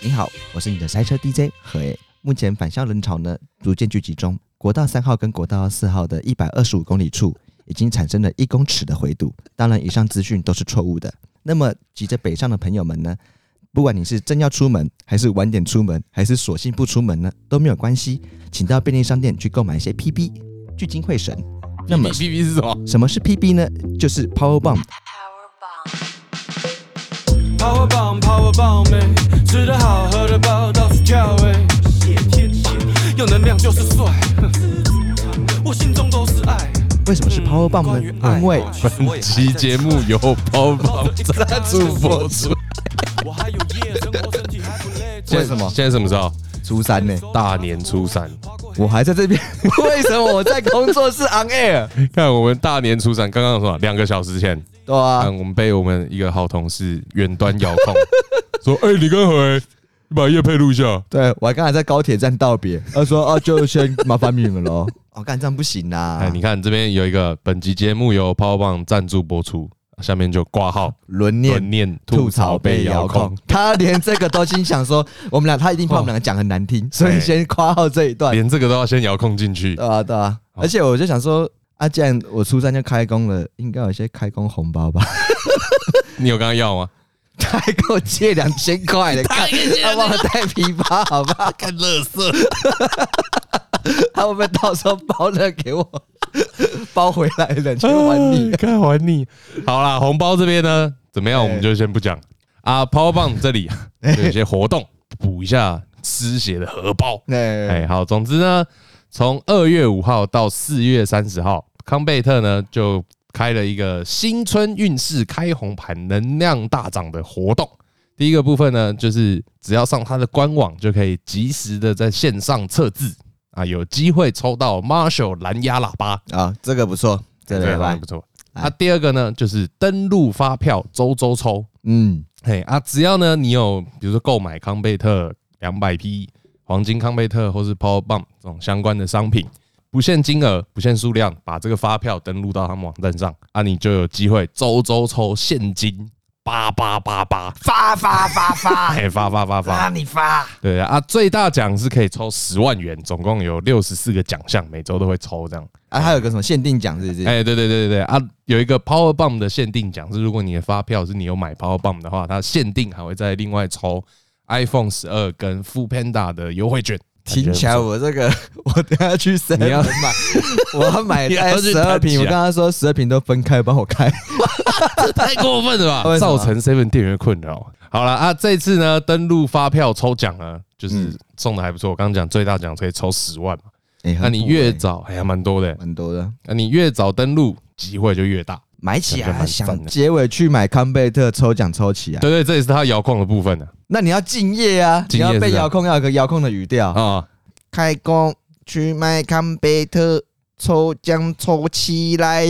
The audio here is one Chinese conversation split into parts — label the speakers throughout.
Speaker 1: 你好，我是你的塞车 DJ 何诶。目前返校人潮呢逐渐聚集中，国道三号跟国道四号的一百二十五公里处已经产生了一公尺的回堵。当然，以上资讯都是错误的。那么急着北上的朋友们呢，不管你是正要出门，还是晚点出门，还是索性不出门呢，都没有关系，请到便利商店去购买一些 PB 聚精会神。那么
Speaker 2: P P 是什么？
Speaker 1: 什么是 PB 呢？就是 Power Bomb。
Speaker 3: Power bomb.
Speaker 4: Power bomb, power bomb，哎，吃得好，喝得饱，到处跳哎，有能量就是帅， 哼我心中都是爱。
Speaker 1: 为什么是 Power Bomb 呢？因为
Speaker 2: 本期节目由包包赞助播出。
Speaker 4: 我还有夜生活，身体还不累。
Speaker 1: 为什么
Speaker 2: 现在什么时候？
Speaker 1: 初三呢、
Speaker 2: 大年初三。
Speaker 1: 我还在这边， 为什么我在工作室 on air？
Speaker 2: 看我们大年初三刚刚有什么？两个小时前，
Speaker 1: 对啊
Speaker 2: 看，我们被我们一个好同事远端遥控， 说：“哎，你跟何，你把叶配录一下。
Speaker 1: 对我还刚才在高铁站道别，他说啊，就先麻烦你们喽。哦，干这样不行啦、
Speaker 2: 哎，你看这边有一个本集节目由 Power 棒赞助播出，下面就挂号
Speaker 1: 轮
Speaker 2: 念
Speaker 1: 念
Speaker 2: 念
Speaker 1: 吐槽被遥控，，他连这个都心想说，我们俩他一定怕我们两个讲很难 听，所以先夸号这一段。
Speaker 2: 连这个都要先遥控进去。
Speaker 1: 对啊，对啊，而且我就想说。啊，既然我初三就开工了，应该有一些开工红包吧？
Speaker 2: 你有刚刚要吗？
Speaker 1: 他还跟我借两千块的，干他帮我带皮包，好吧？
Speaker 2: 看乐色，
Speaker 1: 他会不会到时候包了给我 包回来的去还你？
Speaker 2: 看哎还你。好啦，红包这边呢，怎么样？
Speaker 1: 哎
Speaker 2: 我们就先不讲啊。Power 棒这里 有一些活动，补一下失血的荷包。
Speaker 1: 哎
Speaker 2: 哎，好，总之呢，从二月五号到四月三十号，康贝特呢就开了一个新春运势开红盘、能量大涨的活动。第一个部分呢，就是只要上他的官网就可以及时的在线上测字啊，有机会抽到 Marshall 蓝牙喇叭，
Speaker 1: 啊，这个不错，这个
Speaker 2: 对
Speaker 1: 拜
Speaker 2: 好像
Speaker 1: 拜
Speaker 2: 不。错。
Speaker 1: 哎
Speaker 2: 啊，第二个呢，就是登录发票周周抽，
Speaker 1: 嗯，
Speaker 2: 嘿啊，只要呢你有比如说购买康贝特两百匹黄金康贝特或是 Power Bomb 这种相关的商品，不限金额、不限数量，把这个发票登录到他们网站上啊，你就有机会周周抽现金八八八八
Speaker 1: 发发发发，
Speaker 2: 哎发发发发，
Speaker 1: 你发。
Speaker 2: 对啊，啊最大奖是可以抽十万元，总共有六十四个奖项，每周都会抽这样。
Speaker 1: 啊，还有个什么限定奖是不是？
Speaker 2: 哎、对对对对对啊，有一个 Power Bomb 的限定奖是，如果你的发票是你有买 Power Bomb 的话，它限定还会再另外抽 iPhone 十二跟 f o o Panda 的优惠券。
Speaker 1: 听起来我这个， 我等下去 s e
Speaker 2: 你要
Speaker 1: 买， 我要买
Speaker 2: 你要去
Speaker 1: 十二
Speaker 2: 弹起
Speaker 1: 瓶。
Speaker 2: 来
Speaker 1: 我刚刚说十二瓶都分开帮我开，
Speaker 2: 太过分了吧？
Speaker 1: 为什么
Speaker 2: 造成 Seven 店员困扰。好了啊，这次呢登录发票抽奖呢，
Speaker 1: 嗯
Speaker 2: 就是中的还不错。我刚刚讲最大奖可以抽十万嘛，
Speaker 1: 哎，
Speaker 2: 那
Speaker 1: 很
Speaker 2: 你
Speaker 1: 酷
Speaker 2: 越
Speaker 1: 哎
Speaker 2: 早哎呀蛮多的、
Speaker 1: 蛮多的，
Speaker 2: 那你越早登录机会就越大。
Speaker 1: 买起
Speaker 2: 感觉
Speaker 1: 来。啊
Speaker 2: 蛮赞的
Speaker 1: 想结尾去买康贝特抽奖抽起来，
Speaker 2: 对对，这也是他遥控的部分啊呢
Speaker 1: 那你要敬业啊，你
Speaker 2: 敬业
Speaker 1: 要
Speaker 2: 是
Speaker 1: 被
Speaker 2: 这样
Speaker 1: 遥控，要有个遥控的语调
Speaker 2: 啊。
Speaker 1: 开工去买康贝特，抽奖抽起来。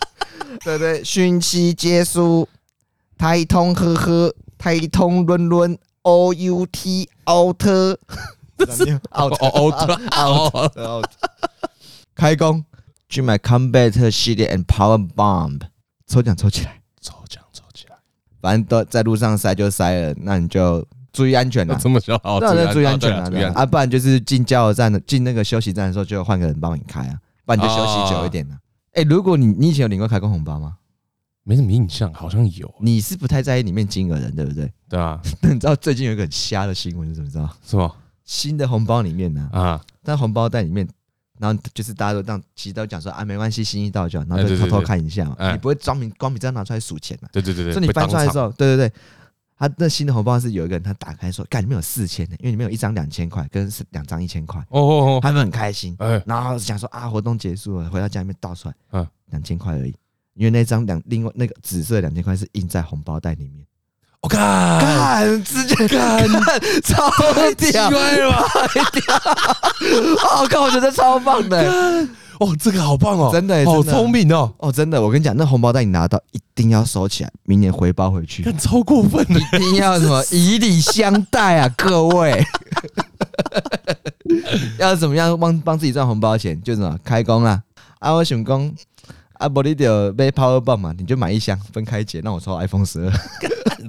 Speaker 1: 对对，汛期结束，台通呵呵，台通伦伦，O U T out out
Speaker 2: 哦哦哦哦 哦，
Speaker 1: out。开工去买康贝特系列 and Power Bomb，抽奖抽起来，
Speaker 2: 抽奖抽起来，
Speaker 1: 反正都在路上塞就塞了，那你就注意安全啦、
Speaker 2: 这么小，哦
Speaker 1: 当然注意安全
Speaker 2: 对
Speaker 1: 啊，
Speaker 2: 注意
Speaker 1: 对
Speaker 2: 安
Speaker 1: 啊
Speaker 2: 全。
Speaker 1: 啊，不然就是进加油站的进那个休息站的时候，就换个人帮你开啊，不然你就休息久一点了、啊。
Speaker 2: 哦
Speaker 1: 哎、如果你你以前有领过开工红包吗？
Speaker 2: 没什么印象，好像有，
Speaker 1: 你是不太在意里面金额的人，对不对？
Speaker 2: 对啊，
Speaker 1: 但你知道最近有一个很瞎的新闻是什么？你知道
Speaker 2: 是吧？
Speaker 1: 新的红包里面呢、
Speaker 2: 啊，
Speaker 1: 但红包袋里面，然后就是大家都这样，其实都讲说啊，没关系，心意到就好，然
Speaker 2: 哎
Speaker 1: 后
Speaker 2: 对
Speaker 1: 就
Speaker 2: 对
Speaker 1: 偷偷
Speaker 2: 对
Speaker 1: 看一下嘛，
Speaker 2: 哎
Speaker 1: 你不会装明光明正大拿出来数钱啊。
Speaker 2: 对对对对，
Speaker 1: 所以你
Speaker 2: 被
Speaker 1: 翻
Speaker 2: 当
Speaker 1: 出来的时
Speaker 2: 场
Speaker 1: 候，对对对，他那新的红包是有一个人他打开说，干里面有四千的，因为里面有一张两千块跟两张一千块，
Speaker 2: 哦哦
Speaker 1: 他们很开心。
Speaker 2: 哦，哎，
Speaker 1: 然后想说啊，活动结束了，回到家里面倒出来，
Speaker 2: 嗯
Speaker 1: 嗯，两千块而已，因为那张两另外那个紫色两千块是印在红包袋里面，
Speaker 2: 我看，
Speaker 1: 干直接干超
Speaker 2: 啊奇
Speaker 1: 屌，
Speaker 2: 怪了 吧？
Speaker 1: 我靠，我觉得超棒的，
Speaker 2: 哦，这个好棒哦，
Speaker 1: 真的耶
Speaker 2: 好
Speaker 1: 真的
Speaker 2: 聪明哦，
Speaker 1: 哦，真的，我跟你讲，那红包袋你拿到一定要收起来，明年回包回去，
Speaker 2: 看超过分的，
Speaker 1: 一定要什么以礼相待啊，各位。 要怎么样帮帮自己赚红包钱？就什么开工啦！啊，我想讲，啊，不你就被 Power Bomb 嘛，你就买一箱分开解，让我抽 iPhone 十二，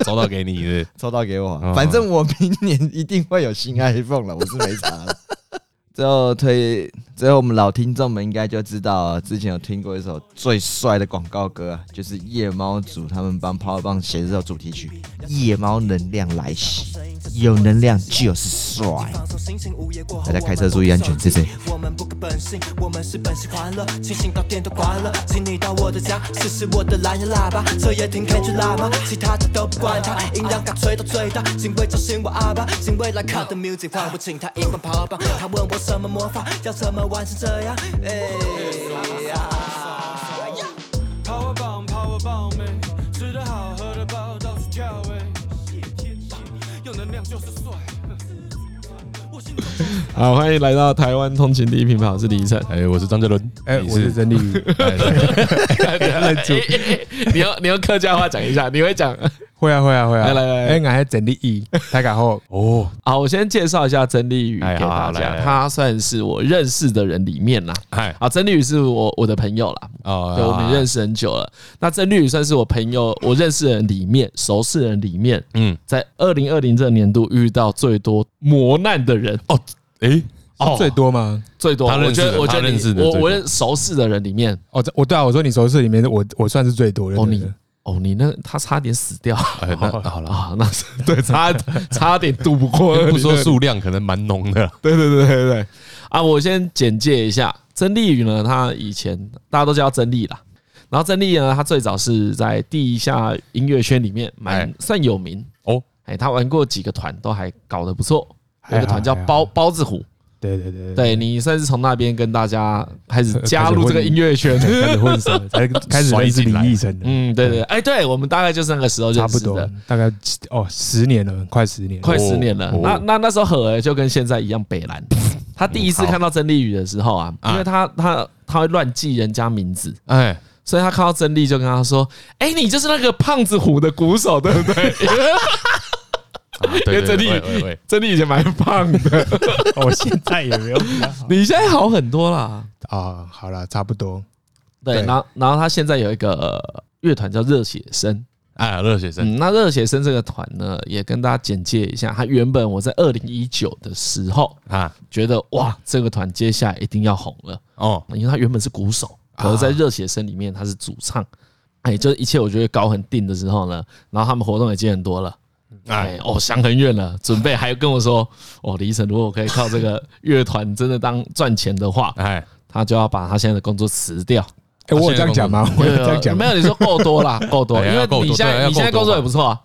Speaker 2: 抽到给你是
Speaker 1: 抽到给我啊、
Speaker 2: 哦
Speaker 1: 反正我明年一定会有新 iPhone 了，我是没查的。 最后推，最后我们老听众们应该就知道，之前有听过一首最帅的广告歌啊，就是夜猫组他们帮 Power Bomb 写的这首主题曲《夜猫能量来袭》，有能量就是帅。大家开车注意安全，谢谢。
Speaker 3: 我们不可本性，我们是本性欢乐，清醒到电都关了，请你到我的家试试我的蓝牙喇叭，彻夜听 K 去喇嘛，其他的都不管它，音量感吹到最大，请为叫醒我阿爸，请未来靠的 music 换我请他一般跑吧，他问我什么魔法，要怎么完成这样？哎呀。
Speaker 4: Power bomb, power bomb，妹，吃得好，喝得饱，到处跳 哎，有能量就是帅。 我心中
Speaker 5: 好，欢迎来到台湾通勤第一品牌，我是李晨。
Speaker 2: 哎，我是张哲伦，
Speaker 6: 哎，
Speaker 2: 你
Speaker 6: 我是曾 丽宇，
Speaker 2: 哎对
Speaker 5: 哎 你要你用客家话讲一下，你 会讲？
Speaker 6: 会啊会啊会
Speaker 5: 来
Speaker 6: 啊，
Speaker 5: 来来
Speaker 6: 哎，我还整理一，大家好，
Speaker 2: 哦，
Speaker 5: 好，我先介绍一下曾丽宇给
Speaker 2: 哎好
Speaker 5: 大
Speaker 2: 好来
Speaker 5: 家，
Speaker 2: 来来
Speaker 5: 他算是我认识的人里面啦。
Speaker 2: 嗨，
Speaker 5: 啊，曾丽宇是我我的朋友啦，
Speaker 2: 哎哦
Speaker 5: 对，我们认
Speaker 2: 识，
Speaker 5: 识很久了。那曾丽宇算是我朋友，我认识的人里面，熟识的人里面，
Speaker 2: 嗯，
Speaker 5: 在二零二零这个年度遇到最多磨难的人
Speaker 2: 哦，哎，
Speaker 5: 哦，
Speaker 6: 最多吗？
Speaker 5: 最多，
Speaker 2: 他
Speaker 5: 我
Speaker 2: 认识
Speaker 5: 觉
Speaker 2: 的
Speaker 5: 得我觉
Speaker 2: 他
Speaker 5: 得
Speaker 2: 认识
Speaker 5: 你
Speaker 2: 的
Speaker 5: 我
Speaker 2: 最
Speaker 5: 我
Speaker 2: 多
Speaker 5: 认熟识的人里面，
Speaker 6: 哦，这我对啊，我说你熟识里面的我，我算是最多的。
Speaker 5: 哦
Speaker 6: 对
Speaker 5: 你哦你那他差点死掉，
Speaker 2: 哎那好了
Speaker 5: 啊，那是对差 差点度不过
Speaker 2: 不说
Speaker 5: 2020
Speaker 2: 数量可能蛮浓的，
Speaker 6: 对对对对对对，
Speaker 5: 啊，我先简介一下曾丽宇呢，她以前大家都叫曾丽啦。然后曾丽呢，她最早是在地下音乐圈里面蛮
Speaker 2: 哎
Speaker 5: 算有名
Speaker 2: 哦
Speaker 5: 哦，哎，她玩过几个团，都还搞得不错。有一个
Speaker 6: 还好
Speaker 5: 团叫
Speaker 6: 还好
Speaker 5: 包包子虎，
Speaker 6: 对对哎对
Speaker 5: 对你算是从那边跟大家开始加
Speaker 6: 开始
Speaker 5: 入
Speaker 6: 混
Speaker 5: 这个音乐圈。
Speaker 6: 对，开始混熟， 才开始认识
Speaker 2: 甩进
Speaker 6: 李
Speaker 2: 来
Speaker 6: 医生的，
Speaker 5: 嗯，对对，哎，对我们大概就是那个时候
Speaker 6: 差
Speaker 5: 认
Speaker 6: 不
Speaker 5: 识
Speaker 6: 多
Speaker 5: 的，，
Speaker 6: 大概哦十年了，快十年了，
Speaker 5: 快十年了
Speaker 2: 哦。
Speaker 5: 那那那时候何儿就跟现在一样北 蓝，他第一次
Speaker 2: 好
Speaker 5: 看到曾丽宇的时候啊，因为他他他会乱记人家名字，
Speaker 2: 哎，
Speaker 5: 所以他看到曾丽就跟他说：“哎、你就是那个胖子虎的鼓手，对 不对？因为曾丽
Speaker 2: 力，
Speaker 5: 曾丽以前蛮胖的，
Speaker 6: 哦我现在也没有比较好
Speaker 5: 你现在好很多啦。
Speaker 6: 啊。好了，差不多。
Speaker 5: 对，
Speaker 6: 对
Speaker 5: 然后然后他现在有一个呃乐团叫热血生，
Speaker 2: 哎，热血生，
Speaker 5: 嗯，那热血生这个团呢，也跟大家简介一下。他原本我在二零一九的时候
Speaker 2: 啊，
Speaker 5: 觉得哇，这个团接下来一定要红了，
Speaker 2: 哦，
Speaker 5: 因为他原本是鼓手，可是在热血生里面他是主唱。哎，就是一切我觉得搞很定的时候呢，然后他们活动也接很多了。哎
Speaker 2: 哎，，
Speaker 5: 哦，想很远了，准备还跟我说，哦，李医生，如果可以靠这个乐团真的当赚钱的话，
Speaker 2: 哎，
Speaker 5: 他就要把他现在的工作辞掉。
Speaker 6: 哎，我有这样讲吗？我有这样讲
Speaker 5: 没
Speaker 6: 吗？
Speaker 5: 有？你说够多啦，够多，
Speaker 2: 哎
Speaker 5: 因
Speaker 2: 呀
Speaker 5: 为
Speaker 2: 够多
Speaker 5: 你现
Speaker 2: 对
Speaker 5: 在
Speaker 2: 要
Speaker 5: 你现在
Speaker 2: 够多
Speaker 5: 工作也不错啊。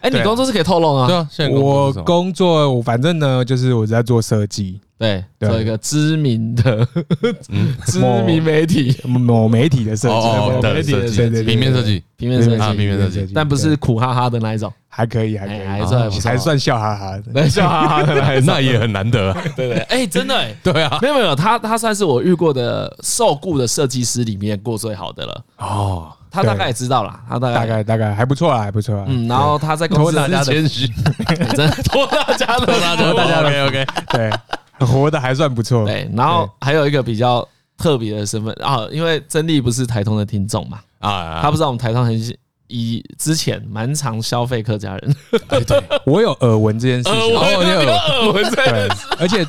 Speaker 5: 哎，你工作是可以透露
Speaker 2: 对
Speaker 5: 啊，
Speaker 2: 啊，现在工作
Speaker 6: 我
Speaker 2: 是什么
Speaker 6: 工作，我反正呢，就是我在做设计，
Speaker 5: 对，
Speaker 6: 对
Speaker 5: 做一个知名的知
Speaker 6: 某
Speaker 5: 名媒体
Speaker 6: 某媒体的设计，
Speaker 2: 哦哦
Speaker 6: 某
Speaker 2: 对
Speaker 6: 媒体
Speaker 2: 设
Speaker 6: 的
Speaker 2: 计
Speaker 6: 设计，
Speaker 2: 平面设计，
Speaker 5: 平面设
Speaker 2: 啊
Speaker 5: 计，
Speaker 2: 平面设计
Speaker 5: 但不是苦哈哈的那一种，
Speaker 6: 还可以，还可以，哦
Speaker 5: 哎还算不错
Speaker 6: 还算笑哈哈的。
Speaker 5: 那笑哈哈的 那一种。
Speaker 2: 那也很难 得啊，
Speaker 5: 对对，哎，真的哎，
Speaker 2: 对啊，
Speaker 5: 没有没有，他他算是我遇过的受雇的设计师里面过最好的了。
Speaker 2: 哦，
Speaker 5: 他大概也知道啦，他大概
Speaker 6: 大概大概还不错啦，啊还不错啦。
Speaker 5: 嗯，然后他在公
Speaker 6: 托
Speaker 5: 司
Speaker 6: 大家的，
Speaker 2: 谦虚，
Speaker 5: 真的拖大家的，拖大
Speaker 2: 大家 OK
Speaker 5: 哦
Speaker 2: OK，
Speaker 6: 对， 活的还算不错。
Speaker 5: 对，然后还有一个比较特别的身份啊，因为曾丽不是台通的听众嘛，
Speaker 2: 啊，
Speaker 5: 他不知道我们台通很喜以之前蛮常消费客家人，
Speaker 6: 我有耳闻这件事
Speaker 5: 呃
Speaker 6: 情，
Speaker 2: 哦你有
Speaker 5: 耳闻在
Speaker 6: 对，而且呃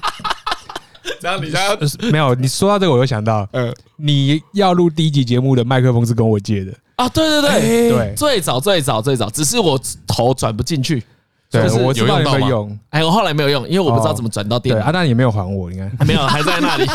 Speaker 5: 这样你家
Speaker 6: 没有你说到这个，我就想到，嗯，你要录第一集节目的麦克风是跟我借的，
Speaker 5: 啊，对对对，
Speaker 6: 对
Speaker 5: 最早最早最早，只是我头转不进去，
Speaker 6: 对
Speaker 5: 就是，
Speaker 6: 我知道
Speaker 2: 有用
Speaker 6: 你
Speaker 2: 到吗
Speaker 6: 们用，
Speaker 5: 哎，我后来没有用，因为我不知道怎么转到电
Speaker 6: 对，啊
Speaker 5: 脑，
Speaker 6: 阿
Speaker 5: 嗯
Speaker 6: 蛋也没有还我，你看，
Speaker 5: 没有，还在那里，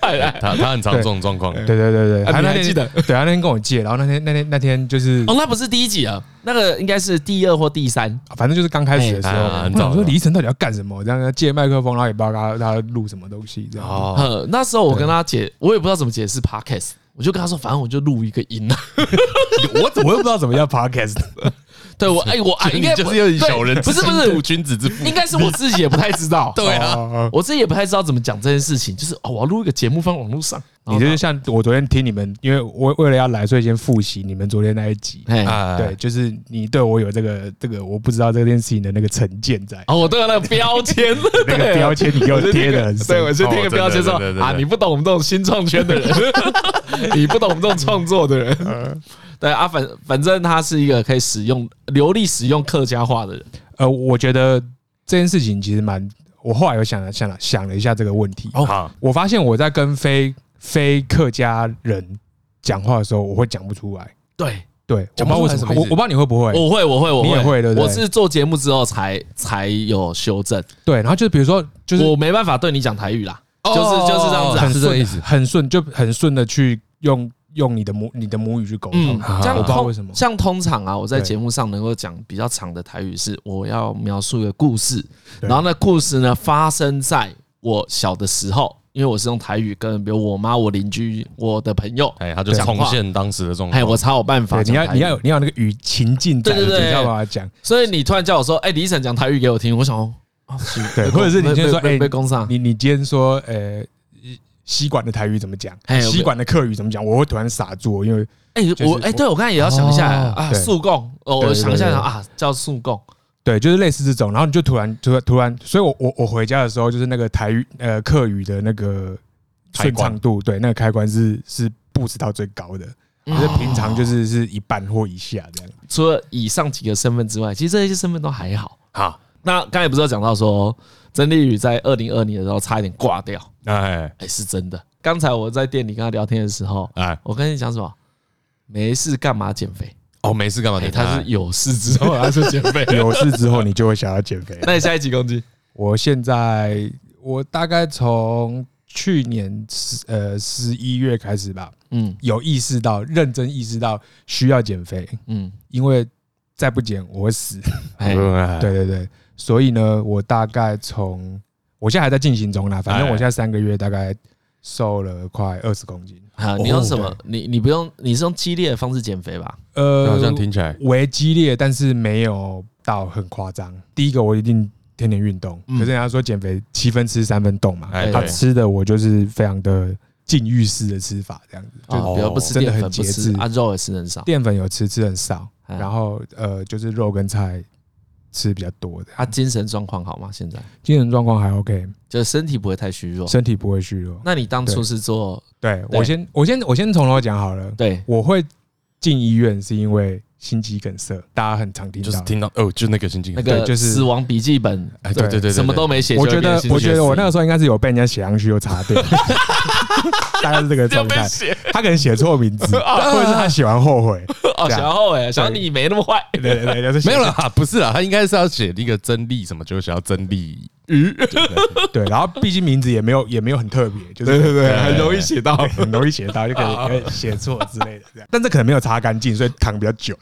Speaker 2: 他他很常这种状况，
Speaker 6: 对对对对，
Speaker 5: 啊
Speaker 6: 他那
Speaker 5: 你还
Speaker 6: 天
Speaker 5: 记得
Speaker 6: 对，他那天跟我借，然后那天那天那天就是
Speaker 5: 哦，，那不是第一集啊，那个应该是第二或第三。
Speaker 6: 啊反正就是刚开始的时
Speaker 2: 哎
Speaker 6: 候
Speaker 2: 啊，
Speaker 6: 我
Speaker 2: 很早
Speaker 6: 想说
Speaker 2: 了
Speaker 6: 李依晨到底要干什么？这样借麦克风，然后也不知道他他录什么东西，这样。
Speaker 2: 哦，
Speaker 5: 呃，那时候我跟他解，我也不知道怎么解释 podcast，我就跟他说，反正我就录一个音啊。
Speaker 6: 我我又不知道怎么叫 podcast，
Speaker 5: 对我哎，我啊，应该
Speaker 2: 就
Speaker 5: 不
Speaker 2: 是有点小人，
Speaker 5: 对不是不是，
Speaker 2: 君子之腹
Speaker 5: 应。该是我自己 也不太知道，
Speaker 2: 对啊，
Speaker 6: 哦，
Speaker 5: 我自己也不太知道怎么讲这件事情，就是哦，我要录一个节目放网络上，
Speaker 6: 你就是像我昨天听你们，因为我为了要来，所以先复习你们昨天那一集。
Speaker 5: 哎，
Speaker 2: 啊，
Speaker 6: 对，，就是你对我有这个这个，我不知道这件事情的那个成见在，
Speaker 5: 哦，我都有那个标签，
Speaker 6: 那
Speaker 5: 对
Speaker 6: 个标签你给我贴的很
Speaker 5: 对，我
Speaker 6: 深。
Speaker 5: 是贴个标签说
Speaker 2: 哦对对对对对
Speaker 5: 啊，你不懂我们这种新创圈的人，你不懂我们这种创作的人。对啊，反反正他是一个可以使用流利使用客家话的人。
Speaker 6: 呃，我觉得这件事情其实蛮，我后来有想了想了想了一下这个问题，
Speaker 2: 哦，
Speaker 6: 我发现我在跟非非客家人讲话的时候，我会讲不出来。
Speaker 5: 对，
Speaker 6: 对，我
Speaker 2: 讲不
Speaker 6: 不知道
Speaker 2: 出
Speaker 6: 为
Speaker 2: 来什
Speaker 6: 什么，
Speaker 2: 么意
Speaker 6: 我
Speaker 2: 思
Speaker 6: 我不知道你会不会。
Speaker 5: 我会，我会，我
Speaker 6: 哎你也会对不对
Speaker 5: 我是做节目之后才才有修正，
Speaker 6: 对，然后就是比如说，就是
Speaker 5: 我没办法对你讲台语啦，
Speaker 2: 哦
Speaker 5: 就是就是这样子啊
Speaker 2: 很。是这个意思
Speaker 6: 很顺，就很顺的去用用你的母你的母语去沟通
Speaker 5: 嗯，。
Speaker 2: 好
Speaker 5: 像
Speaker 6: 我不知道为
Speaker 5: 通
Speaker 6: 什么
Speaker 5: 像通常啊，我在
Speaker 6: 对
Speaker 5: 节目上能够讲比较长的台语是，我要描述一个故事，
Speaker 6: 对
Speaker 5: 然后那故事呢发生在我小的时候，因为我是用台语跟比如我妈、我邻居、我的朋友，
Speaker 2: 哎，他就重现当时的状
Speaker 5: 哎，
Speaker 2: 况。
Speaker 5: 我才有办法
Speaker 6: 对，你
Speaker 5: 讲台语。
Speaker 6: 要你要有你要有那个语情境在，
Speaker 5: 对
Speaker 6: 你
Speaker 5: 对对
Speaker 6: 才有办法讲。
Speaker 5: 所以你突然叫我说，哎，李晨讲台语给我听，我想哦，哦是
Speaker 6: 对，
Speaker 5: 被
Speaker 6: 或者是你
Speaker 5: 被
Speaker 6: 今天说，
Speaker 5: 被
Speaker 6: 哎，
Speaker 5: 被被攻上，
Speaker 6: 你你今天说，呃，吸管的台语怎么讲
Speaker 5: 哎？
Speaker 6: 吸管的客语怎么讲？我会突然傻住，因为
Speaker 5: 哎，
Speaker 6: 是
Speaker 5: 我哎，对我刚才也要想一下
Speaker 2: 哦
Speaker 5: 啊，
Speaker 6: 对
Speaker 5: 速供，哦，
Speaker 6: 对
Speaker 5: 我
Speaker 6: 对
Speaker 5: 想一
Speaker 6: 对
Speaker 5: 下
Speaker 6: 对
Speaker 5: 想啊，叫速供，
Speaker 6: 对，就是类似这种，然后你就突然突然突然，所以我我我回家的时候，就是那个台语呃客语的那个顺畅度，对，那个开关是是 boost 到最高的，
Speaker 5: 嗯
Speaker 6: 就是平常就是是一半或以下这样。
Speaker 5: 除了以上几个身份之外，其实这些身份都还好。
Speaker 2: 好，
Speaker 5: 那刚才不是有讲到说，曾丽宇在二零二年的时候差一点挂掉，
Speaker 2: 哎
Speaker 5: 哎，是真的。刚才我在店里跟他聊天的时候，
Speaker 2: 哎，
Speaker 5: 我跟你讲什么？没事干嘛减肥？
Speaker 2: 哦，没事干嘛？
Speaker 5: 哎，
Speaker 2: 你
Speaker 5: 他是有事之后哦他说减肥。
Speaker 6: 有事之后，你就会想要减肥了。
Speaker 5: 那你现在几公斤？
Speaker 6: 我现在我大概从去年十呃十一月开始吧，
Speaker 5: 嗯
Speaker 6: 有意识到认真意识到需要减肥，
Speaker 5: 嗯，
Speaker 6: 因为再不减我会死。
Speaker 5: 哎，
Speaker 2: 哎，
Speaker 6: 对对对，所以呢，我大概从我现在还在进行中啦，反正
Speaker 2: 哎
Speaker 6: 我现在三个月大概瘦了快二十公斤。
Speaker 5: 好，你用什么？你你不用，你是用激烈的方式减肥吧？
Speaker 6: 呃，
Speaker 2: 好像听起来
Speaker 6: 为激烈，但是没有到很夸张。第一个我一定天天运动，
Speaker 5: 嗯
Speaker 6: 可是人家说减肥七分吃三分动嘛，
Speaker 2: 哎
Speaker 6: 他
Speaker 2: 对
Speaker 6: 吃的我就是非常的禁欲式的吃法，这样子，
Speaker 5: 啊，
Speaker 2: 哦
Speaker 5: 比如不吃
Speaker 6: 真的
Speaker 5: 淀粉，
Speaker 6: 很
Speaker 5: 不
Speaker 6: 节
Speaker 5: 吃
Speaker 6: 制
Speaker 5: 啊，肉也吃很少。
Speaker 6: 淀粉有吃吃很少，
Speaker 5: 哎
Speaker 6: 然后呃就是肉跟菜吃比较多的，
Speaker 5: 啊，精神状况好吗？现在
Speaker 6: 精神状况还 OK，
Speaker 5: 就是身体不会太虚弱。
Speaker 6: 身体不会虚弱。
Speaker 5: 哦那你当初
Speaker 6: 对
Speaker 5: 是做
Speaker 6: 对
Speaker 5: 对
Speaker 6: 我先我先我先从头讲好了，
Speaker 5: 对
Speaker 6: 我会进医院是因为心肌梗塞，大家很常听
Speaker 2: 就
Speaker 6: 到
Speaker 2: 是。听到哦，就那个心情
Speaker 5: 那，个
Speaker 6: 对就是
Speaker 5: 死亡笔记本，
Speaker 2: 哎，对对对，
Speaker 5: 什么都没写，
Speaker 6: 我觉
Speaker 5: 就会变
Speaker 6: 得
Speaker 5: 成，
Speaker 6: 我觉得我那个
Speaker 5: 个
Speaker 6: 时候应该是有被人家写上去又擦 掉， 大概是这个状态。他可能写错名 字，
Speaker 5: 啊
Speaker 6: 或者是他写完后悔。
Speaker 5: 哦，
Speaker 6: 这样
Speaker 5: 小后哎，小你没那么坏，
Speaker 6: 对对对，就是写
Speaker 2: 没有。啦，不是啦，他应该是要写一个真理什么，就写要真理鱼，
Speaker 6: 对，然后毕竟名字也没有也没有很特别，就是对对对，很容易写到，很容易写到，就 可以可以写错之类的这样。但这可能没有擦干净，所以躺比较久。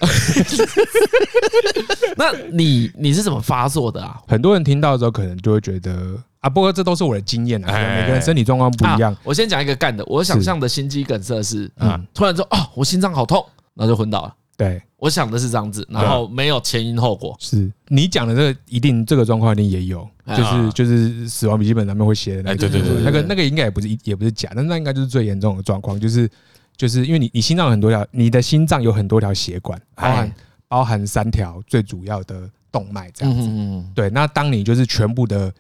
Speaker 5: 那你你是怎么发作的啊？
Speaker 6: 很多人听到的时候，可能就会觉得啊，不过这都是我的经验啊，可能每个人身体状况不一样
Speaker 5: 啊。我先讲一个干的，我想象的心肌梗塞是啊，突然说哦，我心脏好痛，然后就昏倒了。
Speaker 6: 对，
Speaker 5: 我想的是这样子，然后没有前因后果。
Speaker 6: 是你讲的这个一定这个状况一定也有，
Speaker 5: 啊
Speaker 6: 就是就是死亡笔记本上面会写的那
Speaker 2: 哎，
Speaker 6: 个，
Speaker 2: 对对对，
Speaker 6: 那个那个应该也不是一也不是假，但那应该就是最严重的状况，就是就是因为你你心脏有很多条，你的心脏有很多条血管，包含
Speaker 5: 哎
Speaker 6: 包含三条最主要的动脉这样
Speaker 5: 嗯
Speaker 6: 子。
Speaker 5: 嗯嗯，
Speaker 6: 对，那当你就是全部的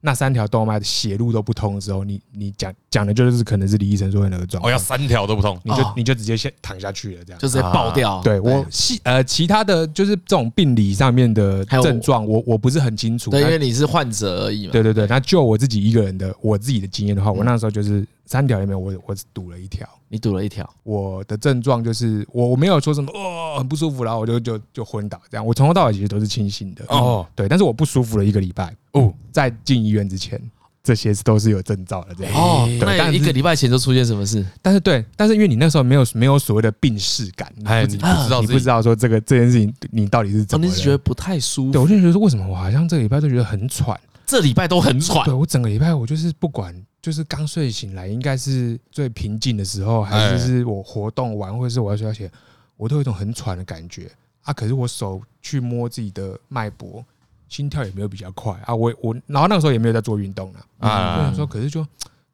Speaker 6: 那三条动脉的血路都不通的时候，你你讲讲的就是可能是李医生说的那个状
Speaker 2: 哦，
Speaker 5: 嗯
Speaker 2: 要
Speaker 6: 况，
Speaker 2: 三条都不通，
Speaker 6: 你就
Speaker 5: 哦
Speaker 6: 你就直接先躺下去了这样
Speaker 5: 就。直接爆掉。
Speaker 6: 对我细呃，其他的就是这种病理上面的
Speaker 5: 还有
Speaker 6: 症状，我我不是很清楚。
Speaker 5: 对，因
Speaker 6: 但
Speaker 5: 为你是患者而已嘛。
Speaker 6: 对对对，那就我自己一个人的我自己的经验的话，
Speaker 5: 嗯
Speaker 6: 我那时候就是三条里面我我只堵了一条，
Speaker 5: 你堵了一条，
Speaker 6: 我的症状就是我我没有说什么哦很不舒服，然后我就就就昏倒这样，我从头到尾其实都是清醒的
Speaker 2: 哦
Speaker 6: 哦，对，但是我不舒服了一个礼拜哦，在进医院之前。这些都是有征兆的，这样
Speaker 5: 哦，
Speaker 6: 对，
Speaker 5: 那
Speaker 6: 但
Speaker 5: 你一个
Speaker 6: 是
Speaker 5: 礼拜前就出现什么事？
Speaker 6: 但是对，但是因为你那时候没有没有所谓的病逝感，你
Speaker 2: 哎，
Speaker 6: 不
Speaker 2: 你
Speaker 6: 知
Speaker 2: 不知道
Speaker 6: 你
Speaker 2: 自
Speaker 6: 不
Speaker 2: 己
Speaker 6: 知道说这个这件事情你到底是
Speaker 5: 哦，
Speaker 6: 怎么
Speaker 5: 你
Speaker 6: 了，
Speaker 5: 是觉得不太舒
Speaker 6: 对，
Speaker 5: 服，
Speaker 6: 我就觉哦得说为什么我好像这个礼拜都觉得很喘，
Speaker 5: 这礼拜都很喘
Speaker 6: 对。我整个礼拜我就是不管，就是刚睡醒来，应该是最平静的时候，还
Speaker 2: 哎
Speaker 6: 是是我活动完，或者是我要睡觉前，我都有一种很喘的感觉。啊，可是我手去摸自己的脉搏，心跳也没有比较快啊，我我然后那个时候也没有在做运动了
Speaker 5: 嗯
Speaker 2: 啊
Speaker 6: 啊，我想说可是就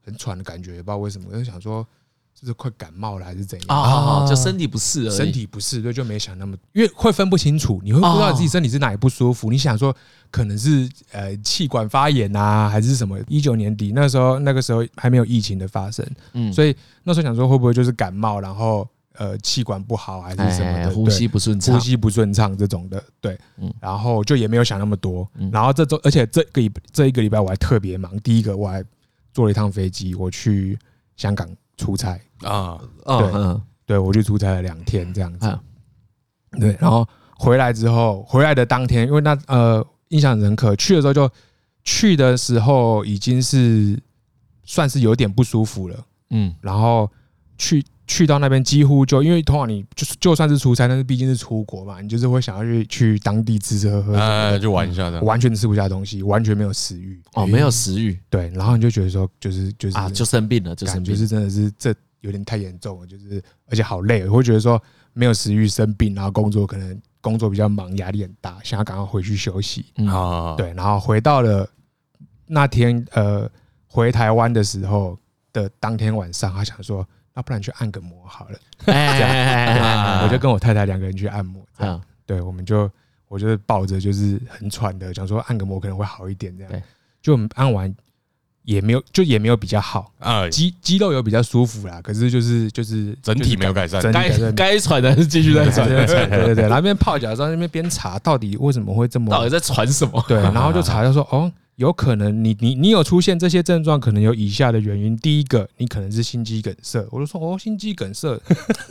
Speaker 6: 很喘的感觉，也不知道为什么，我就想说是不是快感冒了还是怎样？
Speaker 5: 啊，就身体不适而已。
Speaker 6: 身体不适，对，就没想那么，因为会分不清楚，你会不知道自己身体是哪里不舒
Speaker 5: 哦
Speaker 6: 服。你想说可能是呃气管发炎啊，还是什么？一九年底那时候，那个时候还没有疫情的发生，
Speaker 5: 嗯
Speaker 6: 所以那时候想说会不会就是感冒，然后呃气管不好还是什么
Speaker 5: 哎
Speaker 6: 的，
Speaker 5: 呼吸不顺
Speaker 6: 对
Speaker 5: 畅
Speaker 6: 呼，吸不顺畅这种的，对
Speaker 5: 嗯，
Speaker 6: 然后就也没有想那么多
Speaker 5: 嗯。
Speaker 6: 然后这周，而且这个礼这一个礼拜我还特别忙，第一个我还坐了一趟飞机，我去香港出差。
Speaker 2: 啊，
Speaker 5: 嗯
Speaker 6: 对
Speaker 5: 嗯，
Speaker 6: 对我就出差了两天这样子
Speaker 5: 啊。
Speaker 6: 对，然后回来之后，回来的当天，因为那呃印象很深刻，去的时候就去的时候已经是算是有点不舒服了，
Speaker 5: 嗯，
Speaker 6: 然后去去到那边几乎就因为通常你就是就算是出差，但是毕竟是出国嘛，你就是会想要去去当地吃吃喝喝什
Speaker 5: 嗯
Speaker 6: 么
Speaker 2: 哎，
Speaker 6: 的，
Speaker 2: 就玩一下的
Speaker 6: 我，完全吃不下东西，完全没有食欲。
Speaker 5: 哦，没有食欲
Speaker 6: 对，然后你就觉得说，就是就是
Speaker 5: 啊，就生病了，就生
Speaker 6: 感
Speaker 5: 病
Speaker 6: 觉
Speaker 5: 了。
Speaker 6: 是真的是这有点太严重了，就是而且好累，我会觉得说没有食欲、生病，然后工作可能工作比较忙，压力很大，想要赶快回去休息。
Speaker 5: 嗯
Speaker 2: 啊，，
Speaker 6: 对，然后回到了那天呃回台湾的时候的当天晚上，他想说，那不然去按个摩好了，
Speaker 5: 哎哎哎哎哎，
Speaker 6: 我就啊跟我太太两个人去按摩，这样
Speaker 5: 嗯
Speaker 6: 对，我们就我就是抱着就是很喘的，想说按个摩可能会好一点这
Speaker 5: 对
Speaker 6: 样，就我们按完也没有就也没有比较好。
Speaker 2: 哎，
Speaker 6: 肌肌肉有比较舒服啦，可是就是就是
Speaker 2: 整体没有改善
Speaker 6: 整体
Speaker 5: 该
Speaker 6: 改善
Speaker 5: 该喘的还是 继续在
Speaker 6: 对
Speaker 5: 喘，
Speaker 6: 对对对对对，然后那边泡脚的时候，那边边查到底为什么会这
Speaker 5: 到底
Speaker 6: 么
Speaker 5: 在喘什么？
Speaker 6: 对，然后就查到说哦，有可能你你你有出现这些症状，可能有以下的原因：第一个，你可能是心肌梗塞，我就说哦，心肌 梗塞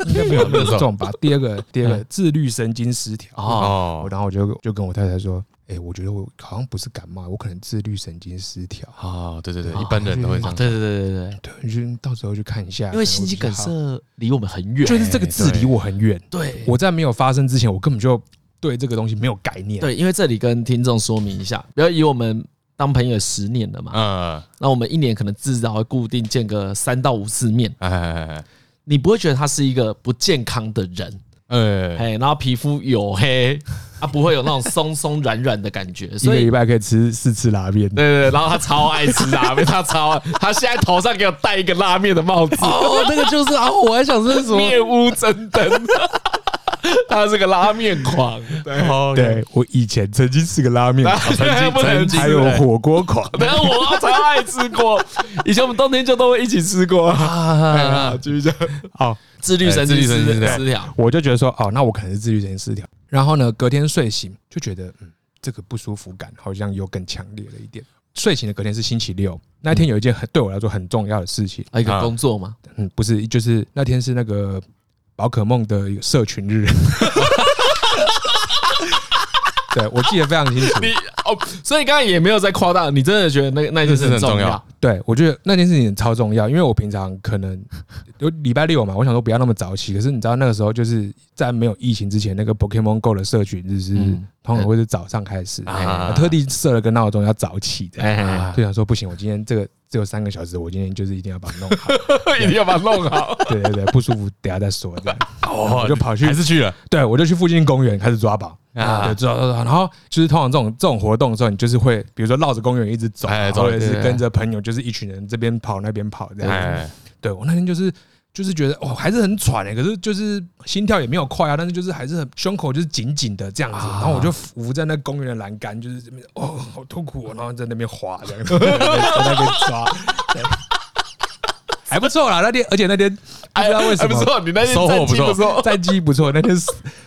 Speaker 6: 应该没有那么严重吧？第二个，第二个自律神经失调
Speaker 5: 嗯哦
Speaker 2: 哦，
Speaker 6: 然后我就就跟我太太说，哎，我觉得我好像不是感冒，我可能自律神经失调，
Speaker 2: 啊，对对对，一般人都会这
Speaker 6: 嗯
Speaker 5: 哦
Speaker 2: 样，
Speaker 5: 对对对对对，
Speaker 6: 对，你就到时候去看一下，
Speaker 5: 因为心肌梗
Speaker 6: 可能我
Speaker 5: 塞离我们很远，
Speaker 6: 就是好，就是这个字离我很远。
Speaker 5: 对
Speaker 6: 我在没有发生之前，我根本就对这个东西没有概念。，
Speaker 5: 对，因为这里跟听众说明一下，不要以我们当朋友十年了嘛，
Speaker 2: 嗯，
Speaker 5: 那我们一年可能至少会固定见个三到五次面，
Speaker 2: 哎哎哎
Speaker 5: 你不会觉得他是一个不健康的人，
Speaker 2: 哎，哎
Speaker 5: 哎，然后皮肤黝黑，他不会有那种松松软软的感觉，
Speaker 6: 一个
Speaker 5: 所以
Speaker 6: 礼。拜可以吃四次拉面。
Speaker 5: 对对，对然后他超爱吃 拉面，他超爱，他现在头上给我戴一个拉面的帽子，
Speaker 2: 哦，那个就是啊，我还想说是什么？
Speaker 5: 面屋真灯，他是个拉面狂，对，
Speaker 2: 哦，
Speaker 6: 对我以前曾经是个 拉面啊狂，
Speaker 5: 曾经不能
Speaker 6: 还有火锅 狂。
Speaker 5: 然后我超爱吃锅，以前我们冬天就都会一起吃锅。
Speaker 2: 啊，继续讲，
Speaker 6: 哦，
Speaker 5: 自律神经
Speaker 2: 哎自律神经
Speaker 5: 失
Speaker 2: 失调
Speaker 5: 失调，
Speaker 6: 我就觉得说，哦，那我可能是自律神经失调。然后呢，隔天睡醒就觉得，嗯，这个不舒服感好像又更强烈了一点。睡醒的隔天是星期六，那天有一件很对我来说很重要的事情，
Speaker 2: 哎
Speaker 5: 啊，一个工作嘛，
Speaker 6: 嗯，不是，就是那天是那个宝可梦的一个社群日。 对，我记得非常清楚。
Speaker 5: 你哦，所以刚才也没有在夸大，你真的觉得那那件事很重要，
Speaker 6: 对，我觉得那件事情超重要，因为我平常可能有礼拜六嘛，我想说不要那么早起。可是你知道那个时候就是在没有疫情之前，那个 Pokemon Go 的社群就是、通常会是早上开始，
Speaker 2: 嗯啊
Speaker 6: 我特地设了个闹钟要早起的，
Speaker 5: 哎
Speaker 6: 就想说不行，我今天这个只有三个小时，我今天就是一定要把它弄好。
Speaker 2: 一定要把它弄好。
Speaker 6: 对对对，不舒服等下再说。这样
Speaker 2: 哦
Speaker 6: 我就跑去
Speaker 2: 还是去了
Speaker 6: 对，我就去附近公园开始抓宝
Speaker 2: 啊
Speaker 6: 啊，对，抓抓抓。然后就是通常这种这种活动的时候，你就是会，比如说绕着公园一直走啊，
Speaker 2: 哎走
Speaker 6: 或者
Speaker 2: 对
Speaker 6: 是
Speaker 2: 对
Speaker 6: 跟着朋友，就是一群人这边跑那边跑这样子。
Speaker 2: 哎，
Speaker 6: 对我那天就是就是觉得哦，还是很喘哎、可是就是心跳也没有快啊，但是就是还是很胸口就是紧紧的这样子。
Speaker 2: 啊
Speaker 6: 然后我就扶在那公园的栏杆，就是这边哦，好痛苦、哦，然后在那边滑 这样子，在那边抓。对还不错啦，那天，而且那天不知道为什
Speaker 2: 还不
Speaker 6: 么，
Speaker 2: 错，你那天
Speaker 6: 收获不
Speaker 2: 战绩
Speaker 6: 错， 战绩不错，那天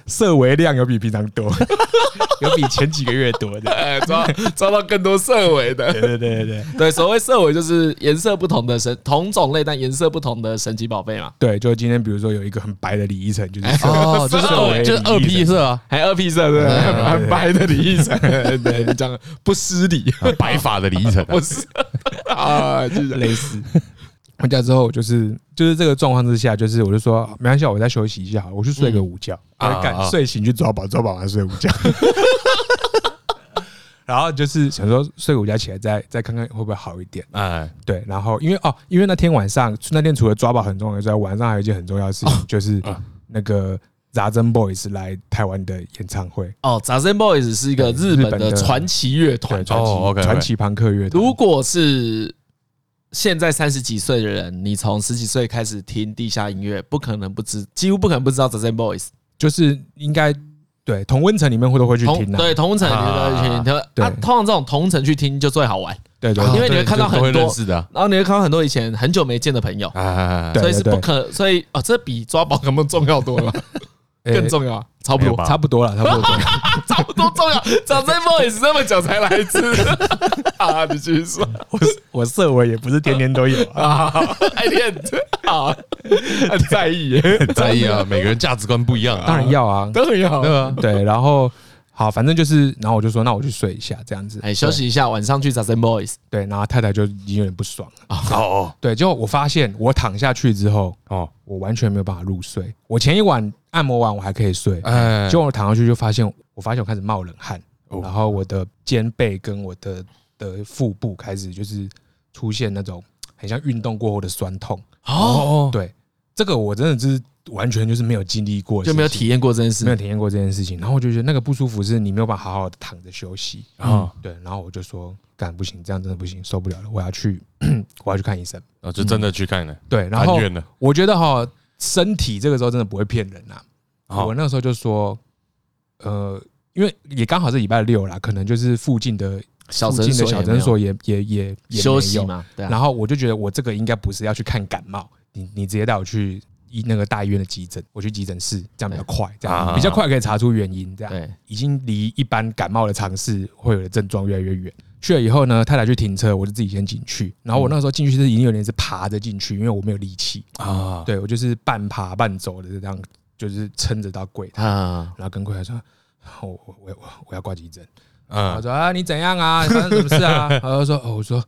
Speaker 6: 设围量有比平常多， 有比前几个月多的。
Speaker 5: 哎，抓抓到更多色尾的。
Speaker 6: 对对对对对
Speaker 5: 对，所谓色尾就是颜色不同的神同种类但颜色不同的神奇宝贝嘛，
Speaker 6: 对，就今天比如说有一个很白的李依晨，就是
Speaker 2: 哦，就是二就是二 P 色啊，
Speaker 5: 还二 P 色对不对？
Speaker 6: 很白的李依 晨，
Speaker 5: 对，你讲得不失礼，
Speaker 2: 白发的李依晨啊，
Speaker 5: 不是啊，就是
Speaker 6: 类似。回家之后就是就是这个状况之下，就是我就说没关系，啊我再休息一下好了，我去睡个午觉。
Speaker 2: 嗯啊
Speaker 6: 啊，
Speaker 2: 啊
Speaker 6: 干睡醒去抓宝，抓宝完睡午觉。然后就是想说睡午觉起来再再看看会不会好一点。
Speaker 2: 哎，
Speaker 6: 对，然后因为哦，
Speaker 5: 哦啊
Speaker 6: 因为那天晚上那天除了抓宝很重要之外，晚上还有一件很重要的事情，就是那个 Zazen Boys 来台湾的演唱会，
Speaker 5: 哦，Zazen Boys 是一
Speaker 6: 哎
Speaker 5: 个日本的传奇乐团
Speaker 6: 对，。传
Speaker 2: 哦
Speaker 6: 奇
Speaker 2: ，OK，OK
Speaker 6: 传奇朋克乐团。
Speaker 5: 如果是现在三十几岁的人，你从十几岁开始听地下音乐，不可能不知，几乎不可能不知道 Zazen Boys。
Speaker 6: 就是应该对同温层里面会都会去
Speaker 5: 同
Speaker 6: 听的、啊
Speaker 5: 对同城你都去听，
Speaker 6: 对
Speaker 5: 啊，通常这种同城去听就最好玩，
Speaker 6: 对对
Speaker 2: 啊
Speaker 5: 因为你会
Speaker 2: 对
Speaker 5: 看到
Speaker 2: 就
Speaker 5: 很
Speaker 2: 都会
Speaker 5: 多
Speaker 2: 认识的啊
Speaker 5: 然后你会看到很多以前很久没见的朋友，
Speaker 2: 啊啊，啊
Speaker 6: 对
Speaker 5: 所以是不可，所以哦，这比抓宝可梦重要多 了，
Speaker 6: 对
Speaker 5: 更
Speaker 6: 诶
Speaker 5: 重要啊，差不
Speaker 2: 没有
Speaker 5: 多
Speaker 2: 吧
Speaker 6: 差不多了，差不多。
Speaker 5: 差不多重要。长在 boys 那么久才来一次 啊，你继续说
Speaker 6: 我社委也不是天天都有啊，
Speaker 5: 啊，爱恋 啊，很在意耶，
Speaker 2: 在意啊，每个人价值观不一样啊，
Speaker 6: 当然要啊，
Speaker 5: 都很好。
Speaker 2: 对啊，
Speaker 6: 对。然后好，反正就是，然后我就说，那我去睡一下这样子。
Speaker 5: 哎，休息一下，晚上去找 Zen Boys。
Speaker 6: 对，然后太太就已经有点不爽
Speaker 2: 哦
Speaker 6: 了。
Speaker 2: 哦
Speaker 6: 对，结果我发现我躺下去之后，
Speaker 2: 哦，
Speaker 6: 我完全没有办法入睡。我前一晚按摩完我还可以睡，
Speaker 2: 哎，
Speaker 6: 结果我躺上去就发现，我发现我开始冒冷汗，
Speaker 2: 哦
Speaker 6: 然后我的肩背跟我的的腹部开始就是出现那种很像运动过后的酸痛。
Speaker 2: 哦，
Speaker 6: 对，这个我真的就是完全就是没有经历过的事
Speaker 5: 就
Speaker 6: 情，
Speaker 5: 没有体验过这件
Speaker 6: 没有
Speaker 5: 事。
Speaker 6: 体验过这件事情。然后我就觉得那个不舒服是你没有办法好好的躺着休息
Speaker 2: 啊
Speaker 5: 嗯
Speaker 6: 啊。对，然后我就说干不行，这样真的不行，受不了了，我要去 我要去看医生。
Speaker 2: 啊，就真的去看了，
Speaker 6: 对，然
Speaker 2: 翻
Speaker 6: 后
Speaker 2: 院了，
Speaker 6: 我觉得哈，身体这个时候真的不会骗人啊。
Speaker 2: 哦
Speaker 6: 我那时候就说，呃，因为也刚好是礼拜六啦，可能就是附近的
Speaker 5: 小
Speaker 6: 附
Speaker 5: 诊
Speaker 6: 近的
Speaker 5: 所
Speaker 6: 小
Speaker 5: 也没有
Speaker 6: 诊所也也也也
Speaker 5: 休
Speaker 6: 没
Speaker 5: 息
Speaker 6: 有。
Speaker 5: 嘛，对啊。
Speaker 6: 然后我就觉得我这个应该不是要去看感冒，你你直接带我去医那个大医院的急诊，我去急诊室，这
Speaker 5: 哎
Speaker 6: 样比较快，这
Speaker 2: 啊
Speaker 6: 样比较快可以查出原因，这样
Speaker 5: 对，啊
Speaker 6: 已经离一般感冒的尝试会有的症状越来越远。去了以后呢，太太去停车，我就自己先进去。然后我那时候进去是已经有点是爬着进去，因为我没有力气，
Speaker 2: 啊，
Speaker 6: 对我就是半爬半走的这样，就是撑着到柜台，
Speaker 5: 啊，
Speaker 6: 然后跟柜台说：“啊我我我我我要挂急诊。”他
Speaker 2: 嗯，
Speaker 6: 说啊，你怎样啊？ 发生什么事啊？然后说哦，我说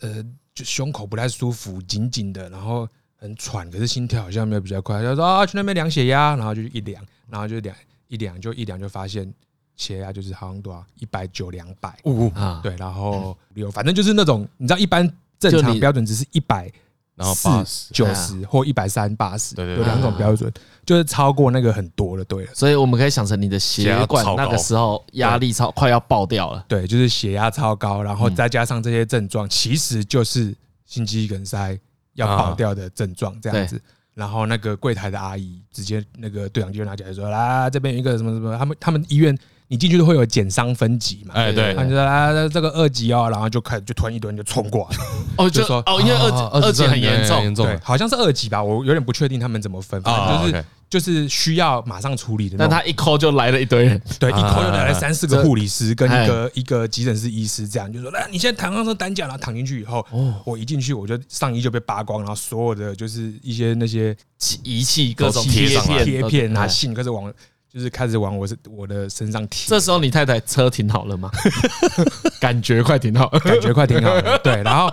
Speaker 6: 呃，就胸口不太舒服，紧紧的，然后很喘，可是心跳好像没有比较快。他说啊，去那边量血压，然后就一量，然后就量一量就一量就发现血压就是好像多少一百九两百，
Speaker 2: 呜，
Speaker 5: 啊，
Speaker 6: 对，然后有反正就是那种你知道一般正
Speaker 5: 就
Speaker 6: 常
Speaker 5: 你
Speaker 6: 标准值是一百
Speaker 2: 然后
Speaker 6: 四
Speaker 2: 八十，
Speaker 6: 九十或一百三八十，
Speaker 2: 哎对对
Speaker 6: 有
Speaker 2: 对
Speaker 6: 两种
Speaker 5: 啊
Speaker 6: 标准，就是超过那个很多了，对了。
Speaker 5: 所以我们可以想成你的血管
Speaker 2: 血压超高
Speaker 5: 那个时候压力超快要爆掉了。
Speaker 6: 对，就是血压超高，然
Speaker 2: 嗯
Speaker 6: 后再加上这些症状，其实就是心肌梗塞要
Speaker 2: 啊
Speaker 6: 爆掉的症状这样子。然后那个柜台的阿姨直接那个队长就拿起来说：“啦，这边有一个什么什么，他们他们医院你进去都会有减伤分级嘛。”
Speaker 2: 哎，对
Speaker 5: 对
Speaker 6: 他就说啊，这个二级哦，然后就开始就突然一堆人就冲过来，
Speaker 5: 哦，就
Speaker 6: 就说
Speaker 5: 哦，因为二级二级很严重
Speaker 2: 严重
Speaker 6: 对，，好像是二级吧，我有点不确定他们怎么分，
Speaker 2: 啊
Speaker 6: 反正
Speaker 2: OK
Speaker 6: 就是就是需要马上处理的那
Speaker 5: 但
Speaker 6: 种。
Speaker 5: 他一抠就来了一堆人，
Speaker 6: 对，一
Speaker 2: 啊
Speaker 6: 口就来了三四个护理师跟
Speaker 5: 哎
Speaker 6: 一个一个急诊室医师，这样就说：来，你现在躺上这担架，然后躺进去以后，我一进去我就上衣就被扒光，然后所有的就是一些那些
Speaker 5: 仪器各种
Speaker 2: 都贴
Speaker 5: 贴
Speaker 2: 上来
Speaker 5: 片
Speaker 6: 贴片啊
Speaker 5: 哎
Speaker 6: 信开始往就是开始往我是我的身上贴，
Speaker 5: 这时候你太太车停好了 吗？感觉快停好了。
Speaker 6: 感觉快挺好的。对，然后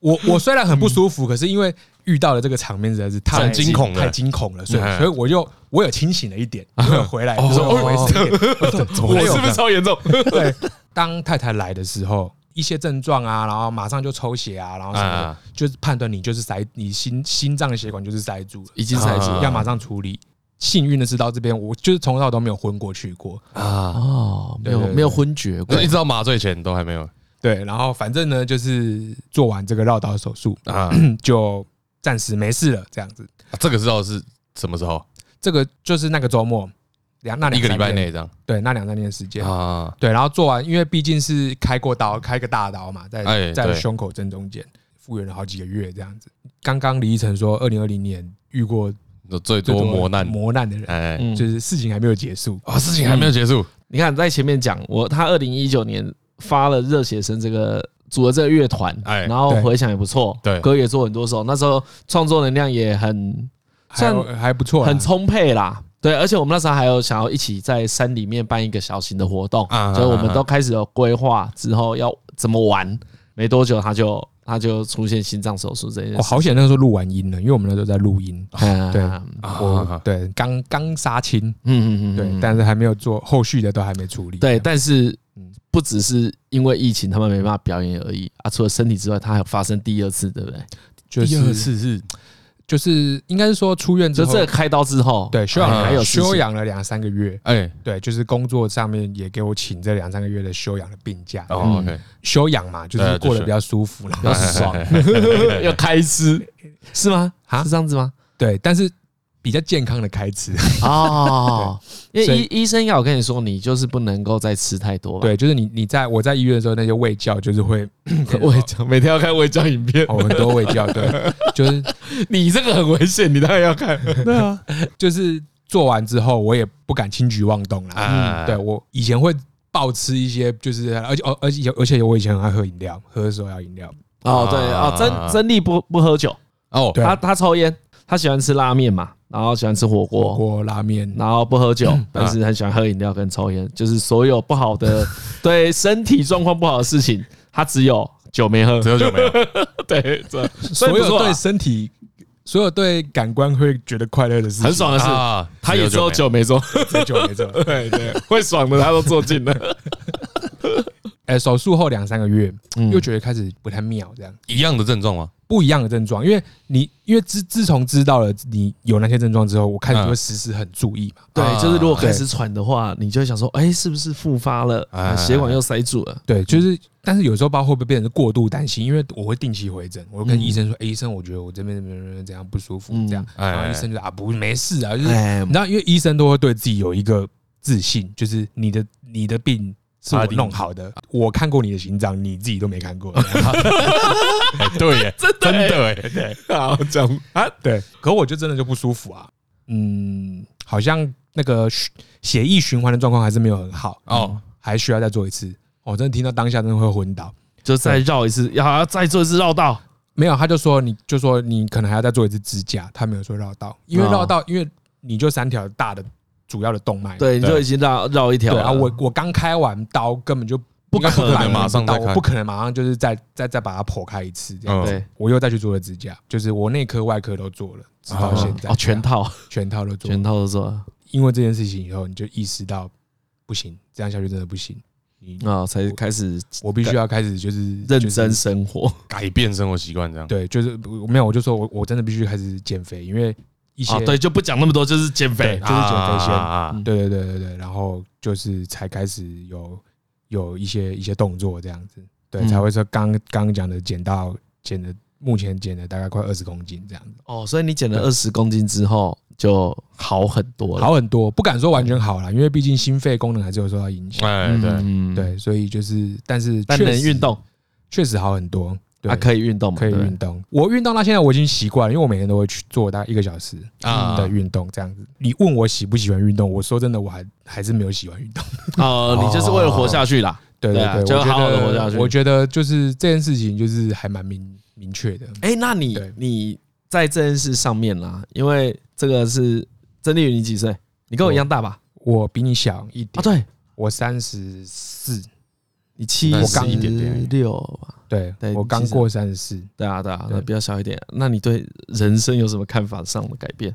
Speaker 6: 我我虽然很不舒服，可是因为遇到的这个场面实在是太
Speaker 2: 很惊恐了
Speaker 6: 太惊恐了，所以
Speaker 2: 嗯
Speaker 6: 所以我就我有清醒了一点，我有回来，我说
Speaker 2: 哦
Speaker 6: 哦，没事一点，我说怎
Speaker 2: 我
Speaker 6: 么会有
Speaker 2: 是不是超严重？
Speaker 6: 对，当太太来的时候，一些症状啊，然后马上就抽血啊，然后什么的
Speaker 2: 啊
Speaker 6: 就是判断你就是塞，你心心脏的血管就是塞住了，啊
Speaker 5: 已经塞
Speaker 2: 住了
Speaker 6: 要马上处理。幸运的是到这边，我就是从头到尾都没有昏过去过。
Speaker 2: 啊，
Speaker 5: 哦，没有
Speaker 6: 对对对
Speaker 5: 没有昏厥过
Speaker 2: 就一直到麻醉前都还没有
Speaker 6: 对，然后反正呢，就是做完这个绕道手术，嗯
Speaker 2: 啊，
Speaker 6: 就暂时没事了，这样子。
Speaker 2: 这个知道是什么时候？
Speaker 6: 这个就是那个周末两那两
Speaker 2: 一个
Speaker 6: 三
Speaker 2: 礼拜
Speaker 6: 天
Speaker 2: 内，这样
Speaker 6: 对，那两三天的时间。
Speaker 2: 啊，
Speaker 6: 对，然后做完，因为毕竟是开过刀，开个大刀嘛，
Speaker 2: 哎
Speaker 6: 在在
Speaker 2: 对
Speaker 6: 胸口正中间，复原了好几个月这样子。刚刚李依晨说，二零二零年遇过
Speaker 2: 最
Speaker 6: 最
Speaker 2: 多磨难，
Speaker 6: 磨难的人，
Speaker 2: 哎，
Speaker 5: 嗯
Speaker 6: 就是事情还没有结束。嗯
Speaker 2: 啊，事情还没有结束，
Speaker 5: 你看在前面讲我，他二零一九年发了《热血生》这个组了这个乐团，
Speaker 2: 哎
Speaker 5: 然后
Speaker 6: 对
Speaker 5: 回响也不错，
Speaker 2: 对
Speaker 5: 歌也做很多首，那时候创作能量也很
Speaker 6: 还有还不错啦，
Speaker 5: 很充沛啦。对，而且我们那时候还有想要一起在山里面办一个小型的活动，
Speaker 2: 啊
Speaker 5: 所以我们都开始有规划之后要怎么玩。没多久他就他就出现心脏手术这件
Speaker 6: 我
Speaker 5: 事，
Speaker 6: 哦好险那个时候录完音了，因为我们那时候在录音，
Speaker 2: 啊
Speaker 5: 嗯
Speaker 6: 对
Speaker 5: 嗯
Speaker 6: 我对刚刚杀青，
Speaker 5: 嗯嗯
Speaker 6: 对，但是还没有做后续的都还没处理。
Speaker 5: 对，但是
Speaker 6: 嗯
Speaker 5: 不只是因为疫情他们没办法表演而已啊，除了身体之外，他还有发生第二次，对不对？
Speaker 6: 就是
Speaker 2: 是
Speaker 6: 就是应该是说出院之
Speaker 5: 就
Speaker 6: 后，
Speaker 5: 这个开刀之后，
Speaker 6: 对休养
Speaker 2: 啊还有
Speaker 6: 了
Speaker 5: 事情
Speaker 6: 休养了两三个月，
Speaker 2: 哎，
Speaker 6: 对，就是工作上面也给我请这两三个月的休养的病假，
Speaker 2: 哦，OK，
Speaker 6: 休养嘛，就
Speaker 2: 呃就是
Speaker 6: 是过得比较舒服，然后
Speaker 5: 要 爽， 要开支，是吗？
Speaker 6: 啊
Speaker 5: 是这样子吗？
Speaker 6: 对，但是比较健康的开 支，
Speaker 5: 哦，因
Speaker 6: 所
Speaker 5: 为
Speaker 6: 以
Speaker 5: 医医生要我跟你说，你就是不能够再吃太多吧？
Speaker 6: 对，就是你你在我在医院的时候，那些胃教就是会
Speaker 5: 胃教每天要看胃教影片，
Speaker 6: 哦很多胃教， 对，就是
Speaker 5: 你这个很危险，你当然要 看。
Speaker 6: 对啊，就是做完之后，我也不敢轻举妄动啦。
Speaker 2: 啊，
Speaker 6: 对我以前会暴吃一些，就是而且哦而而且而且我以前很爱喝饮料，喝手摇饮料，
Speaker 5: 哦，对哦，
Speaker 2: 啊
Speaker 5: 真真力不不喝酒，
Speaker 2: 哦，
Speaker 6: 对
Speaker 5: 他他抽烟，他喜欢吃拉面嘛，然后喜欢吃火
Speaker 6: 火
Speaker 5: 锅。
Speaker 6: 锅、嗯拉面，
Speaker 5: 然后不喝酒，但是很喜欢喝饮料跟抽烟，就是所有不好 的对身体状况不好的事情，他只有酒没喝
Speaker 2: 只。有酒没有，
Speaker 5: 对，这所以
Speaker 6: 所
Speaker 5: 不
Speaker 6: 有
Speaker 5: 错啊
Speaker 6: 对身体，所有对感官会觉得快乐 的事情，
Speaker 5: 很爽的是，
Speaker 2: 啊
Speaker 5: 他也只有
Speaker 2: 没有
Speaker 5: 酒没做，
Speaker 6: 这久没做。
Speaker 5: 对对， 会爽的他都做尽了。
Speaker 6: 哎，手术后两三个月，
Speaker 5: 嗯
Speaker 6: 又觉得开始不太妙，这样
Speaker 2: 一样的症状吗？
Speaker 6: 不一样的症状，因为你因为自自从知道了你有那些症状之后，我开始
Speaker 2: 嗯
Speaker 6: 会时时很注意嘛。
Speaker 5: 对，就是如果开
Speaker 6: 对
Speaker 5: 始喘的话，你就会想说，哎，是不是复发了？啊
Speaker 2: 哎
Speaker 5: 血管又塞住了。
Speaker 6: 对，就是，但是有时候不知道会不会变成过度担心，因为我会定期回诊，我会跟医生说，哎、医生，我觉得我这边怎么怎么怎样不舒服，这样，
Speaker 2: 哎
Speaker 6: 然后医生就说啊，不，没事啊，就是，
Speaker 5: 哎
Speaker 1: 嗯
Speaker 6: 你知道，因为医生都会对自己有一个自信，就是你的你的病是我弄好的，我看过你的心脏，你自己都没看过，
Speaker 2: 哎， 对耶，真的哎，
Speaker 6: 好这样啊，对，可我就真的就不舒服啊，嗯，好像那个血血液循环的状况还是没有很好，
Speaker 2: 哦，
Speaker 6: 还需要再做一次，我、真的听到当下真的会昏倒。
Speaker 5: 就再绕一次，要再做一次绕道。
Speaker 6: 没有，他就说你就说你可能还要再做一次支架，他没有说绕道，因为
Speaker 5: 哦
Speaker 6: 绕道，因为你就三条大的主要的动脉，
Speaker 5: 对，你就已经绕绕一条
Speaker 6: 对
Speaker 5: 了
Speaker 6: 啊，我我刚开完刀根本就
Speaker 5: 不可能
Speaker 6: 应该来得及
Speaker 2: 马上再
Speaker 6: 到
Speaker 2: 开
Speaker 6: 我不可能马上就是再再再把它剖开一次这
Speaker 2: 嗯
Speaker 6: 样，
Speaker 5: 对
Speaker 6: 我又再去做了支架，就是我内科外科都做了，直到现在
Speaker 5: 哦，全套
Speaker 6: 全套都做了
Speaker 5: 全，套都做了
Speaker 6: 因为这件事情以后你就意识到不行，这样下去真的不行，你
Speaker 5: 啊，才开始
Speaker 6: 我必须要开始就是
Speaker 5: 认
Speaker 6: 就是
Speaker 5: 真生活。
Speaker 2: 改变生活习惯这样，
Speaker 6: 对，就是我没有，我就说我我真的必须开始减肥，因为一些
Speaker 5: 啊，对，就不讲那么多，就是减
Speaker 6: 对，
Speaker 5: 肥
Speaker 6: 就是减肥先。
Speaker 2: 啊
Speaker 6: 对对对对对，然后就是才开始有有一些一些动作这样子，对，
Speaker 5: 嗯
Speaker 6: 才会说刚刚讲的减到减的，目前减了大概快二十公斤这样子，
Speaker 5: 哦。所以你减了二十公斤之后就好很多了。
Speaker 6: 好很多，不敢说完全好啦，因为毕竟心肺功能还是有受到影响，
Speaker 2: 哎，
Speaker 5: 嗯，
Speaker 2: 对，
Speaker 6: 对，所以就是但是
Speaker 5: 但
Speaker 6: 确
Speaker 5: 能
Speaker 6: 实
Speaker 5: 运动
Speaker 6: 确实好很多，对，
Speaker 5: 啊，可以运动嘛，
Speaker 6: 可以
Speaker 5: 对不对
Speaker 6: 运动，我运动到现在我已经习惯了，因为我每天都会去做大概一个小时
Speaker 2: 啊
Speaker 6: 的运动这样子。你问我喜不喜欢运动，我说真的我还还是没有喜欢运动。
Speaker 5: 哦，你就是为了活下去啦。
Speaker 6: 对
Speaker 5: 对啊
Speaker 6: 对，
Speaker 5: 就
Speaker 6: 我觉
Speaker 5: 好好地
Speaker 6: 得
Speaker 5: 活下去
Speaker 6: 我觉得就是这件事情，就是还蛮明明确的。
Speaker 5: 哎，那你
Speaker 6: 对
Speaker 5: 你在这件事上面啦，因为这个是曾丽宇，你几岁？你跟我一样大吧？
Speaker 6: 我比你小一
Speaker 5: 啊，
Speaker 6: 点，
Speaker 5: 对
Speaker 6: 我三十四，
Speaker 5: 你七
Speaker 2: 我
Speaker 6: 刚
Speaker 5: 一
Speaker 2: 一点点而已
Speaker 5: 六吧？
Speaker 6: 对
Speaker 5: 对
Speaker 6: 我
Speaker 5: 你
Speaker 6: 刚
Speaker 5: 其实
Speaker 6: 过三十四。
Speaker 5: 对啊，对啊，
Speaker 6: 对
Speaker 5: 那比较小一点。那你对人生有什么看法上的改变？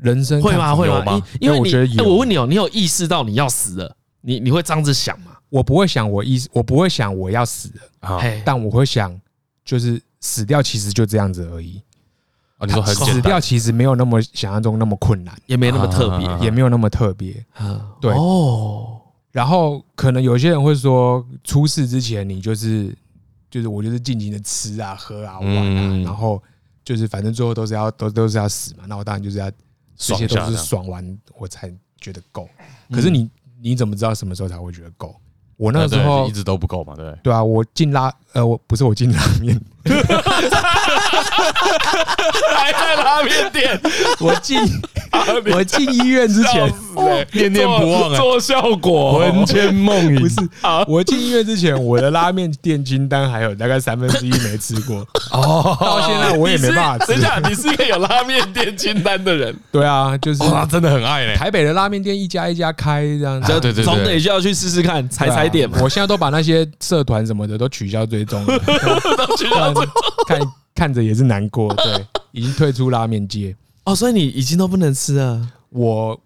Speaker 6: 人生
Speaker 5: 会
Speaker 6: 看
Speaker 5: 吗？
Speaker 6: 法
Speaker 5: 会
Speaker 2: 有吗
Speaker 5: 吗？因因为
Speaker 6: 那我
Speaker 5: 你，
Speaker 6: 觉得有
Speaker 5: 哎我问你哦，你有意识到你要死了，你你会这样子想吗？
Speaker 6: 我不会想我一，我不会想我要死了，
Speaker 2: 啊，
Speaker 5: 哎，
Speaker 6: 但我会想，就是死掉其实就这样子而已。
Speaker 2: 哦你说很
Speaker 6: 死
Speaker 2: 简单
Speaker 6: 掉其实没有那么想象中那么困难，
Speaker 5: 也没那么特别
Speaker 2: 啊。
Speaker 6: 也没有那么特别。
Speaker 5: 啊
Speaker 6: 对
Speaker 5: 哦，
Speaker 6: 然后可能有些人会说，出事之前你就是就是我就是尽情的吃啊、喝啊、玩啊，
Speaker 2: 嗯
Speaker 6: 然后就是反正最后都是要都都是要死嘛。那我当然就是要这
Speaker 2: 爽
Speaker 6: 些
Speaker 2: 一
Speaker 6: 都
Speaker 2: 下这
Speaker 6: 是
Speaker 2: 样，嗯
Speaker 6: 爽完我才觉得够。可是你你怎么知道什么时候才会觉得够？我那时
Speaker 2: 对
Speaker 6: 候
Speaker 2: 一直都不够嘛，对不 对，
Speaker 6: 对啊，我进拉呃，我不是我进拉面，
Speaker 2: 还在拉面 店，
Speaker 6: 我 进我进医院之前，
Speaker 2: 念念不忘啊，
Speaker 5: 欸做效果啊
Speaker 2: 魂牵梦萦，
Speaker 6: 不是我进医院之前，我的拉面店清单还有大概三分之一没吃过，
Speaker 2: 哦，
Speaker 6: 到现在我也没办法吃
Speaker 5: 等一。下，啊你是一个有拉面店清单的人，
Speaker 6: 对啊，就是
Speaker 2: 哇，真的很爱嘞，
Speaker 6: 台北的拉面店一家一家开这样
Speaker 2: 啊
Speaker 6: 子。
Speaker 2: 对对对
Speaker 5: 总得就要去试试看，踩踩点嘛
Speaker 6: 对啊。我现在都把那些社团什么的都取消追踪 了，
Speaker 5: 啊
Speaker 6: 看看看着也是难过。对，已经退出拉面界，
Speaker 5: 哦，所以你已经都不能吃了。
Speaker 6: 我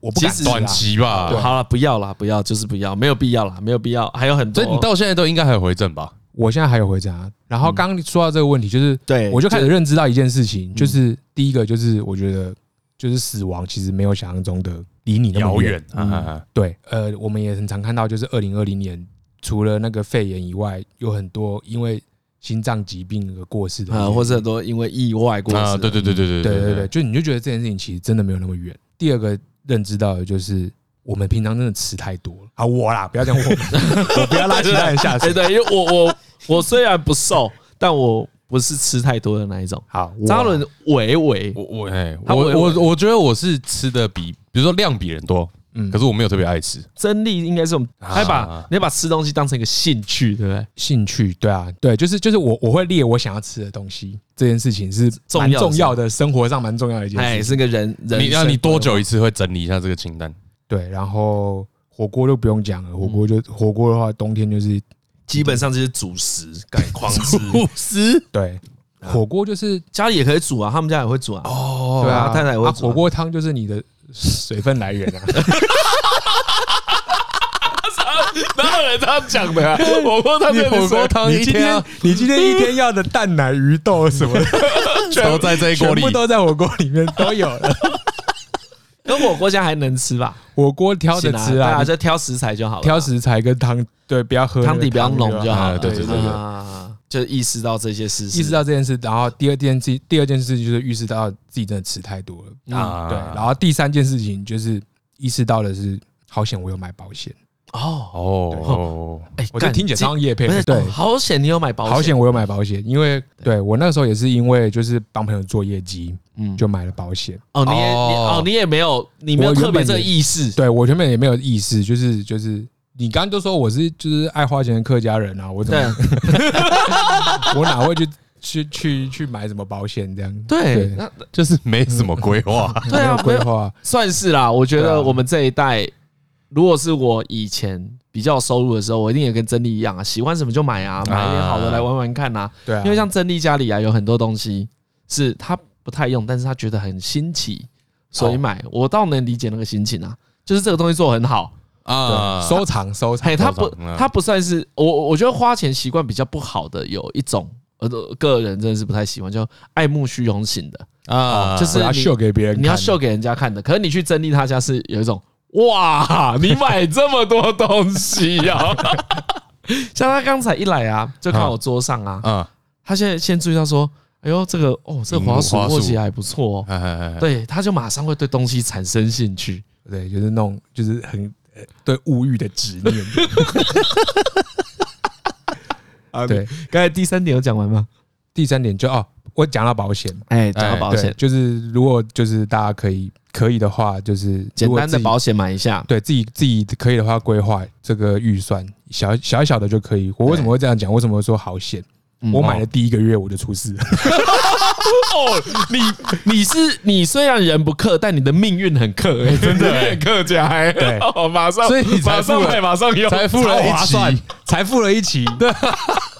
Speaker 6: 我不敢
Speaker 5: 其实
Speaker 6: 吃啊
Speaker 2: 短期吧，
Speaker 5: 哦好了，不要啦，不要，就是不要，没有必要啦，没有必要，还有很
Speaker 2: 所
Speaker 5: 多。
Speaker 2: 以你到现在都应该还有回正吧？
Speaker 6: 我现在还有回家。然后刚刚说到这个问题，就是
Speaker 1: 对
Speaker 6: 我就开始认知到一件事情，就是第一个就是我觉得就是死亡其实没有想象中的离你那么
Speaker 2: 遥
Speaker 6: 远
Speaker 2: 远。啊，
Speaker 6: 对，呃，我们也很常看到，就是二零二零年除了那个肺炎以外，有很多因为心脏疾病而过世的
Speaker 5: 啊，
Speaker 6: 人
Speaker 5: 或者很多因为意外过世
Speaker 2: 啊，
Speaker 5: 的，
Speaker 2: 对对对对对
Speaker 6: 嗯对对对，，就你就觉得这件事情其实真的没有那么远。第二个认知到的就是，我们平常真的吃太多了啊，我啦，不要讲我们，我不要拉其 他人下
Speaker 5: 哎
Speaker 6: 水。
Speaker 5: 对，因为我我我虽然不瘦，但我不是吃太多的那一种。
Speaker 6: 好，我
Speaker 5: 扎伦微微
Speaker 2: 我我哎，
Speaker 5: 他
Speaker 2: 我
Speaker 5: 我
Speaker 2: 我我觉得我是吃的比，比如说量比人多，
Speaker 6: 嗯
Speaker 2: 可是我没有特别爱吃，
Speaker 5: 真力应该是我们，还把你把吃东西当成一个兴趣，对不对？
Speaker 6: 兴趣，对啊，对，就是就是我我会列我想要吃的东西，这件事情是
Speaker 5: 重
Speaker 6: 蛮
Speaker 5: 要的
Speaker 6: 重要的，生活上蛮重要的一件
Speaker 5: 哎，
Speaker 6: 事情。
Speaker 5: 是个人人
Speaker 2: 你
Speaker 5: 生
Speaker 2: 那你多久一次会整理一下这个清单？
Speaker 6: 对，然后火锅就不用讲了，火锅
Speaker 5: 嗯
Speaker 6: 就火锅的话，冬天就是
Speaker 5: 基本上就是主食，改 狂吃。
Speaker 2: 十
Speaker 6: 对，火锅就是
Speaker 5: 家里也可以煮啊，他们家也会煮啊。哦，对
Speaker 6: 对
Speaker 5: 啊，
Speaker 6: 啊，
Speaker 5: 太太也
Speaker 6: 啊
Speaker 5: 会煮啊
Speaker 6: 火。锅汤就是你的水分来 源啊。
Speaker 5: 哪有人这样讲的啊？火锅他
Speaker 2: 你
Speaker 5: 们
Speaker 2: 火锅汤
Speaker 6: 你
Speaker 2: 一
Speaker 6: 今
Speaker 2: 天
Speaker 6: 天
Speaker 2: 啊
Speaker 6: 你今天一天要的蛋奶鱼豆 什么的，
Speaker 2: 都在这一锅
Speaker 6: 全
Speaker 2: 里
Speaker 6: 部，都在火锅里面都有了。
Speaker 5: 跟火锅现在还能吃吧？
Speaker 6: 火锅挑着吃
Speaker 5: 行大
Speaker 6: 啊
Speaker 5: 家，就挑食材就好了，
Speaker 6: 挑食材跟汤，对，不要喝那个
Speaker 5: 汤底不哎要浓就好了。
Speaker 2: 啊对对对对
Speaker 5: 啊，就意识到这些事实，
Speaker 6: 意识到这件事，然后第二件事，第二件事就是意识到自己真的吃太多了。
Speaker 2: 啊，
Speaker 6: 对，然后第三件事情就是意识到的是，好险我有买保险，
Speaker 5: 哦，
Speaker 2: 哦，
Speaker 5: 哎，
Speaker 6: 我就
Speaker 5: 干
Speaker 6: 听起来
Speaker 5: 这
Speaker 6: 好像叶
Speaker 5: 不
Speaker 6: 配，
Speaker 5: 是
Speaker 6: 对
Speaker 5: 哦，好险你有买保
Speaker 6: 好险，我有买保险，因为对我那时候也是因为就是帮朋友做业绩，
Speaker 5: 嗯
Speaker 6: 就买了保险。
Speaker 5: 哦，你也你
Speaker 2: 哦
Speaker 5: 哦，你也没有，你没有
Speaker 6: 我原
Speaker 5: 特别
Speaker 6: 本
Speaker 5: 这个
Speaker 6: 也
Speaker 5: 意识，
Speaker 6: 对我原本也没有意识，就是就是你刚刚就说我是就是爱花钱的客家人啊，我怎
Speaker 5: 对啊
Speaker 6: 么我哪会去去去去买什么保险这样？
Speaker 5: 对，那
Speaker 2: 就是没什么规 划，
Speaker 5: 对
Speaker 6: 没
Speaker 5: 啊
Speaker 6: 有，
Speaker 5: 没
Speaker 6: 规
Speaker 5: 有
Speaker 6: 划，
Speaker 5: 算是啦。我觉
Speaker 6: 对
Speaker 5: 得
Speaker 6: 啊
Speaker 5: 我们这一代，如果是我以前比较有收入的时候，我一定也跟真丽一样啊，喜欢什么就买啊，买一点好的来玩玩看啊。
Speaker 6: 对啊，
Speaker 5: 因为像真丽家里啊，有很多东西是她不太用，但是她觉得很新奇，所以买。我倒能理解那个心情啊，就是这个东西做得很好，
Speaker 2: 啊，
Speaker 6: 对收藏收藏
Speaker 5: 嘿，，他不
Speaker 2: 通常嗯，
Speaker 5: 他不算是我，我我觉得花钱习惯比较不好的有一种，呃，个人真的是不太喜欢，叫爱慕虚荣型的，
Speaker 2: 啊，
Speaker 5: 哦就是
Speaker 6: 我要
Speaker 5: 你
Speaker 6: 秀给别人看，啊
Speaker 5: 你要秀给人家看的。可是你去珍妮他家是有一种，哇，你买这么多东西呀、啊！ 像他刚才一来啊，就
Speaker 2: 嗯
Speaker 5: 看我桌上啊，
Speaker 2: 啊，
Speaker 5: 他现在先注意到说，哎呦，这个哦，这
Speaker 2: 荧幕
Speaker 5: 滑鼠
Speaker 2: 滑鼠
Speaker 5: 握起来还不错哦。
Speaker 2: 哎哎哎，
Speaker 5: 对，他就马上会对东西产生兴趣。
Speaker 6: 对，就是那种就是很呃对物欲的执念，
Speaker 5: 啊
Speaker 6: 对。
Speaker 5: 刚才第三点有讲完吗？
Speaker 6: 第三点就哦，我讲到保险，
Speaker 5: 哎，讲到保
Speaker 6: 对
Speaker 5: 险，
Speaker 6: 就是如果就是大家可以可以的话，就是
Speaker 5: 简单的保
Speaker 6: 险。
Speaker 5: 险买一下。
Speaker 6: 对自己自己可以的话，规划这个预算小小小的就可以。我为什么会这样讲？为什么会说好险？
Speaker 5: 嗯
Speaker 6: 我买的第一个月我就出事了，
Speaker 5: 哦，你你是你虽然人不克，但你的命运很克、欸，真 的、
Speaker 4: 哎
Speaker 5: 很克家、欸，
Speaker 6: 对
Speaker 5: 哦， 马上，
Speaker 6: 所以你
Speaker 5: 马
Speaker 6: 才付
Speaker 5: 上
Speaker 6: 了
Speaker 5: 买，马上用，
Speaker 2: 才付了
Speaker 5: 超
Speaker 2: 一
Speaker 5: 划
Speaker 2: 期
Speaker 5: 算。
Speaker 6: 才付了一期，对，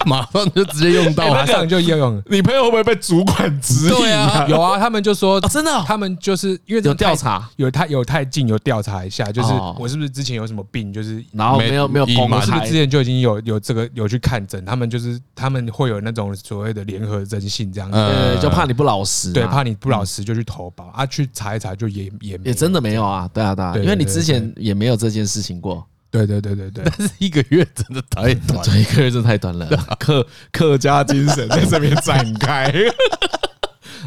Speaker 2: 马上就直接用 到，
Speaker 6: 马上就要用。
Speaker 5: 你朋友会不会被主管指
Speaker 2: 对
Speaker 5: 引
Speaker 2: 啊，
Speaker 6: 有啊，他们就说
Speaker 5: 哦真的哦
Speaker 6: 他们就是因为这
Speaker 5: 有
Speaker 6: 个太
Speaker 5: 调，查，
Speaker 6: 有太有太近，有调查一下，就是
Speaker 5: 哦
Speaker 6: 我是不是之前有什么病，就是
Speaker 5: 然后没有没有
Speaker 2: 没
Speaker 5: 公
Speaker 2: 隐瞒
Speaker 6: 是不是之
Speaker 5: 开，
Speaker 6: 前就已经有有这个有去看诊，他们就是他们会有那种所谓的联合征信这样子，
Speaker 5: 呃，就怕你不老实嘛，
Speaker 6: 对，怕你不老实就去投保啊，去查一查就也也没
Speaker 5: 也真的没有啊，对啊对啊，
Speaker 6: 对
Speaker 5: 因为你
Speaker 6: 对
Speaker 5: 之前也没有这件事情过，
Speaker 6: 对对对对对，
Speaker 2: 但是一个月真的太短
Speaker 5: 这一个月真的太短了，客
Speaker 6: 客家 精神 在这边展开。
Speaker 5: 哎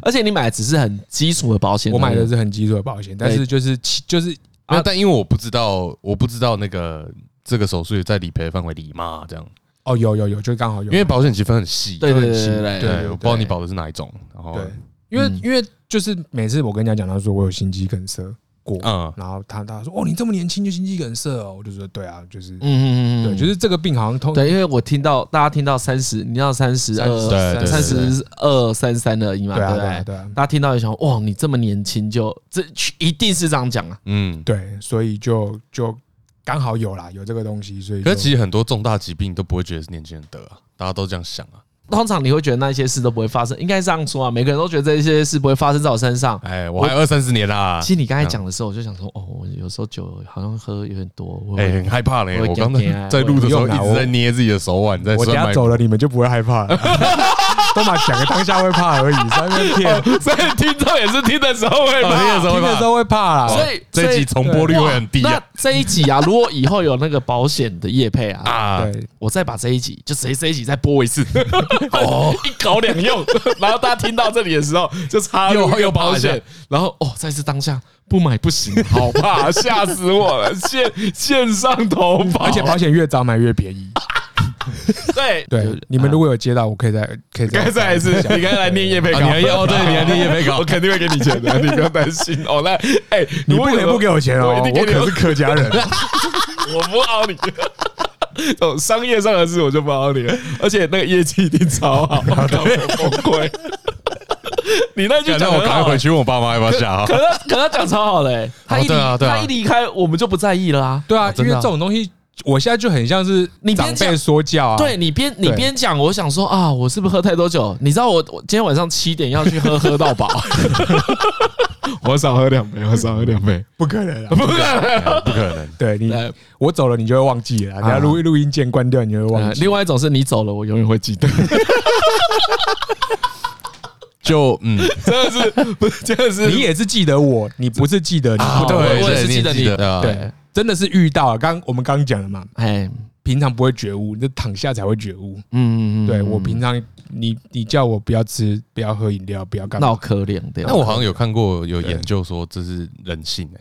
Speaker 5: 而且你买的只是很基础的保险，
Speaker 6: 我买的是很基础的保险，但是就是其就是
Speaker 2: 啊！但因为我不知道，我不知道那个这个手术也在理赔的范围里嘛，这样，
Speaker 6: 哦有有有，就刚好有，
Speaker 2: 因为保险其实分很细，
Speaker 5: 对对对对对对
Speaker 2: 对，我不知道你保的是哪一种，然后
Speaker 6: 对，因为
Speaker 5: 嗯
Speaker 6: 因为就是每次我跟人家讲到说我有心肌梗塞过，
Speaker 2: 嗯
Speaker 6: 然后他他说哦你这么年轻就心肌梗塞哦，我就说对啊，就是
Speaker 5: 嗯嗯嗯嗯，
Speaker 6: 对，就是这个病好像通
Speaker 5: 对，因为我听到大家听到三十，你要三
Speaker 6: 呃
Speaker 5: 十二、
Speaker 2: 对对
Speaker 5: 三
Speaker 2: 对
Speaker 5: 十二、三三而已嘛，
Speaker 6: 对啊
Speaker 5: 不
Speaker 6: 对啊对啊
Speaker 5: 大家听到就想，哇，你这么年轻就这一定是这样讲啊，
Speaker 2: 嗯。
Speaker 6: 对，所以就就刚好有啦，有这个东西，所以
Speaker 2: 可
Speaker 6: 就是
Speaker 2: 其实很多重大疾病都不会觉得是年轻人得啊，大家都这样想啊。
Speaker 5: 通常你会觉得那些事都不会发生，应该这样说啊，每个人都觉得这些事不会发生在我身上。
Speaker 2: 哎，我还有二三十年啦，
Speaker 5: 其实你刚才讲的时候，我就想说，哦，我有时候酒好像喝有点多，我
Speaker 2: 哎，很害怕嘞。
Speaker 5: 我
Speaker 2: 我刚才
Speaker 5: 我啊我
Speaker 2: 在录的时候
Speaker 6: 我
Speaker 2: 一直在捏自己的手腕，在哦
Speaker 6: 我等
Speaker 2: 酸
Speaker 6: 下
Speaker 2: 麦
Speaker 6: 走了，你们就不会害怕 了。都嘛讲个当下会怕而已，在那边骗，
Speaker 5: 所以听众也是听的时候会
Speaker 2: 哦听的时候会
Speaker 6: 听
Speaker 2: 怕
Speaker 6: 哦的时候会怕啦。
Speaker 5: 所以
Speaker 2: 这一集重播率会很低
Speaker 5: 那
Speaker 2: 啊
Speaker 5: 这一集啊，如果以后有那个保险的业配啊，
Speaker 2: 啊！
Speaker 6: 对，
Speaker 5: 我再把这一集就直接这一集再播一 次，哦，一搞两 用，然后大家听到这里的时候就插入
Speaker 2: 又
Speaker 5: 一个
Speaker 2: 又
Speaker 5: 保
Speaker 2: 保险
Speaker 5: 险，然后哦，再次当下不买不行，好怕，吓死我了，线线上投保，
Speaker 6: 而且保险越早买越便宜。
Speaker 5: 对
Speaker 6: 对，你们如果有接到，我可以再可以
Speaker 5: 刚才
Speaker 6: 再
Speaker 5: 再一次，你刚才来念叶配稿，
Speaker 2: 啊你还要哦对你还念业配稿
Speaker 5: 我肯定会给你钱的，你不用担心哦。那哎，
Speaker 6: 你不
Speaker 5: 为
Speaker 6: 可
Speaker 5: 什
Speaker 6: 以
Speaker 5: 么
Speaker 6: 不给我钱哦，
Speaker 5: 我一定
Speaker 6: 我
Speaker 5: 给你
Speaker 6: 可是客家人。
Speaker 5: 我不凹你。 哦，商业上的事我就不凹你了，而且那个业绩一定超 好，搞我崩溃。 你那句
Speaker 2: 感
Speaker 5: 讲
Speaker 2: 啊觉我
Speaker 5: 很
Speaker 2: 赶快
Speaker 5: 好
Speaker 2: 回，去问我爸妈要不要下啊
Speaker 5: 可？他可他讲超好嘞、他一离、
Speaker 2: 对啊对啊
Speaker 5: 他一离开我们就不在意了啊。
Speaker 6: 对啊
Speaker 2: 哦，
Speaker 6: 因
Speaker 2: 真
Speaker 6: 为
Speaker 2: 的啊
Speaker 6: 这种东西，我现在就很像是
Speaker 5: 你边
Speaker 6: 长
Speaker 5: 讲
Speaker 6: 辈说教啊。
Speaker 5: 对你边你边讲，我想说啊，我是不是喝太多酒？你知道我我今天晚上七点要去喝喝到饱，我少喝两杯，我少喝两杯，
Speaker 6: 不可能 啊，
Speaker 5: 不可能。
Speaker 2: 不可能，
Speaker 6: 对你
Speaker 5: 来，
Speaker 6: 我走了你就会忘记了啊，等啊下录录音键关掉你就会忘
Speaker 5: 呃
Speaker 6: 记。
Speaker 5: 另外一种是你走了，我永远会记得。
Speaker 2: 就嗯，
Speaker 5: 真的是，不是真的是
Speaker 6: 你也是记得我，你不是记得你，
Speaker 5: 啊
Speaker 6: 不
Speaker 5: 我
Speaker 2: 对，
Speaker 5: 我也是
Speaker 2: 对
Speaker 5: 记得你
Speaker 2: 对啊
Speaker 5: 对，
Speaker 6: 真的是遇到啊刚我们刚讲了嘛，
Speaker 5: 哎，
Speaker 6: 平常不会觉悟，你就躺下才会觉悟。
Speaker 5: 嗯，
Speaker 6: 对我平常，你你叫我不要吃，不要喝饮料，不要干
Speaker 5: 闹
Speaker 6: 嘛，
Speaker 5: 可怜对吧
Speaker 2: 那我好像有看过有研究说这是人性诶，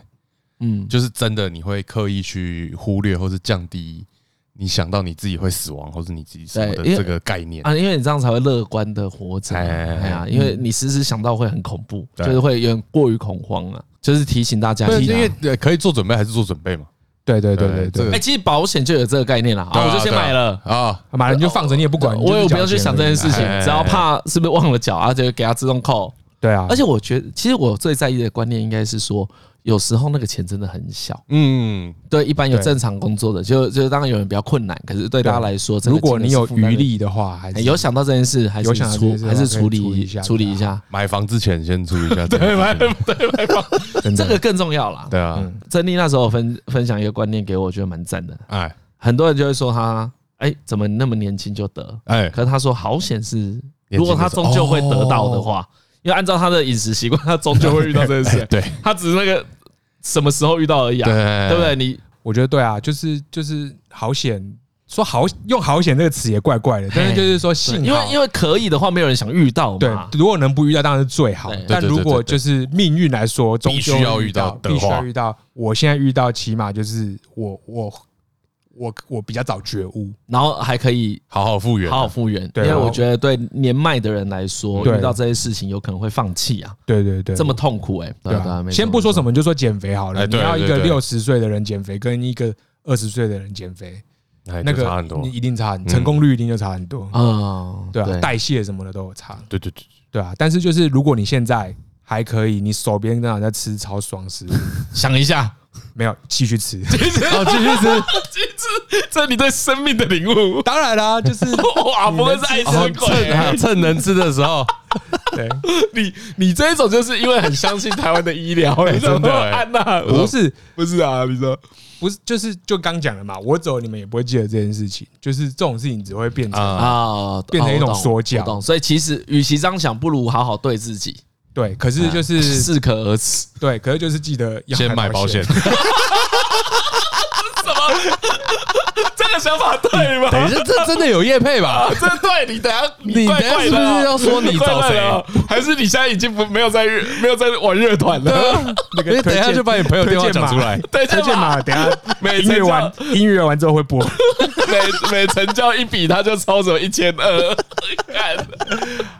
Speaker 5: 嗯，
Speaker 2: 就是真的你会刻意去忽略或是降低你想到你自己会死亡或是你自己什么的
Speaker 5: 对因为
Speaker 2: 这个概念。
Speaker 5: 啊，因为你这样才会乐观的活着啊，
Speaker 2: 哎哎哎
Speaker 5: 哎呀，
Speaker 6: 嗯
Speaker 5: 因为你时时想到会很恐怖，
Speaker 2: 对
Speaker 5: 就是会有点过于恐慌啊，就是提醒大家，
Speaker 2: 对，
Speaker 5: 提醒
Speaker 2: 因
Speaker 5: 大
Speaker 2: 为
Speaker 5: 家
Speaker 2: 呃可以做准备还是做准备嘛。
Speaker 6: 对对对对
Speaker 2: 这
Speaker 6: 对
Speaker 2: 个
Speaker 5: 哎，其实保险就有这个概念了，
Speaker 2: 对
Speaker 5: 啊，
Speaker 2: 啊
Speaker 5: 我就先买了。
Speaker 2: 啊，
Speaker 6: 对，买了你就放着，你也不管，
Speaker 5: 哦我也不
Speaker 6: 不
Speaker 5: 要去想这件事情
Speaker 2: 哎哎，哎
Speaker 5: 只要怕是不是忘了缴，啊，就给他自动扣。
Speaker 6: 对啊，
Speaker 5: 而且我觉得，其实我最在意的观念应该是说，有时候那个钱真的很小。
Speaker 2: 嗯，
Speaker 5: 对，一般有
Speaker 6: 对
Speaker 5: 正常工作的，就就当然有人比较困难，可是对大家来说，这个
Speaker 6: 如果你
Speaker 5: 金额
Speaker 6: 有
Speaker 5: 是负担
Speaker 6: 余
Speaker 5: 的
Speaker 6: 力的话，还
Speaker 5: 哎
Speaker 6: 是
Speaker 5: 有想到这件事，还是
Speaker 6: 有想到这
Speaker 5: 处
Speaker 6: 件事
Speaker 5: 还是
Speaker 6: 的话可以
Speaker 5: 处理
Speaker 6: 处理一下啊
Speaker 5: 处理一下，
Speaker 2: 买房之前先注意一下。对，买
Speaker 6: 真
Speaker 5: 这
Speaker 6: 的
Speaker 5: 个更重要啦。
Speaker 2: 对啊，
Speaker 5: 珍妮那时候分分享一个观念给我，我觉得蛮赞的。
Speaker 2: 哎
Speaker 5: 很多人就会说他，哎，怎么那么年轻就得？
Speaker 2: 哎，
Speaker 5: 可是他说好险是，
Speaker 2: 年轻的时候。
Speaker 5: 如果他终究会得到的
Speaker 6: 哦
Speaker 5: 话，因为按照他的饮食习惯，他终究会遇到这件 事
Speaker 2: 对
Speaker 5: 他哎只是那个什么时候遇到而已啊，
Speaker 2: 对
Speaker 5: 对不对？？你
Speaker 6: 我觉得对啊，就是就是好险，说好用好险这个词也怪怪的，但是就是说幸
Speaker 5: 因
Speaker 6: 好
Speaker 5: 为因。为可以的话，没有人想遇到
Speaker 6: 对
Speaker 5: 嘛，。
Speaker 6: 如果能不遇到当然是最好
Speaker 5: 对。
Speaker 6: 但
Speaker 2: 对对
Speaker 6: 如果
Speaker 2: 对对对
Speaker 6: 就是命运来说，终
Speaker 2: 必须
Speaker 6: 究会
Speaker 2: 要遇
Speaker 6: 遇到
Speaker 2: 到，的
Speaker 6: 必须要
Speaker 2: 话
Speaker 6: 遇到。我现在遇到，起码就是我我我我比较早觉悟。
Speaker 5: 然后还可以
Speaker 2: 好好复原，
Speaker 5: 好好复原，因
Speaker 6: 对
Speaker 5: 为
Speaker 6: 然后
Speaker 5: 我觉得对年迈的人来说，
Speaker 6: 对
Speaker 5: 遇到这些事情有可能会放弃啊，
Speaker 6: 对对对，
Speaker 5: 这么痛苦哎。
Speaker 6: 对啊。先不说什么，就说减肥好了。
Speaker 2: 哎
Speaker 6: 你
Speaker 2: 对
Speaker 6: 要一个
Speaker 2: 对对
Speaker 6: 六十岁的人减肥，跟一个二十岁的人减肥，
Speaker 2: 哎，
Speaker 6: 那
Speaker 2: 就
Speaker 6: 个
Speaker 2: 差很多嗯
Speaker 6: 你。一定差很，成功率一定就差很多。
Speaker 5: 啊，
Speaker 6: 对啊，代谢什么的都有差。
Speaker 2: 对对对，
Speaker 6: 对啊，但是就是如果你现在还可以，你手边正好在吃超爽食 物，
Speaker 5: 想一下，
Speaker 6: 没有继续吃。
Speaker 2: 哦，继续吃，
Speaker 5: 这你对生命的领悟，
Speaker 6: 当然 啦，就是
Speaker 5: 哇，不会是爱生鬼
Speaker 2: 哦趁趁能吃的时候，
Speaker 6: 对，
Speaker 5: 你你这一种就是因为很相信台湾的 医疗，你知道
Speaker 2: 真的
Speaker 5: 吗？
Speaker 2: 哎
Speaker 5: 安娜，
Speaker 6: 不是
Speaker 5: 不是啊，你说
Speaker 6: 不是，就是就刚讲了嘛，我走你们也不会记得这件事情，就是这种事情只会变成、
Speaker 2: 啊
Speaker 5: 啊，
Speaker 6: 变成一种
Speaker 5: 哦我懂
Speaker 6: 说教
Speaker 5: 我懂所以其实与其这样想，不如好好对自己，
Speaker 6: 对，可是就是、
Speaker 5: 适可而止。
Speaker 6: 对，可是就是记得要
Speaker 2: 啊先买保 险。
Speaker 5: 这个想法对吗？
Speaker 2: 等 一下，这真的有业配吧？
Speaker 5: 啊这对你 等下，
Speaker 2: 你等
Speaker 5: 哦
Speaker 2: 下是不是要说你找谁？
Speaker 5: 还是你现在已经不没有在乐没有在玩乐团了？
Speaker 6: 那
Speaker 2: 啊因为
Speaker 6: 个
Speaker 2: 等一下就把你朋友电 话讲出来。
Speaker 5: 对，
Speaker 6: 推荐 嘛，等一下音乐完音乐完之后会播，
Speaker 2: 嗯
Speaker 5: 每每成交一笔，他就抽走一千二。看，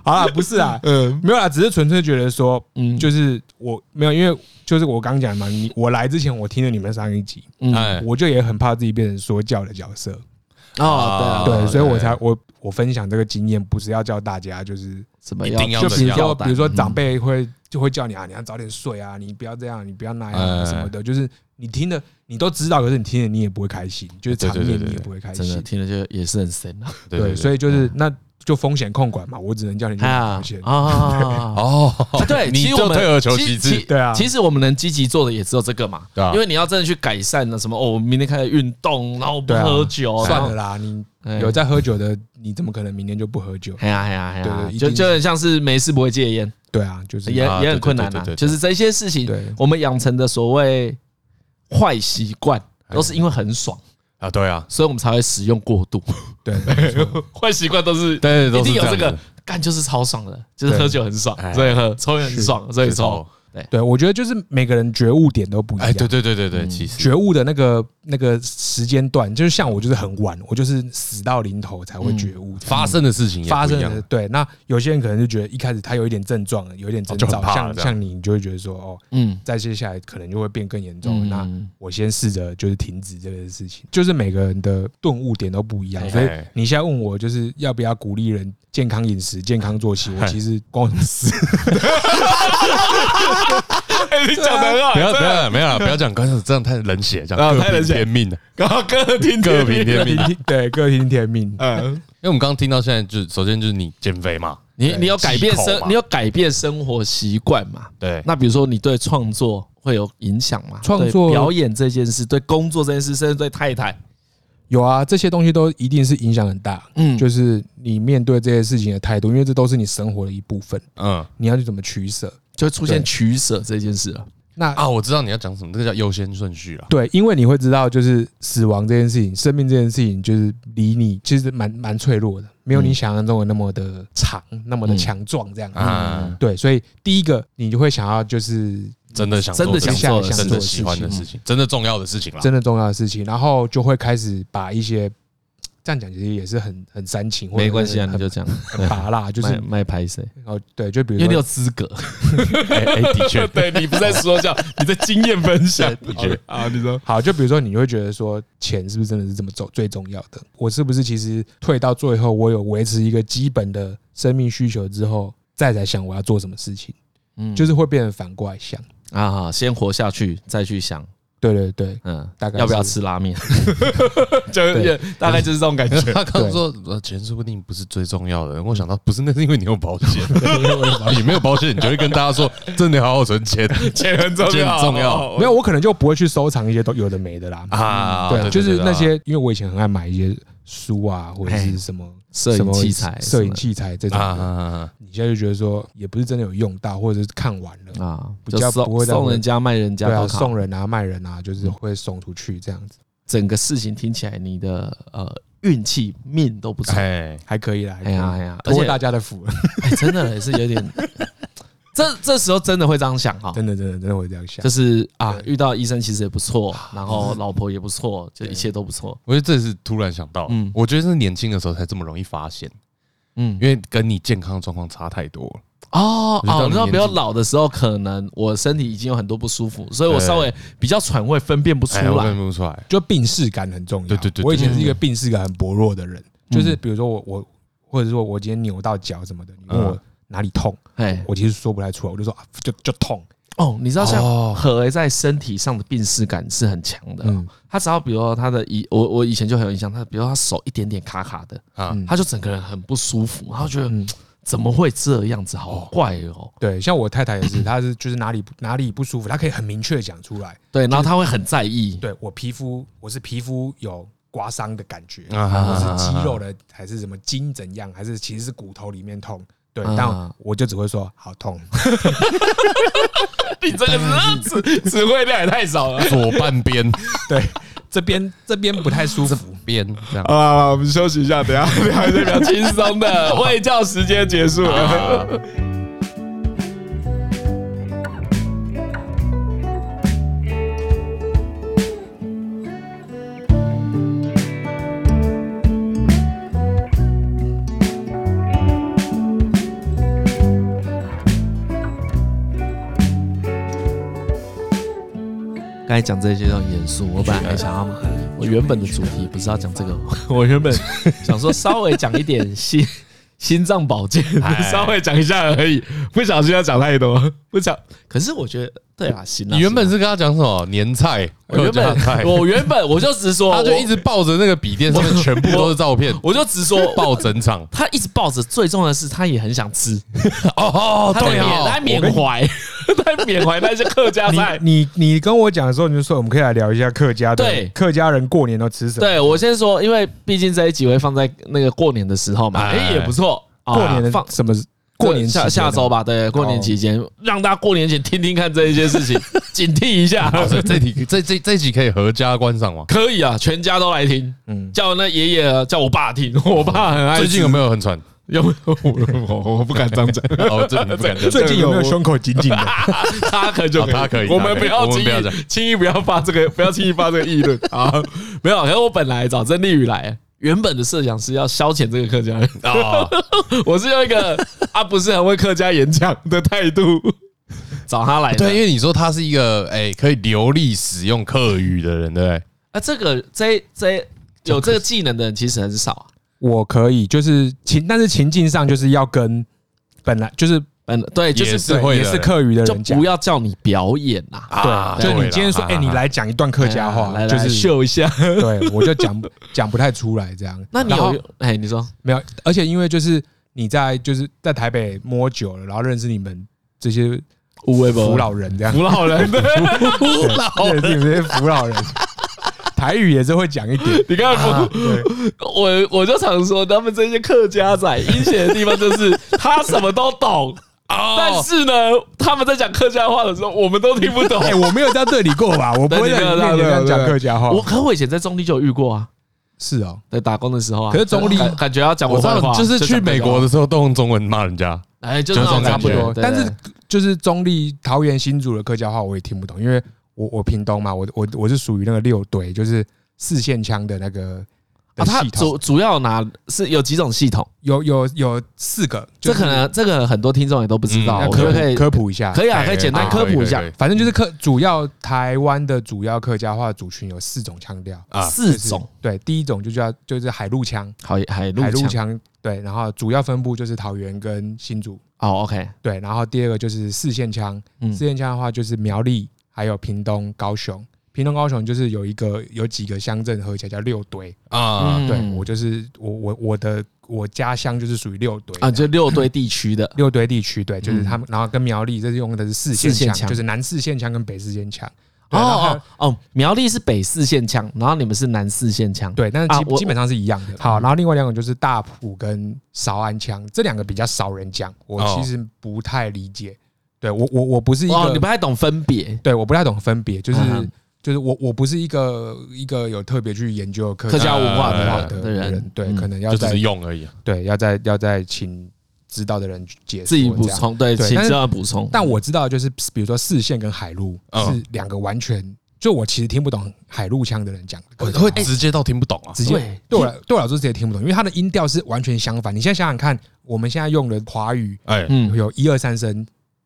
Speaker 6: 好啦，不是啊，嗯，没有啦，只是纯粹觉得说，嗯，就是我没有，因为就是我刚讲嘛，你我来之前我听了你们上一集，嗯
Speaker 2: 哎，
Speaker 6: 我就也很怕自己变成说教的角色，
Speaker 5: 哦，对啊
Speaker 6: 对，所以我才
Speaker 2: 对
Speaker 6: 我我分享这个经验，不是要叫大家就是，
Speaker 5: 什么
Speaker 2: 一定要
Speaker 6: 就
Speaker 2: 怎
Speaker 6: 比如
Speaker 2: 样
Speaker 6: 说比如
Speaker 2: 嗯
Speaker 6: 说长
Speaker 5: 辈，
Speaker 6: 辈会就会叫你啊，你要早点睡啊，你不要这样，你不要那样
Speaker 2: 哎
Speaker 6: 啊什么的，就是你听了你都知道，可是你听了你也不会开心，就是
Speaker 2: 对
Speaker 6: 常
Speaker 2: 对对
Speaker 6: 念
Speaker 2: 对
Speaker 6: 你也
Speaker 2: 对
Speaker 6: 不会开
Speaker 5: 真的
Speaker 6: 心，
Speaker 5: 听了就也是很神啊。
Speaker 2: 对对，哎
Speaker 6: 所
Speaker 2: 以
Speaker 6: 以就是那就风险控管嘛，我只能叫你去 买
Speaker 5: 啊
Speaker 6: 保险。
Speaker 5: 啊！
Speaker 2: 哦
Speaker 5: 啊，对，
Speaker 2: 你
Speaker 5: 其实我
Speaker 2: 就
Speaker 5: 们
Speaker 2: 退而求
Speaker 5: 其
Speaker 2: 其
Speaker 5: 其
Speaker 2: 次，
Speaker 6: 对啊
Speaker 5: 其实我们能积极做的也只有这个嘛，
Speaker 2: 对啊
Speaker 5: 因为你要真的去改善了什么哦，我明天开始运动，然后我不
Speaker 6: 对啊
Speaker 5: 喝酒，
Speaker 6: 算
Speaker 5: 然后
Speaker 6: 了啦，你
Speaker 5: 哎
Speaker 6: 有在喝酒的，你怎么可能明天就不喝酒？
Speaker 5: 哎呀哎呀哎呀
Speaker 6: 对，
Speaker 5: 就
Speaker 6: 对一定是
Speaker 5: 就很像是没事不会戒烟，
Speaker 6: 对啊，就是
Speaker 5: 也
Speaker 2: 啊
Speaker 5: 也很
Speaker 2: 对
Speaker 5: 困难
Speaker 2: 对对
Speaker 5: 啊
Speaker 2: 对。对
Speaker 5: 就是这些事情
Speaker 6: 对，
Speaker 5: 我们养成的所谓坏习惯，都是因为很爽，
Speaker 2: 啊，对啊，
Speaker 5: 所以我们才会使用过度。
Speaker 6: 对，没错
Speaker 5: 坏习惯都是
Speaker 2: 对，
Speaker 5: 一
Speaker 2: 都是
Speaker 5: 定有这
Speaker 2: 样
Speaker 5: 个
Speaker 2: 子，
Speaker 5: 干就是超爽的，就是
Speaker 6: 对
Speaker 5: 喝酒很爽，
Speaker 2: 哎
Speaker 5: 所以喝抽烟很爽，所以
Speaker 2: 是
Speaker 5: 抽
Speaker 2: 抽。
Speaker 6: 对，我觉得就是每个人觉悟点都不一
Speaker 2: 哎，
Speaker 6: 样。
Speaker 2: 对对对对对，其实
Speaker 6: 觉悟的那个那个时间段，就是像我就是很晚，我就是死到临头才会觉悟。
Speaker 2: 嗯发生的事情也
Speaker 6: 发
Speaker 2: 不
Speaker 6: 生
Speaker 2: 一
Speaker 6: 的
Speaker 2: 样，
Speaker 6: 对，那有些人可能就觉得一开始他有一点症状，有一点征
Speaker 2: 哦就很
Speaker 6: 兆，
Speaker 2: 怕
Speaker 6: 像
Speaker 2: 这样
Speaker 6: 像你，你就会觉得说哦，
Speaker 5: 嗯，
Speaker 6: 再接下来可能就会变更严重。
Speaker 5: 嗯
Speaker 6: 那我先试着就是停止这个事情，就是每个人的顿悟点都不一样，所以
Speaker 2: 哎
Speaker 6: 你现在问我就是要不要鼓励人健康饮食、健康作息，我其实光 死。
Speaker 5: 你讲的
Speaker 2: 不要不要没有了，不要讲，刚才这样太冷血，这样
Speaker 5: 啊
Speaker 2: 各
Speaker 5: 太冷
Speaker 2: 凭
Speaker 5: 血
Speaker 2: 天命了，
Speaker 5: 好，各听
Speaker 2: 各凭 天命。
Speaker 6: 啊
Speaker 2: 啊嗯
Speaker 6: 对，各听天命。
Speaker 2: 因为我们刚刚听到现在，就首先就是你减肥嘛，
Speaker 5: 你你有改变
Speaker 2: 忌口
Speaker 5: 生
Speaker 2: 嘛，
Speaker 5: 你有改变生活习惯嘛？
Speaker 2: 对，
Speaker 5: 那比如说你对创作会有影响吗？
Speaker 6: 创
Speaker 5: 对
Speaker 6: 作
Speaker 5: 表演这件事，对工作这件事，甚至对太太，
Speaker 6: 有啊，这些东西都一定是影响很大。
Speaker 5: 嗯
Speaker 6: 嗯，就是你面对这些事情的态度，因为这都是你生活的一部分，
Speaker 2: 嗯
Speaker 6: 你要去怎么取舍。
Speaker 5: 就会出现
Speaker 6: 对
Speaker 5: 取舍这件事了。
Speaker 6: 那
Speaker 2: 啊，我知道你要讲什么，这个叫优先顺序啊。
Speaker 6: 对，因为你会知道，就是死亡这件事情，生命这件事情，就是离你其实蛮蛮脆弱的，没有你想象中的那么的长，那么的强壮这样。
Speaker 5: 嗯
Speaker 2: 啊，
Speaker 6: 对，所以第一个你就会想要就是
Speaker 2: 真的想
Speaker 5: 真
Speaker 2: 做
Speaker 5: 的
Speaker 2: 这
Speaker 5: 想
Speaker 2: 件
Speaker 5: 做的
Speaker 2: 事
Speaker 5: 事
Speaker 2: 真的喜欢的
Speaker 6: 情
Speaker 2: 事情，真的重要的事情啦。
Speaker 6: 真的重要的事情，然后就会开始把一些这样讲其实也是很很煽情，或者
Speaker 5: 没关系啊，
Speaker 6: 很
Speaker 5: 你就这样，
Speaker 6: 很拔辣，就
Speaker 5: 就是是卖拍谁，
Speaker 6: 哦对，就比如
Speaker 5: 因为
Speaker 6: 说
Speaker 5: 你有资格。
Speaker 2: 哎哎，的确，
Speaker 5: 对你不是在说教，你在经验分享。
Speaker 2: 的确，
Speaker 5: 啊，你说
Speaker 6: 好，就比如说你会觉得说，钱是不是真的是这么走最重要的？我是不是其实退到最后，我有维持一个基本的生命需求之后，再来想我要做什么事情，
Speaker 5: 嗯
Speaker 6: 就是会变成反过来想。
Speaker 5: 啊，好先活下去，再去想，
Speaker 6: 对对对，
Speaker 5: 嗯，
Speaker 6: 大概
Speaker 5: 要不要
Speaker 6: 是
Speaker 5: 吃拉 面，就是大概就是这种感觉。
Speaker 2: 他刚刚说呃钱说不定不是最重要的，我想到不是，那是因为你有保险， 你没有保险，你就会跟大家说，真的要好好存 钱， 钱很重要，重
Speaker 5: 哦
Speaker 2: 要
Speaker 6: 没有，我可能就不会去收藏一些都有的没的啦。
Speaker 5: 嗯
Speaker 2: 啊，
Speaker 6: 对，就是
Speaker 2: 对
Speaker 6: 那些，因为我以前很爱买一些书啊，或者是什么
Speaker 5: 摄影
Speaker 6: 什么
Speaker 5: 器材
Speaker 6: 摄
Speaker 5: 什么
Speaker 6: 影
Speaker 5: 的
Speaker 6: 器材这
Speaker 2: 啊
Speaker 6: 种
Speaker 2: 啊
Speaker 6: 的。
Speaker 2: 啊啊
Speaker 6: 你现在就觉得说，也不是真的有用到，或者是看完了，
Speaker 5: 啊，
Speaker 6: 比
Speaker 5: 就
Speaker 6: 较不
Speaker 5: 送
Speaker 6: 会再
Speaker 5: 送人家卖人家
Speaker 6: 对啊，
Speaker 5: 都好
Speaker 6: 送人啊，卖人啊，
Speaker 5: 嗯
Speaker 6: 就是会送出去这样子，
Speaker 5: 整个事情听起来你的呃运气命都不错。
Speaker 2: 哎，
Speaker 6: 还可以啦。还可
Speaker 5: 哎
Speaker 6: 以
Speaker 5: 呀哎呀，而
Speaker 6: 托
Speaker 5: 且
Speaker 6: 大家的福，
Speaker 5: 哎，真的也是有点，这这时候真的会这样想哈，
Speaker 6: 真的真的真的会这样想啊嗯
Speaker 5: 就。是啊，遇到医生其实也不错，然后老婆也不错，就一切都不错。
Speaker 2: 我觉得这是突然想到，
Speaker 5: 嗯
Speaker 2: 嗯，我觉得是年轻的时候才这么容易发现，
Speaker 5: 嗯
Speaker 2: 因，为跟你健康状况差太多了。
Speaker 5: 哦
Speaker 2: 我觉得到
Speaker 5: 哦，
Speaker 2: 你
Speaker 5: 那
Speaker 2: 年
Speaker 5: 比较
Speaker 2: 纪
Speaker 5: 老的时候，可能我身体已经有很多不舒服，所以我
Speaker 2: 对
Speaker 5: 稍微比较喘，会分辨不出
Speaker 2: 哎我分
Speaker 5: 来。
Speaker 2: 辨不出 来，
Speaker 6: 就病逝感很重要。
Speaker 2: 对对对嗯
Speaker 6: 我以前是一个
Speaker 5: 嗯
Speaker 6: 病逝感很薄弱的人，就是比如说我我或者说我今天扭到脚什么的，你问我
Speaker 2: 嗯
Speaker 6: 哪里痛，
Speaker 5: 哎，
Speaker 6: 我其实说不太出来，我就说啊就就痛。
Speaker 5: 哦，你知道像
Speaker 2: 哦
Speaker 5: 何为在身体上的病视感是很强的哦
Speaker 6: 嗯。
Speaker 5: 他只要比如说他的以我我以前就很有印象，他比如说他手一点点卡卡的，嗯
Speaker 2: 啊，
Speaker 5: 他就整个人很不舒服，然后觉得
Speaker 6: 嗯
Speaker 5: 怎么会这样子，好怪哦。
Speaker 6: 对，像我太太也是，她是就是哪里不哪里不舒服，她可以很明确地讲出来。
Speaker 5: 对，然后他会很在意。
Speaker 6: 对我皮肤，我是皮肤有刮伤的感觉，
Speaker 2: 啊
Speaker 6: 我是肌肉的，还是什么筋怎样，还是其实是骨头里面痛。对，
Speaker 5: 啊
Speaker 6: 但我就只会说好痛。
Speaker 5: 你这
Speaker 4: 哎
Speaker 5: 个啊词词汇量也太少了。
Speaker 2: 左半边
Speaker 6: 对，这边这边不太舒服。
Speaker 2: 边这样。
Speaker 4: 啊，我们休息一下，等一下聊一下。
Speaker 5: 比较 轻松的喂教时间结束了。刚才讲这些都很严肃，我本来还想要，我原本的主题不是要讲这个， 我原本想说稍微讲一 哎点心心脏保健，稍微讲一下而已，不小心要讲太多。不讲。可是我觉得，对啊，行啦。
Speaker 2: 你原本
Speaker 5: 行啦
Speaker 2: 是跟他讲什么年菜，
Speaker 5: 我原
Speaker 2: 客家 菜
Speaker 5: 本我原本我就直说，
Speaker 2: 他就
Speaker 5: 我
Speaker 2: 一直抱着那个笔电上面全部都是照片，
Speaker 5: 我就直说
Speaker 2: 抱整场。
Speaker 5: 他一直抱着，最重要的是他也很想 吃，
Speaker 2: 哦哦，
Speaker 5: 他在
Speaker 2: 对
Speaker 5: 缅他在
Speaker 2: 哦，
Speaker 5: 缅怀， 他在缅怀那些客家菜。
Speaker 6: 你你你跟我讲的时候，你就说我们可以来聊一下客家的
Speaker 5: 对
Speaker 6: 客家人过年都吃什么？
Speaker 5: 对我先说，因为毕竟这一集会放在那个过年的时候嘛，
Speaker 2: 哎
Speaker 5: 哎也不错。啊
Speaker 6: 过年的
Speaker 5: 放
Speaker 6: 什么？过年
Speaker 5: 下
Speaker 6: 期间
Speaker 5: 下
Speaker 6: 啊
Speaker 5: 周吧，对，过年期间让大家过年前听听看这一些 事情，警惕一下。
Speaker 2: 哦好，所以这题这这这集可以合家观赏吗？
Speaker 5: 可以啊，全家都来听，嗯，叫那爷爷叫我爸听，我爸很爱吃。
Speaker 2: 最近有没有很喘？
Speaker 5: 有没有？我我我不敢这样讲，
Speaker 2: 哦，这你不敢讲。
Speaker 6: 最近有没有胸口紧紧的？
Speaker 5: 他可就
Speaker 2: 哦他可以
Speaker 5: 我
Speaker 2: 他
Speaker 5: 们
Speaker 2: 可以
Speaker 5: 不要
Speaker 2: 我们
Speaker 5: 轻
Speaker 2: 不要这
Speaker 5: 易轻易不要发这个，不要轻易发这个议论啊！没有，可是我本来找曾丽宇来，原本的设想是要消遣这个客家人，
Speaker 2: 啊，
Speaker 5: 我是用一个啊不是很会客家演讲的态度找他来的。
Speaker 2: 对，因为你说他是一个哎可以流利使用客语的人，对不对？
Speaker 5: 啊，这个这这有这个技能的人其实很少啊，
Speaker 6: 我可以，就是情，但是情境上就是要跟本来就是
Speaker 5: 嗯，对，就
Speaker 2: 也
Speaker 5: 是
Speaker 2: 是会的
Speaker 6: 也是客语的
Speaker 5: 就
Speaker 6: 人讲
Speaker 5: 不，要叫你表演呐，
Speaker 2: 啊
Speaker 6: 对，就
Speaker 2: 对
Speaker 6: 你
Speaker 2: 啦
Speaker 6: 今天说，
Speaker 2: 啊
Speaker 6: 哎，你来讲一段客
Speaker 5: 哎
Speaker 6: 家
Speaker 5: 呀
Speaker 6: 话，
Speaker 5: 来
Speaker 6: 就
Speaker 5: 来
Speaker 6: 是
Speaker 5: 秀一下。
Speaker 6: 对我就讲讲不太出来这样。
Speaker 5: 那你
Speaker 6: 然后
Speaker 5: 有哎，你说
Speaker 6: 没有？而且因为就是你在就是在台北摸久了，然后认识你们这些
Speaker 5: 无微
Speaker 6: 扶老人这样，
Speaker 5: 扶老人 的，
Speaker 6: 扶老人，认识你们这些 扶老人，台语也是会讲一点。
Speaker 5: 你看扶
Speaker 6: 对，
Speaker 5: 我啊我就常说，他们这些客家仔阴险的地方就是他什么都懂，但是呢，他们在讲客家话的时候，我们都听不 懂
Speaker 6: 哎，。我没有这样对你过吧？我不会在你面前这样讲客家话。
Speaker 5: 我可我以前在中立就有遇过啊，
Speaker 6: 是哦，
Speaker 5: 在打工的时候啊，
Speaker 6: 可是中立
Speaker 5: 感感觉要讲
Speaker 2: 我知
Speaker 5: 坏
Speaker 2: 道，
Speaker 5: 话，
Speaker 2: 就是去
Speaker 5: 讲客家
Speaker 2: 美国
Speaker 5: 话
Speaker 2: 的，时候都用中文骂人家，
Speaker 5: 哎，就是
Speaker 2: 就
Speaker 5: 那
Speaker 2: 这
Speaker 5: 种
Speaker 2: 种
Speaker 5: 感
Speaker 6: 差
Speaker 5: 觉
Speaker 6: 不多。
Speaker 5: 对
Speaker 6: 但是
Speaker 5: 对
Speaker 6: 就是中立、桃园、新竹的客家话，我也听不懂，因为我我屏东嘛，我我我是属于那个六堆，就是四线腔的那个
Speaker 5: 啊，
Speaker 6: 的
Speaker 5: 它
Speaker 6: 系
Speaker 5: 主
Speaker 6: 统，
Speaker 5: 主要拿是有几种系统，
Speaker 6: 有有有四个，就
Speaker 5: 这
Speaker 6: 是
Speaker 5: 可能这个很多听众也都不知道，
Speaker 2: 嗯
Speaker 5: 我觉
Speaker 6: 科
Speaker 5: 得可
Speaker 6: 普
Speaker 5: 以
Speaker 6: 科普一哎下，
Speaker 5: 可以啊，可以简单
Speaker 2: 啊
Speaker 5: 科普一下
Speaker 2: 可以可以可以
Speaker 6: 反正就是客主要台湾的主要客家话族群有四种腔调，
Speaker 2: 啊
Speaker 5: 四
Speaker 6: 就是
Speaker 5: 种
Speaker 6: 对，第一种就叫就是海陆腔，
Speaker 5: 海海陆
Speaker 6: 海陆
Speaker 5: 腔
Speaker 6: 腔对，然后主要分布就是桃园跟新竹，
Speaker 5: 哦，OK，
Speaker 6: 对，然后第二个就是四线腔，
Speaker 5: 嗯
Speaker 6: 四线腔的话就是苗栗，还有屏东、高雄。屏东、高雄就是有一个有几个乡镇合起来叫六堆，
Speaker 2: 啊
Speaker 5: 嗯
Speaker 6: 对我就是我我我的我家乡就是属于六堆
Speaker 5: 啊，就六堆地区的，
Speaker 6: 六堆地区，对，就是他们，然后跟苗栗这是用的是四线
Speaker 5: 四线
Speaker 6: 腔，
Speaker 5: 腔
Speaker 6: 就是南四线腔跟北四线腔。对
Speaker 5: 哦
Speaker 6: 然后还有
Speaker 5: 哦哦，苗栗是北四线腔，然后你们是南四线腔。，
Speaker 6: 对，但是
Speaker 5: 啊
Speaker 6: 基
Speaker 5: 我
Speaker 6: 基本上是一样的。嗯好，然后另外两种就是大埔跟韶安腔，这两个比较少人讲，我
Speaker 2: 哦
Speaker 6: 其实不太理解。对我我我不是一
Speaker 5: 哦，你不
Speaker 6: 个，
Speaker 5: 太懂分别。
Speaker 6: 对我不太懂分别，就是
Speaker 5: 嗯哼
Speaker 6: 就是我我不是一个一个有特别去研究客
Speaker 5: 客家
Speaker 2: 文化的
Speaker 6: 文化
Speaker 5: 的
Speaker 6: 的
Speaker 5: 人
Speaker 6: 人，对，
Speaker 5: 嗯
Speaker 6: 可能要
Speaker 2: 就只
Speaker 6: 在
Speaker 2: 是用而已啊。
Speaker 6: 对要在要在请知道的人去解
Speaker 5: 自
Speaker 6: 释
Speaker 5: 己补。充，对，
Speaker 6: 对
Speaker 5: 请
Speaker 6: 但
Speaker 5: 这
Speaker 6: 是
Speaker 5: 样补充。
Speaker 6: 但我知道，就是比如说四线跟海陆
Speaker 2: 嗯
Speaker 6: 是两个完全，就我其实听不懂海陆腔的人讲的
Speaker 2: 会
Speaker 6: 客家话。
Speaker 2: 会直接到听不懂啊，
Speaker 6: 直接对我来对我来说直接听不懂，因为它的音调是完全相反。你现在想想看，我们现在用的华语
Speaker 2: 哎，
Speaker 5: 嗯，
Speaker 6: 有一二三声、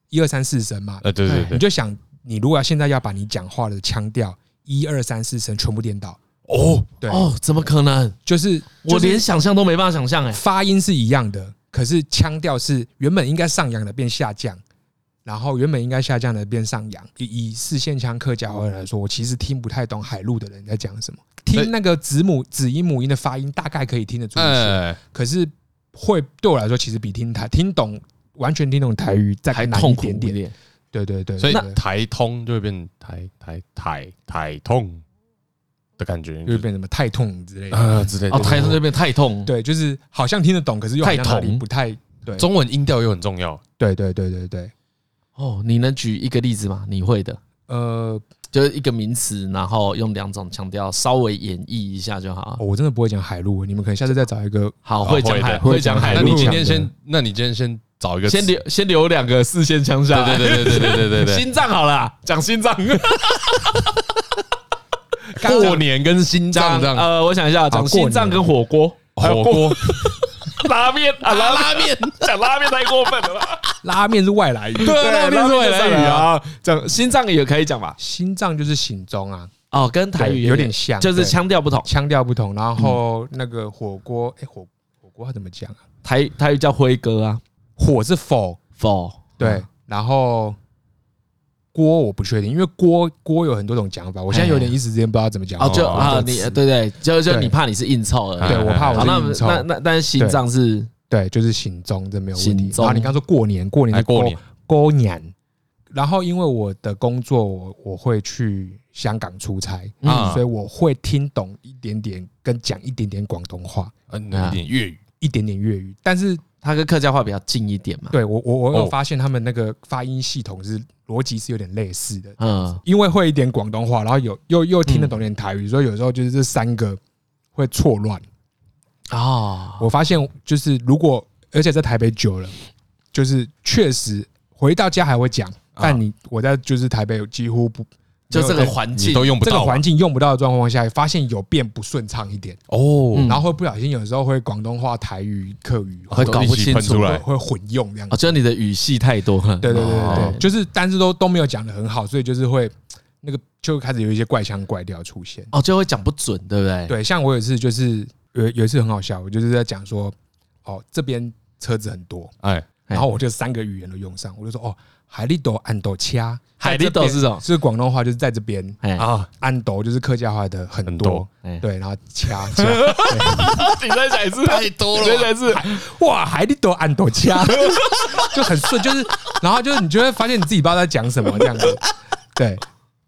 Speaker 6: 一二三四声嘛，
Speaker 2: 呃，对对
Speaker 6: 你
Speaker 5: 哎
Speaker 2: 对，
Speaker 6: 就想，你如果要现在要把你讲话的腔调一二三四声全部颠倒，
Speaker 2: 哦，
Speaker 6: 对，
Speaker 5: 哦，怎么可能？
Speaker 6: 就是
Speaker 5: 我
Speaker 6: 就是
Speaker 5: 连想象都没办法想象哎。
Speaker 6: 发音是一样的，可是腔调是原本应该上扬的变下降，然后原本应该下降的变上扬。以以四线腔客家话来说，我其实听不太懂海陆的人在讲什么，
Speaker 2: 对
Speaker 6: 听那个子母子音母音的发音大概可以听得出一些。
Speaker 5: 呃嗯
Speaker 2: 哎，
Speaker 6: 可是会对我来说，其实比听台听懂完全听懂台语再
Speaker 5: 还
Speaker 6: 难
Speaker 5: 痛苦
Speaker 6: 点
Speaker 5: 一
Speaker 6: 点。
Speaker 5: 点，
Speaker 6: 对对对，
Speaker 2: 所以
Speaker 6: 对对
Speaker 2: 台通就会变台台台台通的感觉，
Speaker 6: 就会变什么太痛之类的。
Speaker 2: 啊之类的。
Speaker 5: 哦，台中那边太痛，
Speaker 6: 对，就是好像听得懂，可是又好像
Speaker 5: 太同
Speaker 6: 哪里不太对。
Speaker 2: 中文音调又很重要，
Speaker 6: 对对对对对，
Speaker 5: 哦，你能举一个例子吗？你会的，
Speaker 6: 呃，
Speaker 5: 就是一个名词，然后用两种腔调稍微演绎一下就好
Speaker 6: 哦。我真的不会讲海陆，你们可能下次再找一个。
Speaker 5: 好，
Speaker 2: 哦
Speaker 5: 会讲
Speaker 2: 会
Speaker 5: 海，
Speaker 6: 的
Speaker 5: 会讲海
Speaker 2: 那
Speaker 5: 陆
Speaker 2: 你
Speaker 5: 腔，
Speaker 2: 今天先，那你今天先找一个词
Speaker 5: 先留先留两个四线腔下来。
Speaker 2: 对对对对对对对对
Speaker 5: 心脏好了啊，讲心 脏。
Speaker 2: 对，过年跟心脏这样，
Speaker 5: 呃，我想一下，讲
Speaker 6: 过
Speaker 5: 心
Speaker 6: 年
Speaker 5: 脏跟火锅，
Speaker 2: 火锅
Speaker 5: 拉面啊，拉拉面，讲拉面太过分了吧？
Speaker 6: 拉面是外来语，
Speaker 5: 对
Speaker 2: 拉面是外来语啊，
Speaker 5: 讲心脏也可以讲吧？
Speaker 6: 心脏就是醒中啊，
Speaker 5: 哦，跟台语
Speaker 6: 对有点像
Speaker 5: 就是
Speaker 6: 对
Speaker 5: 腔调不同。
Speaker 6: 腔调不同。然后那个火锅，哎，火火锅它怎么讲啊？
Speaker 5: 台台语叫辉哥啊，
Speaker 6: 火是否
Speaker 5: 否？
Speaker 6: 对，然后锅我不确定，因为锅锅有很多种讲法，我现在有点一时之间不知道怎么讲。
Speaker 5: 哦，就
Speaker 2: 哦
Speaker 5: 啊，
Speaker 6: 这
Speaker 5: 你
Speaker 6: 次
Speaker 5: 对对，就就
Speaker 6: 对
Speaker 5: 你怕你是硬凑
Speaker 2: 哎
Speaker 5: 了，
Speaker 6: 对我怕我
Speaker 5: 好，
Speaker 6: 是
Speaker 5: 那
Speaker 6: 硬凑
Speaker 5: 那那但是心脏是
Speaker 6: 对，就是行踪，这没有问
Speaker 5: 行
Speaker 6: 题。
Speaker 5: 踪
Speaker 6: 然后你刚说过年，过年
Speaker 2: 哎
Speaker 6: 是
Speaker 2: 过年
Speaker 6: 过年，然后因为我的工作，我我会去香港出差，
Speaker 2: 嗯
Speaker 6: 所以我会听懂一点点，跟讲一点点广东话，
Speaker 2: 嗯，有点粤语，
Speaker 6: 一点点粤语。但是
Speaker 5: 它跟客家话比较近一点嘛，
Speaker 6: 对我我我
Speaker 2: 哦
Speaker 6: 有发现他们那个发音系统是逻辑是有点类似的，
Speaker 5: 嗯，
Speaker 6: 因为会一点广东话，然后有又又听得懂点台语，所以有时候就是这三个会错乱。
Speaker 5: 哦，
Speaker 6: 我发现就是如果而且在台北久了，就是确实回到家还会讲，但你我在就是台北几乎不
Speaker 5: 就这
Speaker 6: 没
Speaker 5: 个
Speaker 6: 有在
Speaker 5: 环
Speaker 2: 你
Speaker 5: 境
Speaker 2: 都用不
Speaker 6: 这个
Speaker 2: 到吧啊
Speaker 6: 环境用不到的状况下，发现有变不顺畅一点，
Speaker 2: 哦
Speaker 5: 嗯
Speaker 6: 然后会不小心有时候会广东话、台语、客语
Speaker 5: 会搞不清
Speaker 2: 喷
Speaker 5: 楚
Speaker 2: 出
Speaker 6: 会
Speaker 2: 来，
Speaker 6: 会混用这样
Speaker 5: 哦，
Speaker 6: 子。
Speaker 5: 就是你的语系太多了，
Speaker 6: 对对对对
Speaker 5: 哦
Speaker 6: 对，就是但是都都没有讲的很好，所以就是会那个就开始有一些怪腔怪调出现。
Speaker 5: 哦，就会讲不准，对不对？，
Speaker 6: 对，像我有一次就是有有一次很好笑，我就是在讲说，哦这边车子很多，
Speaker 2: 哎，
Speaker 5: 哎
Speaker 6: 然后我就三个语言都用上，我就说哦，海蛎斗、安斗、掐，
Speaker 5: 海蛎斗是什么
Speaker 6: 是广东话，就是在这边。
Speaker 5: 哎
Speaker 2: 啊，
Speaker 6: 安斗就是客家话的很
Speaker 2: 很
Speaker 6: 多
Speaker 2: 多，
Speaker 5: 哎
Speaker 6: 对，然后掐掐，对
Speaker 5: 你再讲一次，太多了，你再讲一次，
Speaker 6: 哇，海蛎斗、安斗、掐， 就很顺，就是，然后就是你就会发现你自己不知道在讲什么这样子，对，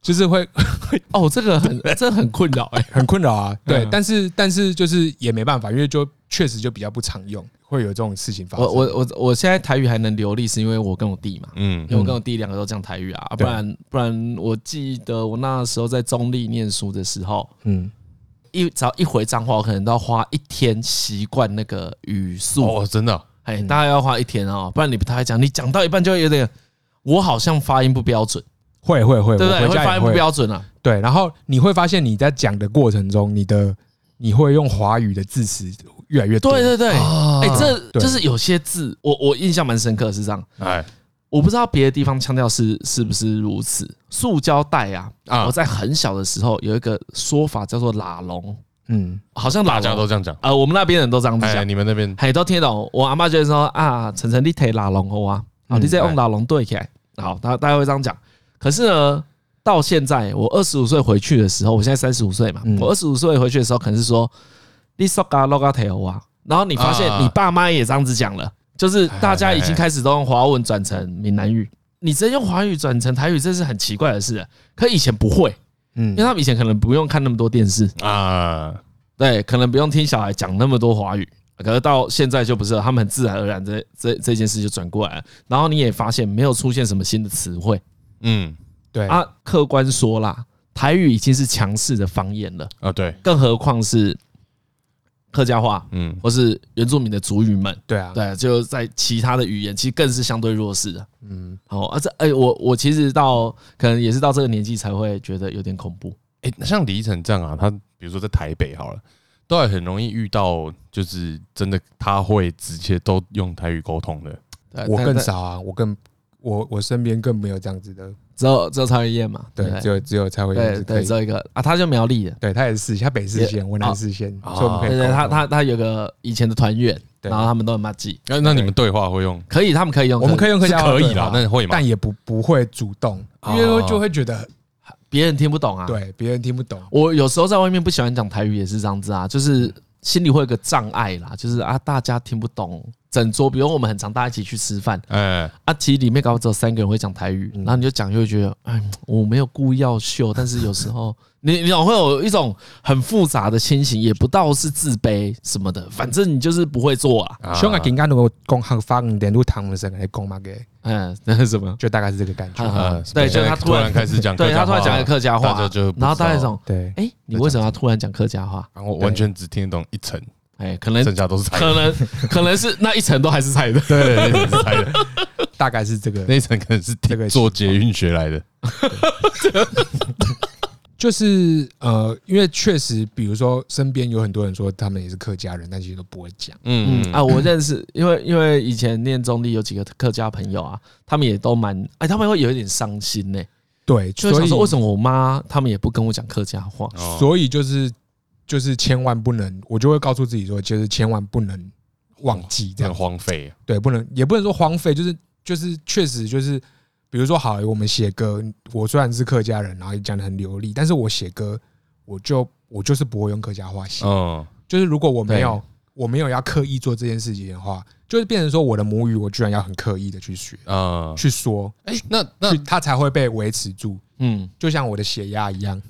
Speaker 6: 就是会
Speaker 5: 哦，这个很这个很困扰哎，
Speaker 6: 很困扰啊，对
Speaker 2: 嗯，
Speaker 6: 但是但是就是也没办法，因为就确实就比较不常用，会有这种事情发生。
Speaker 5: 我我我我现在台语还能流利，是因为我跟我弟嘛，
Speaker 2: 嗯
Speaker 5: 因为我跟我弟两个都讲台语啊，啊不
Speaker 6: 对
Speaker 5: 然不然我记得我那时候在中立念书的时候，
Speaker 6: 嗯，
Speaker 5: 一只要一回彰化，我可能都要花一天习惯那个语速，
Speaker 2: 哦，真的啊
Speaker 5: 哎，
Speaker 6: 嗯
Speaker 5: 大概要花一天哦，不然你不太会讲，你讲到一半就会有点，我好像发音不标准，
Speaker 6: 会会会，
Speaker 5: 对不对？会
Speaker 6: 我回家
Speaker 5: 发
Speaker 6: 也
Speaker 5: 音不标准啊，
Speaker 6: 对，然后你会发现你在讲的过程中，你的你会用华语的字词越来越多。啊
Speaker 5: 对对对，哎，这
Speaker 6: 哦对
Speaker 5: 就是有些字，我我印象蛮深刻，是这样，
Speaker 2: 哎
Speaker 5: 我不知道别的地方腔调是是不是如此。塑胶袋啊，
Speaker 2: 啊
Speaker 5: 我，在很小的时候有一个说法叫做“喇龙
Speaker 6: 嗯，”，
Speaker 5: 好像
Speaker 2: 大
Speaker 5: 喇
Speaker 2: 家
Speaker 5: 龙
Speaker 2: 都这样讲，
Speaker 5: 呃，我们那边人都这样子
Speaker 2: 哎，
Speaker 5: 讲，
Speaker 2: 你们那边
Speaker 5: 嘿，都听得懂。我阿妈就会说啊，晨晨你推喇龙哦啊，啊，
Speaker 6: 嗯
Speaker 5: 你在用喇龙对起来，好，大大家会这样讲。可是呢，到现在我二十五岁回去的时候，我现在三十五岁嘛，
Speaker 6: 嗯
Speaker 5: 我二十五岁回去的时候，可能是说你塑胶落个腿哦啊，然后你发现
Speaker 2: 啊
Speaker 5: 你爸妈也这样子讲了，就是大家已经开始都用华文转成闽南语。你直接用华语转成台语，这是很奇怪的事。可以前不会，
Speaker 6: 嗯
Speaker 5: 因为他们以前可能不用看那么多电视，
Speaker 2: 啊，
Speaker 5: 对，可能不用听小孩讲那么多华语，可是到现在就不是了，他们很自然而然这这这件事就转过来了。然后你也发现没有出现什么新的词汇
Speaker 2: 嗯
Speaker 6: 对
Speaker 5: 啊，客观说啦，台语已经是强势的方言了，
Speaker 2: 啊，对，
Speaker 5: 更何况是客家话
Speaker 2: 嗯
Speaker 5: 或是原住民的族语们。
Speaker 6: 对啊，
Speaker 5: 对，就在其他的语言其实更是相对弱势的。嗯，好啊，这哎、我我其实到可能也是到这个年纪才会觉得有点恐怖。
Speaker 2: 哎，那像李依晨这样啊，他比如说在台北好了，都还很容易遇到，就是真的他会直接都用台语沟通的，
Speaker 5: 对
Speaker 6: 我
Speaker 5: 但
Speaker 6: 更
Speaker 5: 但
Speaker 6: 少啊，我更我我身边更没有这样子的，
Speaker 5: 只有只有曹云燕嘛，对
Speaker 6: 对
Speaker 5: 不，对，
Speaker 6: 只有只有蔡慧
Speaker 5: 对
Speaker 6: 燕可
Speaker 5: 对，
Speaker 6: 以
Speaker 5: 只，有一个啊，他就苗栗的，
Speaker 6: 对他也是四他北四县，我南四县，
Speaker 2: 哦
Speaker 6: 所以我们可
Speaker 5: 对
Speaker 6: 以
Speaker 5: 对，
Speaker 6: 沟
Speaker 5: 他
Speaker 6: 通
Speaker 5: 他他有个以前的团员，
Speaker 6: 对
Speaker 5: 然后他们都很骂鸡，
Speaker 2: 哎那那你们对话会用
Speaker 5: 可以，他们可以用，
Speaker 6: 我们可以用客
Speaker 2: 是
Speaker 6: 家话
Speaker 2: 可以
Speaker 6: 对
Speaker 5: 啊
Speaker 2: 啦
Speaker 6: 话，
Speaker 2: 那会吗？
Speaker 6: 但也不不会主动，因为
Speaker 2: 哦
Speaker 6: 就会觉得
Speaker 5: 啊别人听不懂啊。，
Speaker 6: 对别人听不懂，
Speaker 5: 我有时候在外面不喜欢讲台语也是这样子啊，就是心里会有个障碍啦，就是啊，大家听不懂。整桌，比如我们很常大家一起去吃饭，
Speaker 2: 哎，
Speaker 5: 啊，其实里面搞不好只有三个人会讲台语，
Speaker 6: 嗯
Speaker 5: 然后你就讲就会觉得，哎，我没有故意要秀，但是有时 候你你总会有一种很复杂的心情，也不到是自卑什么的，反正你就是不会做啊，
Speaker 2: 啊
Speaker 6: 香港人家如果讲客方言，如唐人生来讲嘛个，
Speaker 5: 嗯，那是什么？
Speaker 6: 就大 概是这个感觉。
Speaker 5: 啊
Speaker 2: 啊，
Speaker 5: 对，就
Speaker 2: 现在
Speaker 5: 是他
Speaker 2: 突然开始讲客
Speaker 5: 对
Speaker 2: 家话
Speaker 5: 他突然讲个客家话，
Speaker 2: 大家就不知道
Speaker 5: 然后大家种，
Speaker 6: 对，
Speaker 5: 哎，你为什么要突然讲客家话？
Speaker 2: 然后完全只听得懂一层，
Speaker 5: 哎，可能
Speaker 2: 剩下都是
Speaker 5: 可
Speaker 2: 猜的，
Speaker 5: 能可能是那一层都还是菜的，
Speaker 2: 对，那一层是猜的，
Speaker 6: 大概是这个
Speaker 2: 那一层可能是
Speaker 6: 这
Speaker 2: 听
Speaker 6: 个
Speaker 2: 做捷运学来的，
Speaker 6: 就是呃，因为确实，比如说身边有很多人说他们也是客家人，但其实都不会讲。
Speaker 2: 嗯
Speaker 5: 嗯啊，我认识，因为因为以前念中立有几个客家朋友啊，他们也都蛮哎，他们会有一点伤心呢，
Speaker 6: 对，
Speaker 5: 就会
Speaker 6: 所
Speaker 5: 想
Speaker 6: 以
Speaker 5: 说为什么我妈他们也不跟我讲客家话，
Speaker 2: 哦
Speaker 6: 所以就是就是千万不能，我就会告诉自己说，就是千万不能忘记这
Speaker 2: 很
Speaker 6: 样。
Speaker 2: 荒废，啊
Speaker 6: 对，不能也不能说荒废，就是就是确实就是，比比如说，好，我们写歌，我虽然是客家人，然后也讲的很流利，但是我写歌，我就我就是不会用客家话写。
Speaker 2: 嗯，
Speaker 6: 就是如果我没有
Speaker 2: 对
Speaker 6: 我没有要刻意做这件事情的话，就是变成说我的母语，我居然要很刻意的去学、
Speaker 2: 嗯，
Speaker 6: 去说，
Speaker 2: 哎，那那
Speaker 6: 去它才会被维持住。
Speaker 5: 嗯，
Speaker 6: 就像我的血压一样，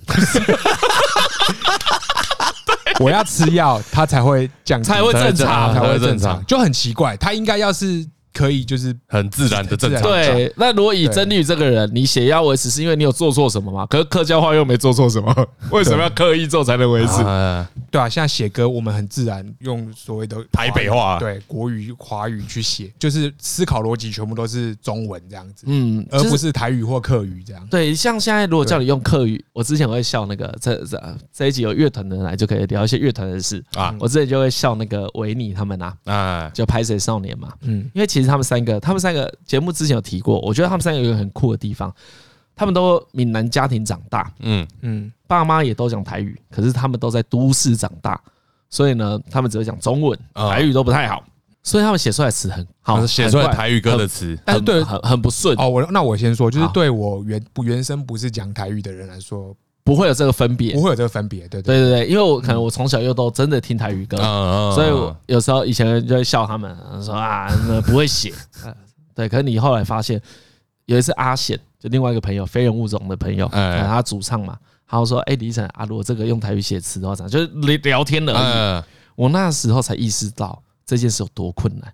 Speaker 6: 我要吃药，它才会降低，
Speaker 5: 才会正
Speaker 2: 常才
Speaker 6: 才会
Speaker 2: 会
Speaker 6: 正
Speaker 2: 正
Speaker 6: 常，
Speaker 2: 常
Speaker 6: 就很奇怪。它应该要是可以，就是
Speaker 2: 很自然的正常，
Speaker 5: 对。那如果以
Speaker 6: 对
Speaker 5: 曾丽宇这个人，你写要维持是因为你有做错什么吗？可是客家话又没做错什么， 为什么要刻意做才能维持？
Speaker 2: 啊，
Speaker 6: 对啊，像写歌，我们很自然用所谓的
Speaker 2: 台北话
Speaker 6: 对国语、华语去写，就是思考逻辑全部都是中文这样子，
Speaker 5: 嗯，
Speaker 6: 而
Speaker 5: 就
Speaker 6: 不
Speaker 5: 是
Speaker 6: 是台语或客语这样。
Speaker 5: 对，像现在如果叫你用客语，我之前会笑那个这这这一集有乐团的人来就可以聊一些乐团的事
Speaker 2: 啊
Speaker 5: 我之前就会笑那个维尼他们啊，
Speaker 2: 哎，
Speaker 5: 就拍谁少年嘛，
Speaker 6: 嗯，
Speaker 5: 因为其实他们三个，他们三个节目之前有提过，我觉得他们三个有一个很酷的地方，他们都闽南家庭长大，
Speaker 2: 嗯，
Speaker 6: 嗯，
Speaker 5: 爸妈也都讲台语，可是他们都在都市长大，所以呢，他们只会讲中文，
Speaker 2: 啊
Speaker 5: 台语都不太好，所以他们写出来的词很好，
Speaker 2: 写出来
Speaker 5: 很怪
Speaker 2: 台语歌的词，
Speaker 5: 很
Speaker 6: 但是对
Speaker 5: 很很不顺，
Speaker 6: 哦，我那我先说，就是
Speaker 5: 呃好
Speaker 6: 对我原不原生不是讲台语的人来说，
Speaker 5: 不会有这个分别
Speaker 2: 哦
Speaker 6: 不。会有这个分别，对对
Speaker 5: 对对对，因为我可能我从小又都真的听台语歌，
Speaker 2: 嗯
Speaker 5: 所以我有时候以前就会笑他们说啊，那不会写。 对，可是你后来发现，有一次阿显就另外一个朋友，非人物种的朋友，
Speaker 2: 哎
Speaker 5: 他主唱嘛，他就说：“哎，李晨啊，如果这个用台语写词的话，怎
Speaker 2: 哎
Speaker 5: 样？就是聊聊天而已。
Speaker 2: 嗯，”
Speaker 5: 我那时候才意识到这件事有多困难，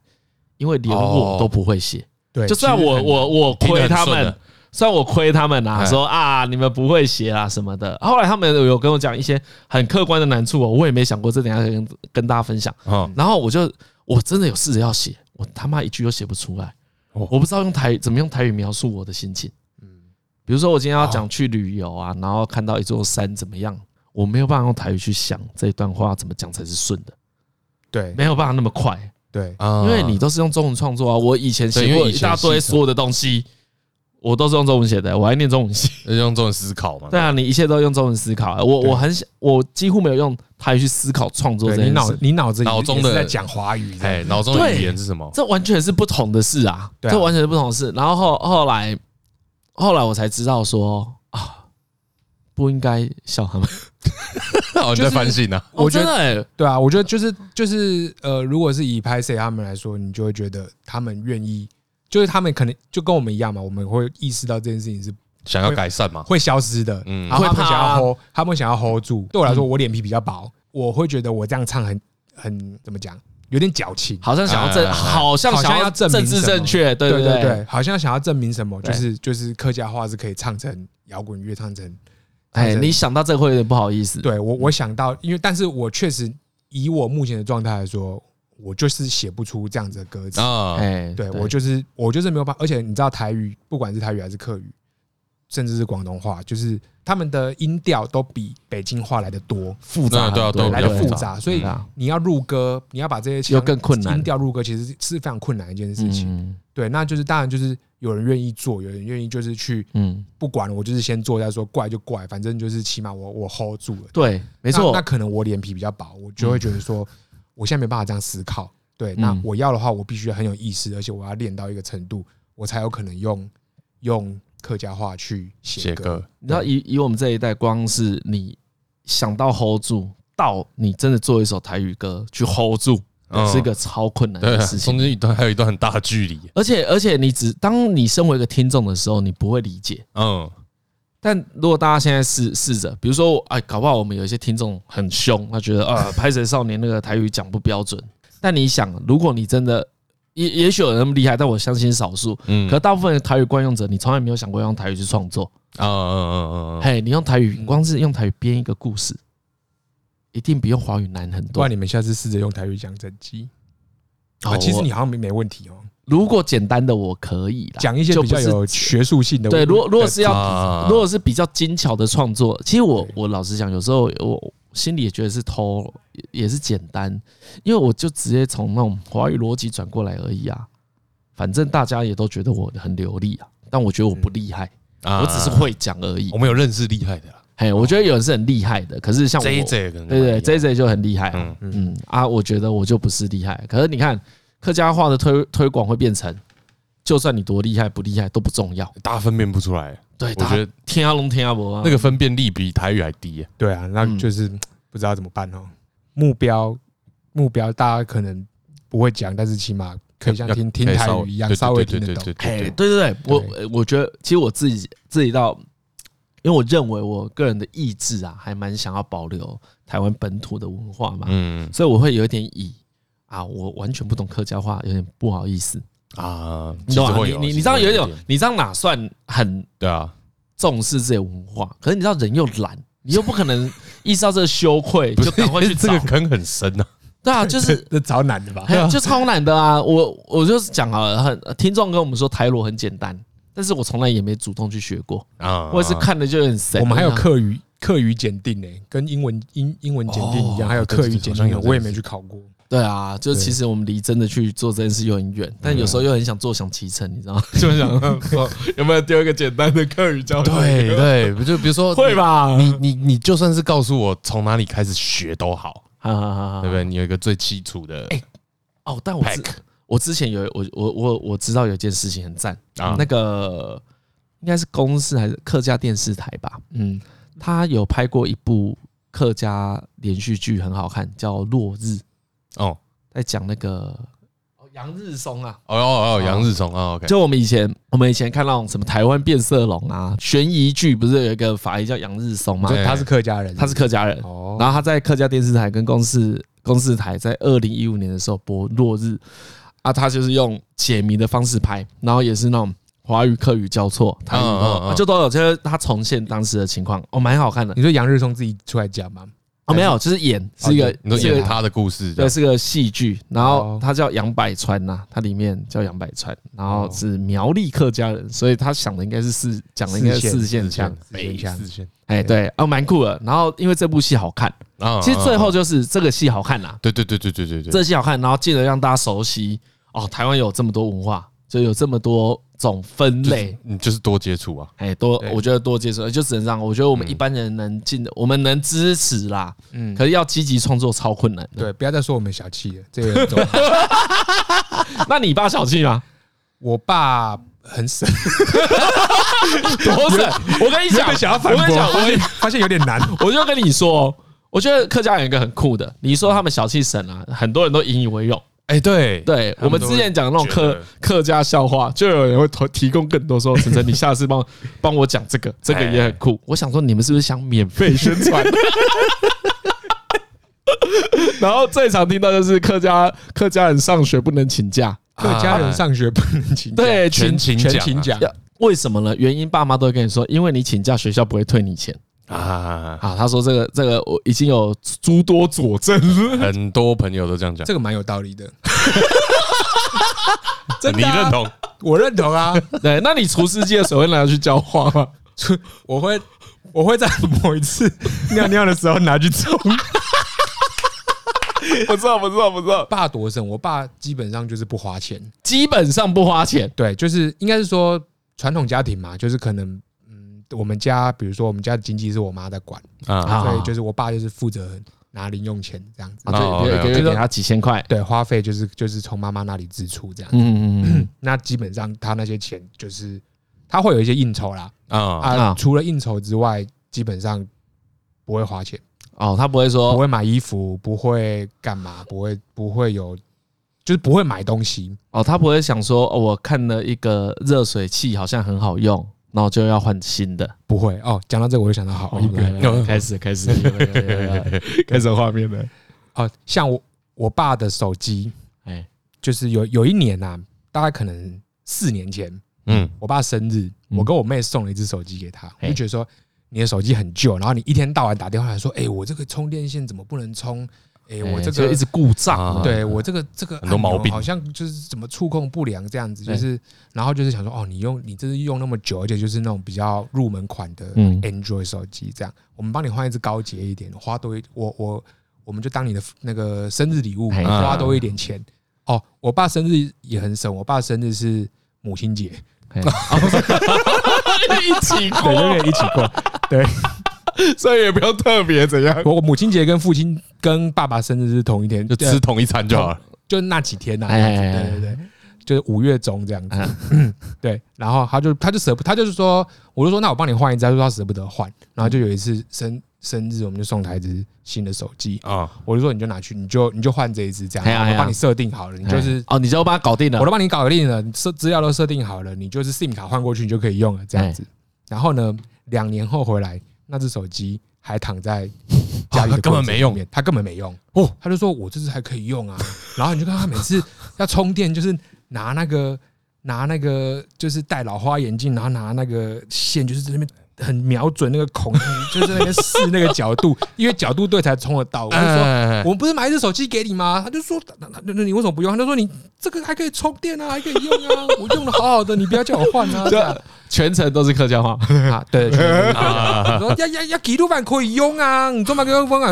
Speaker 5: 因为连我
Speaker 2: 哦
Speaker 5: 都不会写。
Speaker 6: 对，
Speaker 5: 就算我我我
Speaker 2: 听得
Speaker 5: 亏
Speaker 2: 很
Speaker 5: 他
Speaker 2: 顺
Speaker 5: 们
Speaker 2: 的，
Speaker 5: 虽然我亏他们啊，
Speaker 2: 哎
Speaker 5: 说啊你们不会写啊什么的。后来他们有跟我讲一些很客观的难处哦，我也没想过这等一下可以跟跟大家分享。
Speaker 2: 嗯，
Speaker 5: 然后我就我真的有试着要写，我他妈一句都写不出来，我不知道用台怎么用台语描述我的心情。比如说我今天要讲去旅游啊，然后看到一座山怎么样，我没有办法用台语去想这一段话怎么讲才是顺的，
Speaker 6: 对
Speaker 5: 没有办法那么快。
Speaker 6: 对
Speaker 2: 因
Speaker 5: 因为你都是用中文创作啊。我以前
Speaker 2: 嗯对
Speaker 5: 写
Speaker 2: 因为
Speaker 5: 过
Speaker 2: 以
Speaker 5: 一
Speaker 2: 前
Speaker 5: 大堆
Speaker 2: 是
Speaker 5: 所有的东西，我都是用中文写的，我还念中文系。
Speaker 2: 用中文思考嘛，
Speaker 5: 对啊，你一切都用中文思考啊。我
Speaker 6: 对
Speaker 5: 我很想，我几乎没有用台语去思考创作这
Speaker 6: 对，
Speaker 5: 件
Speaker 6: 你
Speaker 5: 事。
Speaker 6: 脑你脑子里
Speaker 2: 脑中
Speaker 6: 也是
Speaker 2: 的
Speaker 6: 在讲华语这样，
Speaker 2: 哎，脑中的语言是什么？
Speaker 5: 这完全是不同的事啊，
Speaker 6: 对啊
Speaker 5: 这完全是不同的事。然后后后来后来我才知道说啊，不应该笑他们。
Speaker 2: 哦，你在反省啊？
Speaker 6: 我觉
Speaker 5: 哦真
Speaker 6: 得
Speaker 5: 的欸
Speaker 6: 对啊，我觉得就是就是呃，如果是以拍摄他们来说，你就会觉得他们愿意，就是他们可能就跟我们一样嘛，我们会意识到这件事情是
Speaker 2: 想要改善嘛？
Speaker 6: 会消失的，
Speaker 2: 嗯
Speaker 6: 然后他
Speaker 5: 会
Speaker 6: 们
Speaker 5: 怕
Speaker 6: 想
Speaker 5: 啊
Speaker 6: 要 hold，他们想要 hold 住。对我来说，我脸皮比较薄，我会觉得我这样唱很很怎么讲，有点矫情，
Speaker 5: 好像想要
Speaker 2: 哎哎
Speaker 5: 正，
Speaker 2: 哎
Speaker 5: 好像
Speaker 6: 呃好
Speaker 5: 想
Speaker 6: 像要证明
Speaker 5: 政治
Speaker 6: 什么
Speaker 5: 正确，对
Speaker 6: 对
Speaker 5: 对
Speaker 6: 对，好像想要证明什么，就
Speaker 5: 对
Speaker 6: 是就是客家话是可以唱成摇滚乐，唱成
Speaker 5: 哎，
Speaker 6: 好像
Speaker 5: 你想到这个会有点不好意思。
Speaker 6: 对我我想到，因为但是我确实以我目前的状态来说，我就是写不出这样子的歌词。
Speaker 2: 啊，
Speaker 5: 哎，
Speaker 6: 对我就是我就是没有办法，而且你知道台语，不管是台语还是客语，甚至是广东话，就是他们的音调都比北京话来的多，
Speaker 5: 复杂
Speaker 2: 对啊
Speaker 5: 很多
Speaker 2: 对啊
Speaker 6: 来
Speaker 2: 比较
Speaker 6: 的
Speaker 5: 对
Speaker 6: 复
Speaker 2: 复
Speaker 6: 杂，所以
Speaker 5: 对啊
Speaker 6: 你要入歌，你要把这些腔
Speaker 5: 又更困难
Speaker 6: 音调入歌其实是非常困难的一件事情。
Speaker 5: 嗯
Speaker 6: 对，那就是当然就是有人愿意做，有人愿意就是去
Speaker 5: 嗯，
Speaker 6: 不管了，我就是先做再说，怪就怪，反正就是起码我我 hold 住了。
Speaker 5: 对，没
Speaker 6: 那那
Speaker 5: 错，
Speaker 6: 可能我脸皮比较薄，我就会觉得说，我现在没办法这样思考。对，那
Speaker 5: 嗯
Speaker 6: 我要的话，我必须很有意识，而且我要练到一个程度，我才有可能用用客家话去写
Speaker 2: 写
Speaker 6: 歌
Speaker 2: 歌。
Speaker 5: 你知道以以我们这一代，光是你想到 hold 住，到你真的做一首台语歌去 hold 住，
Speaker 2: 嗯
Speaker 5: 是一个超困难
Speaker 2: 对
Speaker 5: 的
Speaker 2: 啊，
Speaker 5: 事情
Speaker 2: 中。间一段还有一段很大的距离，
Speaker 5: 而且而且，你只当你身为一个听众的时候，你不会理解。
Speaker 2: 嗯，
Speaker 5: 但如果大家现在试试着，比如说，哎，搞不好我们有一些听众很凶，他觉得啊， 拍谁少年那个台语讲不标准。但你想，如果你真的也也许有人那么厉害，但我相信少数。
Speaker 2: 嗯
Speaker 5: 可大部分的台语惯用者，你从来没有想过用台语去创作。
Speaker 2: 啊嗯嗯嗯嗯，
Speaker 5: 嘿，你用台语，光是用台语编一个故事，一定比用华语难很
Speaker 6: 不
Speaker 5: 多
Speaker 6: 然。你们下次试着用台语讲整集
Speaker 5: 哦
Speaker 6: 啊，其实
Speaker 5: 我
Speaker 6: 你好像没没问题哦，
Speaker 5: 如果简单的，我可以啦，
Speaker 6: 讲一些
Speaker 5: 就
Speaker 6: 比较
Speaker 5: 不是
Speaker 6: 有学术性的。
Speaker 5: 对，如果如果是要
Speaker 2: 啊
Speaker 5: 如果是比较精巧的创作，其实我我老实讲，有时候我心里也觉得是偷，也也是简单，因为我就直接从那种华语逻辑转过来而已啊。反正大家也都觉得我很流利啊，但我觉得我不厉害，
Speaker 2: 啊
Speaker 5: 我只是，会讲而已
Speaker 2: 我。们有认识厉害的啦
Speaker 5: 嘿，我觉得有人是很厉害的，可是像我，
Speaker 2: ，J J
Speaker 5: 对
Speaker 2: 可能就蛮厉害
Speaker 5: 对，J J 就很厉害啊
Speaker 2: 嗯。
Speaker 5: 嗯啊，我觉得我就不是厉害，可是你看客家话的推推广会变成就算你多厉害不厉害都不重要。
Speaker 2: 大家分辨不出来，
Speaker 5: 对，
Speaker 2: 我觉得
Speaker 5: 天阿龙天阿伯啊，
Speaker 2: 那个分辨力比台语还低耶。
Speaker 6: 对啊，
Speaker 2: 嗯
Speaker 6: 那就是不知道怎么办哦。目标目标大家可能不会讲，但是起码可以像
Speaker 2: 要
Speaker 6: 听听
Speaker 2: 可以
Speaker 6: 台
Speaker 2: 稍
Speaker 6: 语一样，
Speaker 2: 对对
Speaker 6: 稍微
Speaker 2: 对
Speaker 6: 听
Speaker 2: 对
Speaker 6: 得懂。
Speaker 2: 对对
Speaker 5: 哎，
Speaker 2: 对
Speaker 5: 对对对，我呃我觉得其实我自己自己到，因为我认为我个人的意志啊，还蛮想要保留台湾本土的文化嘛，
Speaker 2: 嗯
Speaker 5: 所以我会有一点以啊，我完全不懂客家话，有点不好意思，
Speaker 2: 啊，
Speaker 5: 你
Speaker 2: 其实
Speaker 5: 懂吗？
Speaker 2: 会
Speaker 5: 你
Speaker 2: 有
Speaker 5: 你
Speaker 2: 其
Speaker 5: 你
Speaker 2: 实
Speaker 5: 知道
Speaker 2: 会
Speaker 5: 有一
Speaker 2: 一
Speaker 5: 种，你这样哪算很
Speaker 2: 对啊，
Speaker 5: 重视这些文化？可是你知道人又懒，你又不可能意识到这个羞愧，
Speaker 2: 不
Speaker 5: 就是赶快去
Speaker 2: 这
Speaker 5: 找
Speaker 2: 个。坑很深啊。
Speaker 5: 对 啊，就是
Speaker 6: 这超难的吧？
Speaker 5: 还有就超难的啊！我我就是讲好了，很听众跟我们说台罗很简单，但是我从来也没主动去学过，
Speaker 2: 啊，
Speaker 5: 我也是看的就很神。
Speaker 6: 我们还有课语课语检定呢、跟英文英英文检定一
Speaker 2: 哦
Speaker 6: 样，还有课语检
Speaker 2: 好像
Speaker 6: 定
Speaker 2: 有，
Speaker 6: 我也没去考过。
Speaker 5: 对啊，就
Speaker 6: 对
Speaker 5: 其实我们离真的去做这件事又很远，但有时候又很想坐享其成，你知道 吗？
Speaker 2: 就想 说有没有丢一个简单的课语教对对，不就比如 说
Speaker 5: 会吧？
Speaker 2: 你，你你你就算是告诉我从哪里开始学都好，
Speaker 5: 好好好好，
Speaker 2: 对不对？你有一个最基础的
Speaker 5: 哦，但我之
Speaker 2: Pack
Speaker 5: 我之前有我我我我知道有一件事情很赞
Speaker 2: 啊
Speaker 5: 那个应该是公司还是客家电视台吧？嗯，他有拍过一部客家连续剧，很好看，叫《落日》，
Speaker 2: 哦
Speaker 5: 在讲那个哦杨日松啊，
Speaker 2: 哦哦哦，杨日松啊，OK，
Speaker 5: 就我们以前我们以前看那种什么台湾变色龙啊，悬疑剧不是有一个法医叫杨日松吗
Speaker 6: 所？
Speaker 2: 对
Speaker 6: 以他是客家人，
Speaker 5: 他是客家人，
Speaker 6: 哦，
Speaker 5: 然后他在客家电视台跟公视公视台在二零一五年的时候播《落日》，啊，他就是用解谜的方式拍，然后也是那种华语、客语交错，台语都有、
Speaker 2: 嗯嗯嗯
Speaker 5: 啊就都有，就是他重现当时的情况，哦，蛮好看的
Speaker 6: 你。说杨日松自己出来讲吗？
Speaker 5: 哦，没有，就是演是一个
Speaker 2: 你都
Speaker 5: 是一
Speaker 2: 演
Speaker 5: 个
Speaker 2: 他的故事，
Speaker 5: 对，，是个戏剧，然后
Speaker 6: 哦
Speaker 5: 他叫杨百川呐、他里面叫杨百川，然后是苗栗客家人，所以他想的应该是四讲的应该是四线腔，
Speaker 6: 北
Speaker 2: 四
Speaker 6: 向
Speaker 2: 四线
Speaker 5: 哎，对，哦，蛮酷的。然后因为这部戏好看，
Speaker 2: 啊，
Speaker 6: 嗯
Speaker 5: 其实最
Speaker 2: 啊
Speaker 5: 后
Speaker 2: 啊
Speaker 5: 就是这个戏好看啦、
Speaker 2: 对对对对对对对，
Speaker 5: 这些好看，然后进而让大家熟悉哦，台湾有这么多文化，就有这么多种分
Speaker 2: 就是
Speaker 5: 类，
Speaker 2: 你就是多接触啊，
Speaker 5: 哎，多
Speaker 6: 对
Speaker 5: 我觉得多接触，就只能这样。我觉得我们一般人能进的，我们能支持啦，
Speaker 6: 嗯，
Speaker 5: 可是要积极创作超困难的。
Speaker 6: 对，不要再说我们小气了，这个 很重要
Speaker 5: 那你爸小气 吗？
Speaker 6: 我爸很省，
Speaker 5: 多省！我跟你讲，
Speaker 6: 原本想要反
Speaker 5: 我
Speaker 6: 驳，
Speaker 5: 跟你讲，
Speaker 6: 发现
Speaker 5: 我
Speaker 6: 发现有点难。
Speaker 5: 我就跟你说，我觉得客家人有一个很酷的，你说他们小气省啊，很多人都引以为用。
Speaker 2: 哎，对
Speaker 5: 对
Speaker 2: 他
Speaker 5: 我
Speaker 2: 们
Speaker 5: 们
Speaker 2: 都
Speaker 5: 之前讲的那种
Speaker 2: 觉
Speaker 5: 客
Speaker 2: 得
Speaker 5: 客家笑话，就有人会投提供更多说，晨晨，你下次 帮帮我讲这个，这个也很酷。
Speaker 2: 哎
Speaker 5: 我想说，你们是不是想免费宣传？ 然后最常听到就是客家客家人上学不能请假，
Speaker 6: 客家人上学不能请假，
Speaker 5: 啊对，
Speaker 2: 全勤
Speaker 5: 请
Speaker 6: 全
Speaker 2: 奖
Speaker 6: 勤
Speaker 2: 啊
Speaker 6: 奖，
Speaker 5: 为什么呢？原因爸妈都会跟你说，因为你请假，学校不会退你钱
Speaker 2: 啊，
Speaker 5: 啊。他说这个这个我已经有诸多佐证 了，
Speaker 2: 很多朋友都这样讲，
Speaker 6: 这个蛮有道理的，
Speaker 5: 真
Speaker 2: 你
Speaker 5: 的啊
Speaker 2: 认 同？
Speaker 6: 我认同啊。
Speaker 5: 对，那你厨师界的水会拿去浇花吗？
Speaker 6: 我会我会在某一次 尿尿的时候拿 去冲。
Speaker 5: 不知道，不知道，不知道。
Speaker 6: 爸多省，我爸基本上就是不花钱，
Speaker 5: 基本上不花钱，
Speaker 6: 对，就是应该是说传统家庭嘛，就是可能嗯，我们家比如说我们家的经济是我妈在管，
Speaker 2: 啊
Speaker 5: 啊
Speaker 6: 所以就是我爸就是负责拿零用钱这样子，
Speaker 5: 啊，
Speaker 2: 哦
Speaker 5: 对，一个
Speaker 2: OK，OK
Speaker 5: 月给他几千块，
Speaker 6: 对，花费就是就是从妈妈那里支出这样。
Speaker 5: 嗯嗯嗯，
Speaker 6: 那基本上他那些钱就是他会有一些应酬啦，
Speaker 2: 啊，
Speaker 5: 啊
Speaker 6: 啊，除了应酬之外，基本上不会花钱。
Speaker 5: 哦，他不会
Speaker 6: 不
Speaker 5: 说，
Speaker 6: 会买衣服，不会干嘛，不会不会有，就是不会买东西。
Speaker 5: 哦，他不会想说，哦，我看了一个热水器好像很好用，然后就要换新的。
Speaker 6: 不会哦，讲到这个我就想到好
Speaker 5: 哦
Speaker 6: 一，个
Speaker 5: 来来来开始开始，有了有了有了开始有画面了。
Speaker 6: 哦，像我我爸的手机，
Speaker 5: 哎，
Speaker 6: 就是有有一年啊，大概可能四年前，
Speaker 2: 嗯，
Speaker 6: 我爸生日，
Speaker 5: 嗯
Speaker 6: 我跟我妹送了一只手机给他，我
Speaker 5: 嘿
Speaker 6: 就觉得说你的手机很旧，然后你一天到晚打电话来说，哎，我这个充电线怎么不能充？哎，我
Speaker 5: 哎
Speaker 6: 这
Speaker 5: 就
Speaker 6: 个
Speaker 5: 一直故障
Speaker 2: 啊
Speaker 5: 嘛，
Speaker 6: 对我这个这个
Speaker 2: 很多毛
Speaker 6: 按钮
Speaker 2: 病
Speaker 6: 好像就是怎么触控不良这样子，
Speaker 5: 对
Speaker 6: 就是然后就是想说，哦，你用你这是用那么久，而且就是那种比较入门款的
Speaker 5: 嗯
Speaker 6: Android 手机，这样我们帮你换一只高阶一点，花多一我我我们就当你的那个生日礼物，
Speaker 5: 嘿啊
Speaker 6: 花多一点钱。哦，我爸生日也很省，我爸生日是母亲节，
Speaker 5: 哎一起
Speaker 6: 对，
Speaker 5: 过，
Speaker 6: 永远一起过。对
Speaker 2: 所以也不用特别怎样，
Speaker 6: 我我母亲节跟父亲跟爸爸生日是同一天，
Speaker 2: 就
Speaker 6: 对
Speaker 2: 吃同一餐就好了。
Speaker 6: 就那几天呐、啊
Speaker 5: 哎哎哎嗯
Speaker 6: 对对对。就是五月中这样子， 对，然后他就他就舍不，他就是说，我就说那我帮你换一只，他就说他舍不得换，然后就有一次生生日，我们就送他一只新的手机，
Speaker 2: 啊，
Speaker 6: 我就说你就拿去，你就你就换这一只这样，
Speaker 5: 哎呀
Speaker 6: 然后
Speaker 5: 哎
Speaker 6: 我
Speaker 5: 呀
Speaker 6: 帮你设定好了，你就是
Speaker 5: 哦，你就要把它搞定了
Speaker 6: 我。都帮你搞定了，你设资料都设定好了，你就是 SIM 卡换过去你就可以用了这样子。
Speaker 2: 哎
Speaker 6: 然后呢，两年后回来，那只手机还躺在家
Speaker 2: 啊
Speaker 6: 里
Speaker 2: 它
Speaker 6: 的
Speaker 2: 根本没用
Speaker 6: 柜子里面，他根本没用哦，他就说我这只还可以用啊。然后你就看他每次要充电，就是拿那个拿那个就是戴老花眼镜，然后拿那个线，就是在那边。很瞄准那个孔， 就是那边试那个角度，因为角度对才充得到。我就说，
Speaker 2: 哎
Speaker 6: 我们不是买一只手机给你吗？他就说，那那那那你为什么不用？他就说你这个还可以充电啊，还可以用啊， 我用的好好的，你不要叫我换啊。 这样
Speaker 5: 全程都是客家话，
Speaker 6: 啊，对，全部都是
Speaker 2: 啊
Speaker 6: 我说要要要几路版可以用啊，你做嘛给我分啊，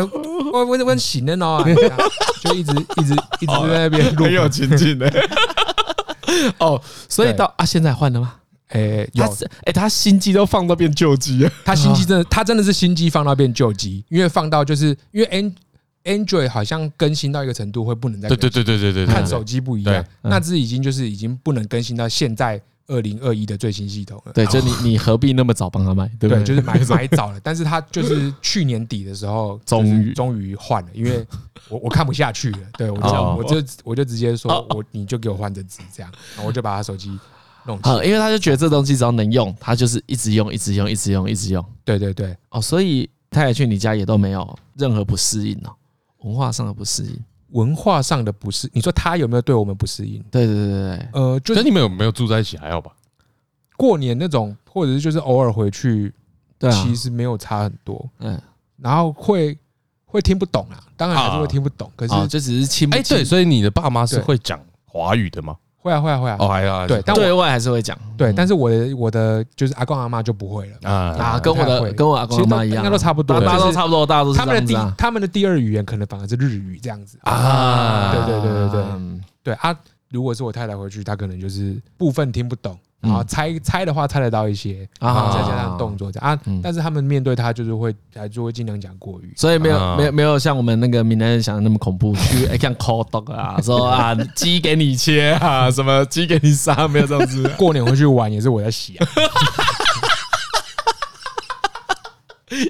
Speaker 6: 我我我行的 呢，这样就一直一直一直在那边录。
Speaker 2: 情境的，
Speaker 5: 哦，所以到啊，现在换了吗？
Speaker 6: 哎，
Speaker 5: 他
Speaker 6: 有
Speaker 5: 是哎，他心机都放到变旧机了，
Speaker 6: 他心机真的，他真的是心机放到变旧机，因为放到就是因为 An Android 好像更新到一个程度会不能再
Speaker 2: 对
Speaker 6: 更
Speaker 2: 对
Speaker 6: 新
Speaker 2: 对对对对，对
Speaker 6: 看手，机不一样
Speaker 2: 对，嗯
Speaker 6: 那只已经就是已经不能更新到现在二零二一的最新系统了。
Speaker 5: 对，就你你何必那么早帮他买，对不
Speaker 6: 对，
Speaker 5: 对？
Speaker 6: 就是 买买早了，但是他就是去年底的时候，
Speaker 5: 终
Speaker 6: 就是
Speaker 5: 于
Speaker 6: 终于换了，因为我我看不下去了，对我就
Speaker 2: 哦
Speaker 6: 我就我就直接
Speaker 5: 哦
Speaker 6: 说，我你就给我换这只这样，然后我就把他手机弄起来，
Speaker 5: 呃，因为他就觉得这东西只要能用，他就是一直用，一直用，一直用，一直用。
Speaker 6: 对对对，
Speaker 5: 哦，所以他也去你家也都没有任何不适应哦，文化上的不适应。
Speaker 6: 文化上的不适，你说他有没有对我们不适应？
Speaker 5: 对对对对对，
Speaker 6: 呃，就
Speaker 2: 跟
Speaker 6: 是
Speaker 2: 你们有没有住在一起还好吧？
Speaker 6: 过年那种，或者是就是偶尔回去，
Speaker 5: 对啊
Speaker 6: 其，实没有差很多，
Speaker 5: 嗯，
Speaker 6: 然后会会听不懂啊，当然还是会听不懂，可是
Speaker 5: 哦，就只是亲不
Speaker 2: 哎，对，
Speaker 5: 亲，
Speaker 2: 所以你的爸妈是
Speaker 6: 对
Speaker 2: 会讲华语的吗？
Speaker 6: 会啊会啊会啊，
Speaker 2: 哦，还好，
Speaker 6: 对，但
Speaker 5: 对
Speaker 6: 我
Speaker 5: 外还是会讲，
Speaker 6: 对，
Speaker 5: 嗯
Speaker 6: 但是我的我的就是阿公阿妈就不会了。
Speaker 2: 啊
Speaker 5: 啊，跟我
Speaker 6: 不太
Speaker 5: 的
Speaker 6: 会
Speaker 5: 跟我阿公阿妈一
Speaker 6: 其实都应
Speaker 5: 样啊，
Speaker 6: 该都差不多
Speaker 5: 大大家
Speaker 6: 就
Speaker 5: 都
Speaker 6: 是
Speaker 5: 差不多，大家都是
Speaker 6: 他们的
Speaker 5: 这
Speaker 6: 第、
Speaker 5: 样子
Speaker 6: 他们的第二语言可能反而是日语这样子
Speaker 2: 啊
Speaker 6: 啊。
Speaker 5: 啊，
Speaker 6: 对对对对对
Speaker 5: 嗯
Speaker 6: 对啊，如果是我太太回去，她可能就是部分听不懂，
Speaker 5: 嗯
Speaker 6: 然后猜猜的话猜得到一些，然后再加上动作这样啊
Speaker 5: 啊嗯。
Speaker 6: 但是他们面对他就是会还是会尽量讲国语。
Speaker 5: 所以没
Speaker 2: 啊
Speaker 5: 有没有没有像我们那个闽南人想的那么恐怖，去 哎像 call dog 啊，说啊鸡给你切啊，什么鸡给你杀，没有这样子。
Speaker 6: 过年回去玩也是我在洗 啊，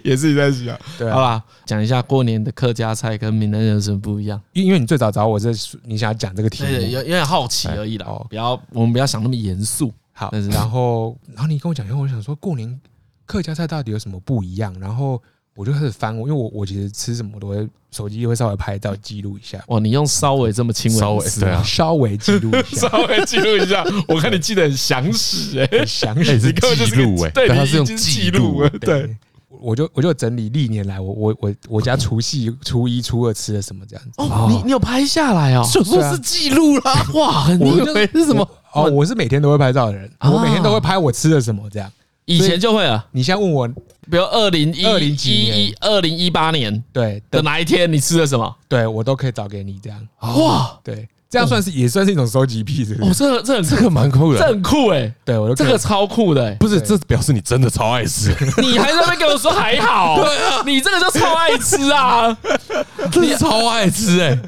Speaker 2: 也是你在一起啊，
Speaker 6: 对
Speaker 5: 好
Speaker 6: 啊，
Speaker 5: 啦，讲一下过年的客家菜跟闽南人有什么不一样？
Speaker 6: 因因为你最早找我是你想要讲这个题
Speaker 5: 对对，
Speaker 6: 目，
Speaker 5: 有有点好奇而已啦
Speaker 6: 哎哦，
Speaker 5: 不要我们不要想那么严肃。
Speaker 6: 好
Speaker 5: 但是，
Speaker 6: 然后然后你跟我讲以后，我想说过年客家菜到底有什么不一样？然后我就开始翻我，因为我我其实吃什么我都会手机会稍微拍照记录一下，
Speaker 5: 哇，你用稍微这么轻微的
Speaker 2: 稍微
Speaker 5: 字
Speaker 2: 对啊
Speaker 6: 稍微记录一 下，
Speaker 5: 稍微记录一下，我看你记得很详实哎、
Speaker 6: 很详
Speaker 2: 哎，
Speaker 6: 细。
Speaker 2: 是
Speaker 5: 根本就是
Speaker 2: 记录
Speaker 5: 个
Speaker 2: 哎，
Speaker 5: 对
Speaker 2: 但
Speaker 5: 你
Speaker 2: 他
Speaker 5: 已
Speaker 2: 是用
Speaker 5: 经
Speaker 2: 记
Speaker 5: 记录
Speaker 2: 录，
Speaker 5: 了
Speaker 2: 对，
Speaker 6: 我就我就整理历年来我我我我家除夕、初一、初二吃了什么这样子。
Speaker 5: 哦，你你有拍下来哦？
Speaker 2: 就说
Speaker 6: 对啊
Speaker 2: 是记录啦，
Speaker 5: 哇，很
Speaker 6: 我
Speaker 5: 厉
Speaker 6: 就
Speaker 5: 害，是什么？
Speaker 6: 哦，我是每天都会拍照的人，
Speaker 5: 啊
Speaker 6: 我每天都会拍我吃了什么这样。
Speaker 5: 以前就会了，
Speaker 6: 你现在问我
Speaker 5: 比如二零一
Speaker 6: 20几
Speaker 5: 一一
Speaker 6: 年
Speaker 5: 二零一八年
Speaker 6: 对
Speaker 5: 的
Speaker 6: 的，
Speaker 5: 哪一天你吃了什么？
Speaker 6: 对我都可以找给你这样。
Speaker 5: 哇，
Speaker 6: 对，这样算是也算是一种收集癖，是不
Speaker 5: 哦，
Speaker 6: 是？
Speaker 5: 这这很
Speaker 2: 这个蛮酷
Speaker 5: 这
Speaker 2: 的。
Speaker 5: 很酷哎，
Speaker 6: 对，我都
Speaker 5: 这
Speaker 6: 可以
Speaker 5: 个超酷的哎。
Speaker 2: 不是，这表示你真的超爱 吃，
Speaker 5: 你还在那边给我说还 好，你这个就超爱吃啊！
Speaker 2: 你啊超爱吃哎，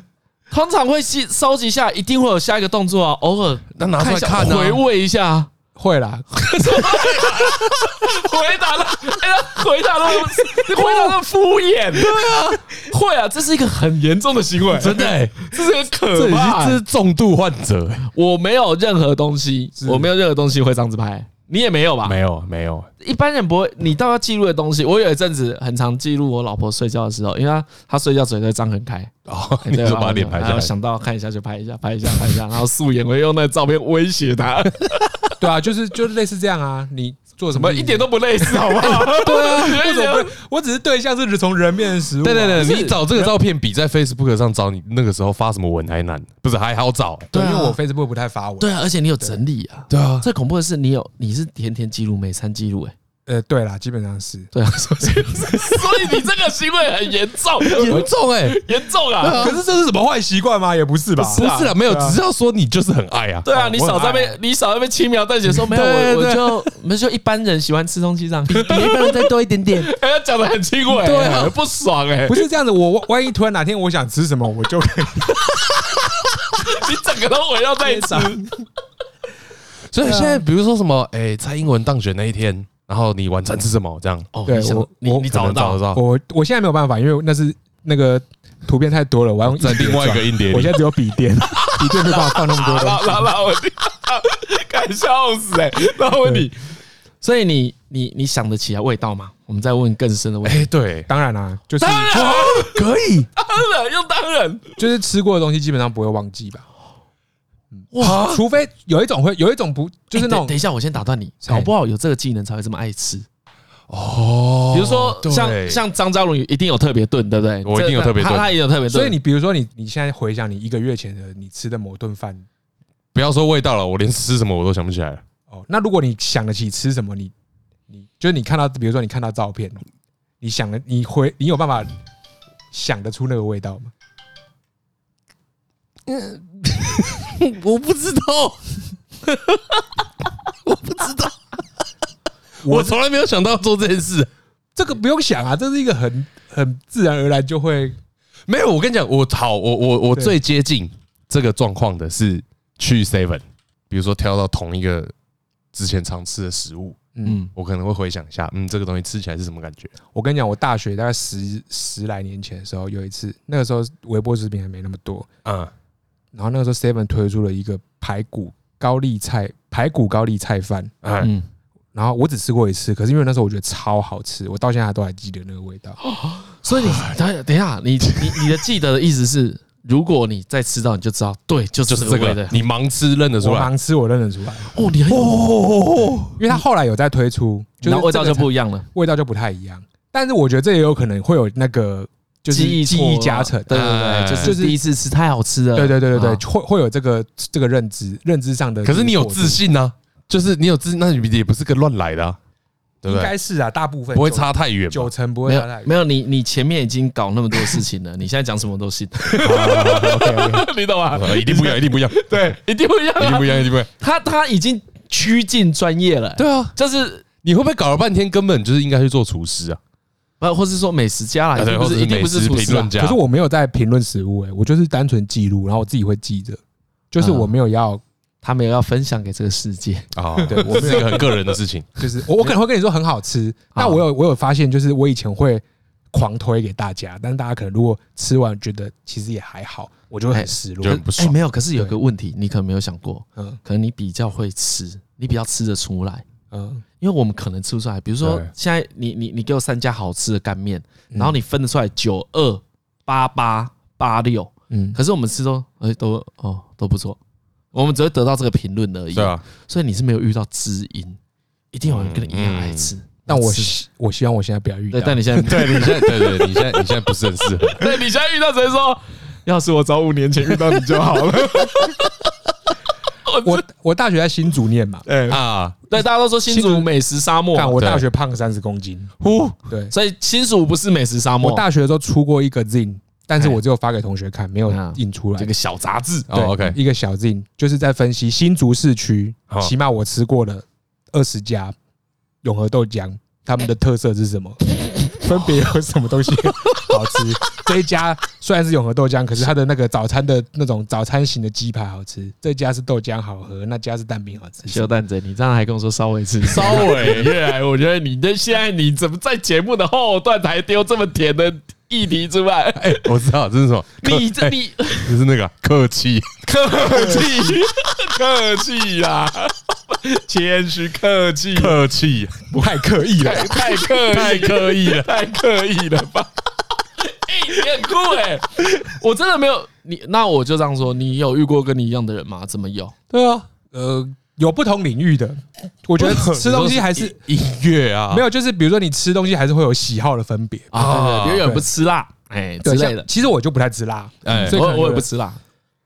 Speaker 5: 通常会吸收集下，一定会有下一个动作啊，偶尔
Speaker 2: 那拿出来
Speaker 5: 一下
Speaker 2: 看啊
Speaker 5: 回味一下，
Speaker 6: 会啦，
Speaker 5: 回答了， 哎呀，回 答
Speaker 2: 哦
Speaker 5: 了，回答了敷衍，对啊，会啊，这是一个很严重的行为，
Speaker 2: 真的哎，
Speaker 5: 这是很
Speaker 2: 这
Speaker 5: 可
Speaker 2: 已经
Speaker 5: 怕
Speaker 2: 这
Speaker 5: 欸。
Speaker 2: 是重度患者哎，
Speaker 5: 我没有任何东西，我没有任何东西会这样子拍。你也没有吧？
Speaker 2: 嗯没有没有，
Speaker 5: 一般人不会，你到要记录的东西，我有一阵子很常记录我老婆睡觉的时候，因为她她睡觉嘴都会张很开，
Speaker 2: 哦，
Speaker 5: 哎
Speaker 2: 你
Speaker 5: 对
Speaker 2: 就
Speaker 5: 啊
Speaker 2: 把脸
Speaker 5: 对
Speaker 2: 拍
Speaker 5: 然
Speaker 2: 下
Speaker 5: 后
Speaker 2: 来，
Speaker 5: 想到看一下就拍一下，拍一下，拍一下，然后素颜会用那个照片威胁他，
Speaker 6: 对啊，就是就是类似这样啊。你做什
Speaker 5: 我
Speaker 6: 么
Speaker 5: 们一点都不类似，好不好？对啊，
Speaker 6: 为什么不？我只是对象是从人面的食物啊。
Speaker 2: 对对
Speaker 5: 不
Speaker 2: 对，
Speaker 5: 是
Speaker 2: 你找这个照片比在 Facebook 上找你那个时候发什么文还难，不是还好找？
Speaker 6: 对，
Speaker 5: 对啊
Speaker 6: 因为我 Facebook 不太发文。
Speaker 5: 对啊，而且你有整理啊。
Speaker 2: 对啊，
Speaker 5: 最恐怖的是，你有你是天天记录，每餐记录，哎，
Speaker 6: 呃，对啦，基本上是。
Speaker 5: 对啊，所以所以你这个行为很严重，
Speaker 2: 严重哎，
Speaker 5: 严重啊！
Speaker 6: 可是这是什么坏习惯吗？也不是吧。
Speaker 5: 是
Speaker 2: 不
Speaker 5: 啊
Speaker 2: 是啦，没有
Speaker 6: 对，啊
Speaker 2: 只是要说你就是很爱啊。
Speaker 5: 对啊，
Speaker 6: 哦
Speaker 5: 你
Speaker 6: 我很
Speaker 5: 少在那
Speaker 6: 爱
Speaker 5: 边，你少在那边轻描淡写说没有，
Speaker 2: 对
Speaker 5: 我我
Speaker 2: 对
Speaker 5: 就我们就一般人喜欢吃东西这样，
Speaker 1: 比一般人再多一点点。
Speaker 5: 哎讲的很轻微，
Speaker 2: 对啊
Speaker 5: 很不爽哎
Speaker 6: 不，是这样子，我我万一突然哪天我想吃什么，我就可以
Speaker 5: 你整个都围绕在一起。
Speaker 2: 所以现在比如说什么，哎，蔡英文当选那一天，然后你晚餐吃什么？这样
Speaker 5: 哦，
Speaker 6: 对
Speaker 5: 你想
Speaker 6: 我
Speaker 5: 你
Speaker 6: 我
Speaker 5: 你找得
Speaker 2: 可能找
Speaker 5: 到
Speaker 2: 得到
Speaker 6: 我我现在没有办法，因为那是那个图片太多了，我要用
Speaker 2: 在另外一个
Speaker 6: 硬
Speaker 2: 硬碟
Speaker 6: 碟转，我现
Speaker 2: 里。
Speaker 6: 在只有笔 电，笔电没办法放那么多
Speaker 5: 拉
Speaker 6: 东西。
Speaker 5: 拉拉，我看笑死哎、欸！然后问你，所以你你你想得起来味道吗？我们再问更深的问题。
Speaker 2: 哎，对，
Speaker 6: 当然啦、就是
Speaker 5: 当然
Speaker 6: 哇可以，
Speaker 5: 当然又当然，
Speaker 6: 就是吃过的东西基本上不会忘记吧。哇，除非有一种会，有一种不，就是
Speaker 5: 欸
Speaker 6: 那
Speaker 5: 等
Speaker 6: 种
Speaker 5: 等一下，我先打断你，
Speaker 6: 哎
Speaker 5: 搞不好有这个技能才会这么爱吃。
Speaker 2: 哦
Speaker 5: 比如说像
Speaker 2: 对
Speaker 5: 像张嘉伦一定有特别炖，对不对？
Speaker 2: 我一定有
Speaker 5: 这
Speaker 2: 特别炖
Speaker 5: 他他也有特别炖，
Speaker 6: 所以你比如说你你现在回想你一个月前的你吃的某顿饭
Speaker 2: 不要说味道了，我连吃什么我都想不起来了。
Speaker 6: 哦，那如果你想得起吃什么，你你就是你看到，比如说你看到照片，你想的你回你有办法想得出那个味道吗？
Speaker 5: 我不知 道，
Speaker 2: 我从来没有想到做这件事。
Speaker 6: 这个不用想啊，这是一个很很自然而然就会
Speaker 2: 没有，我跟你讲，我好，我我我
Speaker 6: 对
Speaker 2: 最接近这个状况的是去 Seven，比如说挑到同一个之前常吃的食物，
Speaker 6: 嗯
Speaker 5: 嗯，
Speaker 2: 我可能会回想一下，嗯，这个东西吃起来是什么感觉？
Speaker 6: 我跟你讲，我大学大概十十来年前的时候，有一次，那个时候微波食品还没那么多，
Speaker 2: 嗯，
Speaker 6: 然后那个时候 Seven 推出了一个排骨高丽菜排骨高丽菜饭，
Speaker 2: 哎，
Speaker 5: 嗯，
Speaker 6: 然后我只吃过一次，可是因为那时候我觉得超好吃，我到现在还都还记得那个味道。
Speaker 5: 所以你等等一下，你你你的记得的意思是， 如果你再吃到，你就知道，对，就
Speaker 2: 就是是
Speaker 5: 这
Speaker 2: 这
Speaker 5: 个味道
Speaker 2: 个，。你盲吃认得
Speaker 6: 我
Speaker 2: 出来。
Speaker 6: 盲吃我认得出来，
Speaker 5: 哦，你很有，
Speaker 6: 因为它后来有在推出，就
Speaker 5: 然
Speaker 6: 是
Speaker 5: 后味道
Speaker 6: 这
Speaker 5: 就
Speaker 6: 个
Speaker 5: 不一样了，
Speaker 6: 味道就不太一样。但是我觉得这也有可能会有那个就是
Speaker 5: 记忆
Speaker 6: 记
Speaker 5: 错
Speaker 6: 忆
Speaker 5: 了
Speaker 6: 加成，
Speaker 5: 对对
Speaker 2: 哎
Speaker 5: 对，就是
Speaker 6: 就是
Speaker 5: 第一次吃太好吃了，
Speaker 6: 对对对对
Speaker 5: 啊
Speaker 6: 对，会会有这个这个认知认知上的。
Speaker 2: 可是你有自，信啊，就是你有自，那你也不是个乱来的、啊，对
Speaker 6: 应
Speaker 2: 不对？
Speaker 6: 该是啊，大部分
Speaker 2: 不会
Speaker 6: 九
Speaker 2: 差太远吧。
Speaker 6: 九成不会啊
Speaker 5: 没
Speaker 6: 差太
Speaker 5: 有
Speaker 6: 远。
Speaker 5: 没有，你你前面已经搞那么多事情了，你 现在讲什么都信， 哦你懂 吗？
Speaker 2: 呃一定不一样，一定不一样，对，
Speaker 5: 一定不一样
Speaker 2: 一定不
Speaker 5: 啊，
Speaker 2: 一样，一定不一样。
Speaker 5: 他他已经趋近专业了，
Speaker 2: 对啊，
Speaker 5: 就是
Speaker 2: 你会不会搞了半天，根本就是应该去做厨师啊？
Speaker 5: 不，或是说美食家啦，啊一
Speaker 2: 对，
Speaker 5: 定
Speaker 2: 或
Speaker 5: 不
Speaker 2: 者
Speaker 5: 是
Speaker 2: 是
Speaker 5: 一定
Speaker 2: 美
Speaker 5: 不是
Speaker 2: 食
Speaker 5: 厨
Speaker 2: 评
Speaker 5: 师啊
Speaker 2: 论，家。
Speaker 6: 可是我没有在评论食物，哎，我就是单纯记录，然后我自己会记着，就是
Speaker 5: 嗯
Speaker 6: 我没有要，
Speaker 5: 他们也要分享给这个世界。
Speaker 2: 啊，
Speaker 6: 对我
Speaker 2: 这是一个很个人的事 情。
Speaker 6: 就是我我可能会跟你说很好吃，但我有我有发现，就是我以前会狂推给大家，但是大家可能如果吃完觉得其实也还好，我就会很失
Speaker 2: 就
Speaker 6: 落
Speaker 2: 很。不
Speaker 5: 哎，
Speaker 2: 爽。
Speaker 5: 没有，可是有个问题，你可能没有想过，
Speaker 6: 嗯
Speaker 5: 可能你比较会吃，你比较吃得出来。
Speaker 6: 嗯，
Speaker 5: 因为我们可能吃不出来，比如说
Speaker 2: 对
Speaker 5: 现在你你你给我三家好吃的干面，然后你分得出来九二八八八六，
Speaker 6: 嗯
Speaker 5: 可是我们吃都哎都哦都不错，我们只会得到这个评论而已。
Speaker 2: 对，啊，
Speaker 5: 所以你是没有遇到知音，一定有人跟你一样爱吃。
Speaker 6: 但我
Speaker 5: 是
Speaker 6: 希我希望我现在不要遇到
Speaker 5: 对，。但你现在
Speaker 2: 对你现在，对对，对你现在你现在不是很适合。
Speaker 5: 对你现在遇到谁说，要是我早五年前遇到你就好了。
Speaker 6: 我我大学在新竹念嘛，
Speaker 2: 啊，
Speaker 5: 对，大家都说新
Speaker 6: 新竹
Speaker 5: 竹美食沙漠嘛，
Speaker 6: 看我
Speaker 2: 对
Speaker 6: 大学胖三十公斤，
Speaker 2: 呼，
Speaker 6: 对，
Speaker 5: 所以新竹不是美食沙漠，
Speaker 6: 我大学的时候出过一个 zin，但是我只有发给同学看，没有
Speaker 5: 嗯
Speaker 6: 印出来。
Speaker 5: 这个小杂志
Speaker 2: 哦，OK，
Speaker 6: 一个小 zin 就是在分析新竹市区
Speaker 2: 哦，
Speaker 6: 起码我吃过了二十家永和豆浆，他们的特色是什么？ 分别有什么东西好吃？这一家虽然是永和豆浆，可是它的那个早餐的那种早餐型的鸡排好吃，这家是豆浆好喝，那家是蛋饼好吃。
Speaker 5: 小蛋仔，你这 样还跟我说稍微吃，稍微越来，我觉得你的现在你怎么在节目的后段还丢这么甜的议题出来？
Speaker 2: 哎，我知道这是什么，
Speaker 5: 你
Speaker 2: 客
Speaker 5: 这
Speaker 2: 哎
Speaker 5: 你
Speaker 2: 就是那个客气，
Speaker 5: 客气 客气啦，谦虚客气，
Speaker 2: 客气，
Speaker 6: 不太刻意了，
Speaker 5: 太客
Speaker 2: 太刻意 了，
Speaker 5: 太刻意了吧？ 哎，你很酷哎、我真的没有你，那我就这样说，你有遇过跟你一样的人吗？怎么有？
Speaker 6: 对啊，呃，有不同领域的，我觉得吃东 西还是
Speaker 2: 音乐啊，
Speaker 6: 没有，就是比如说你吃东西还是会有喜好的分别
Speaker 5: 啊，
Speaker 2: 啊
Speaker 5: 比如有人不吃辣，哎之
Speaker 6: 对
Speaker 5: 类
Speaker 6: 像
Speaker 5: 的，
Speaker 6: 其实我就不太吃辣，
Speaker 2: 哎
Speaker 6: 所以可能
Speaker 5: 我我也
Speaker 6: 有
Speaker 5: 不吃辣，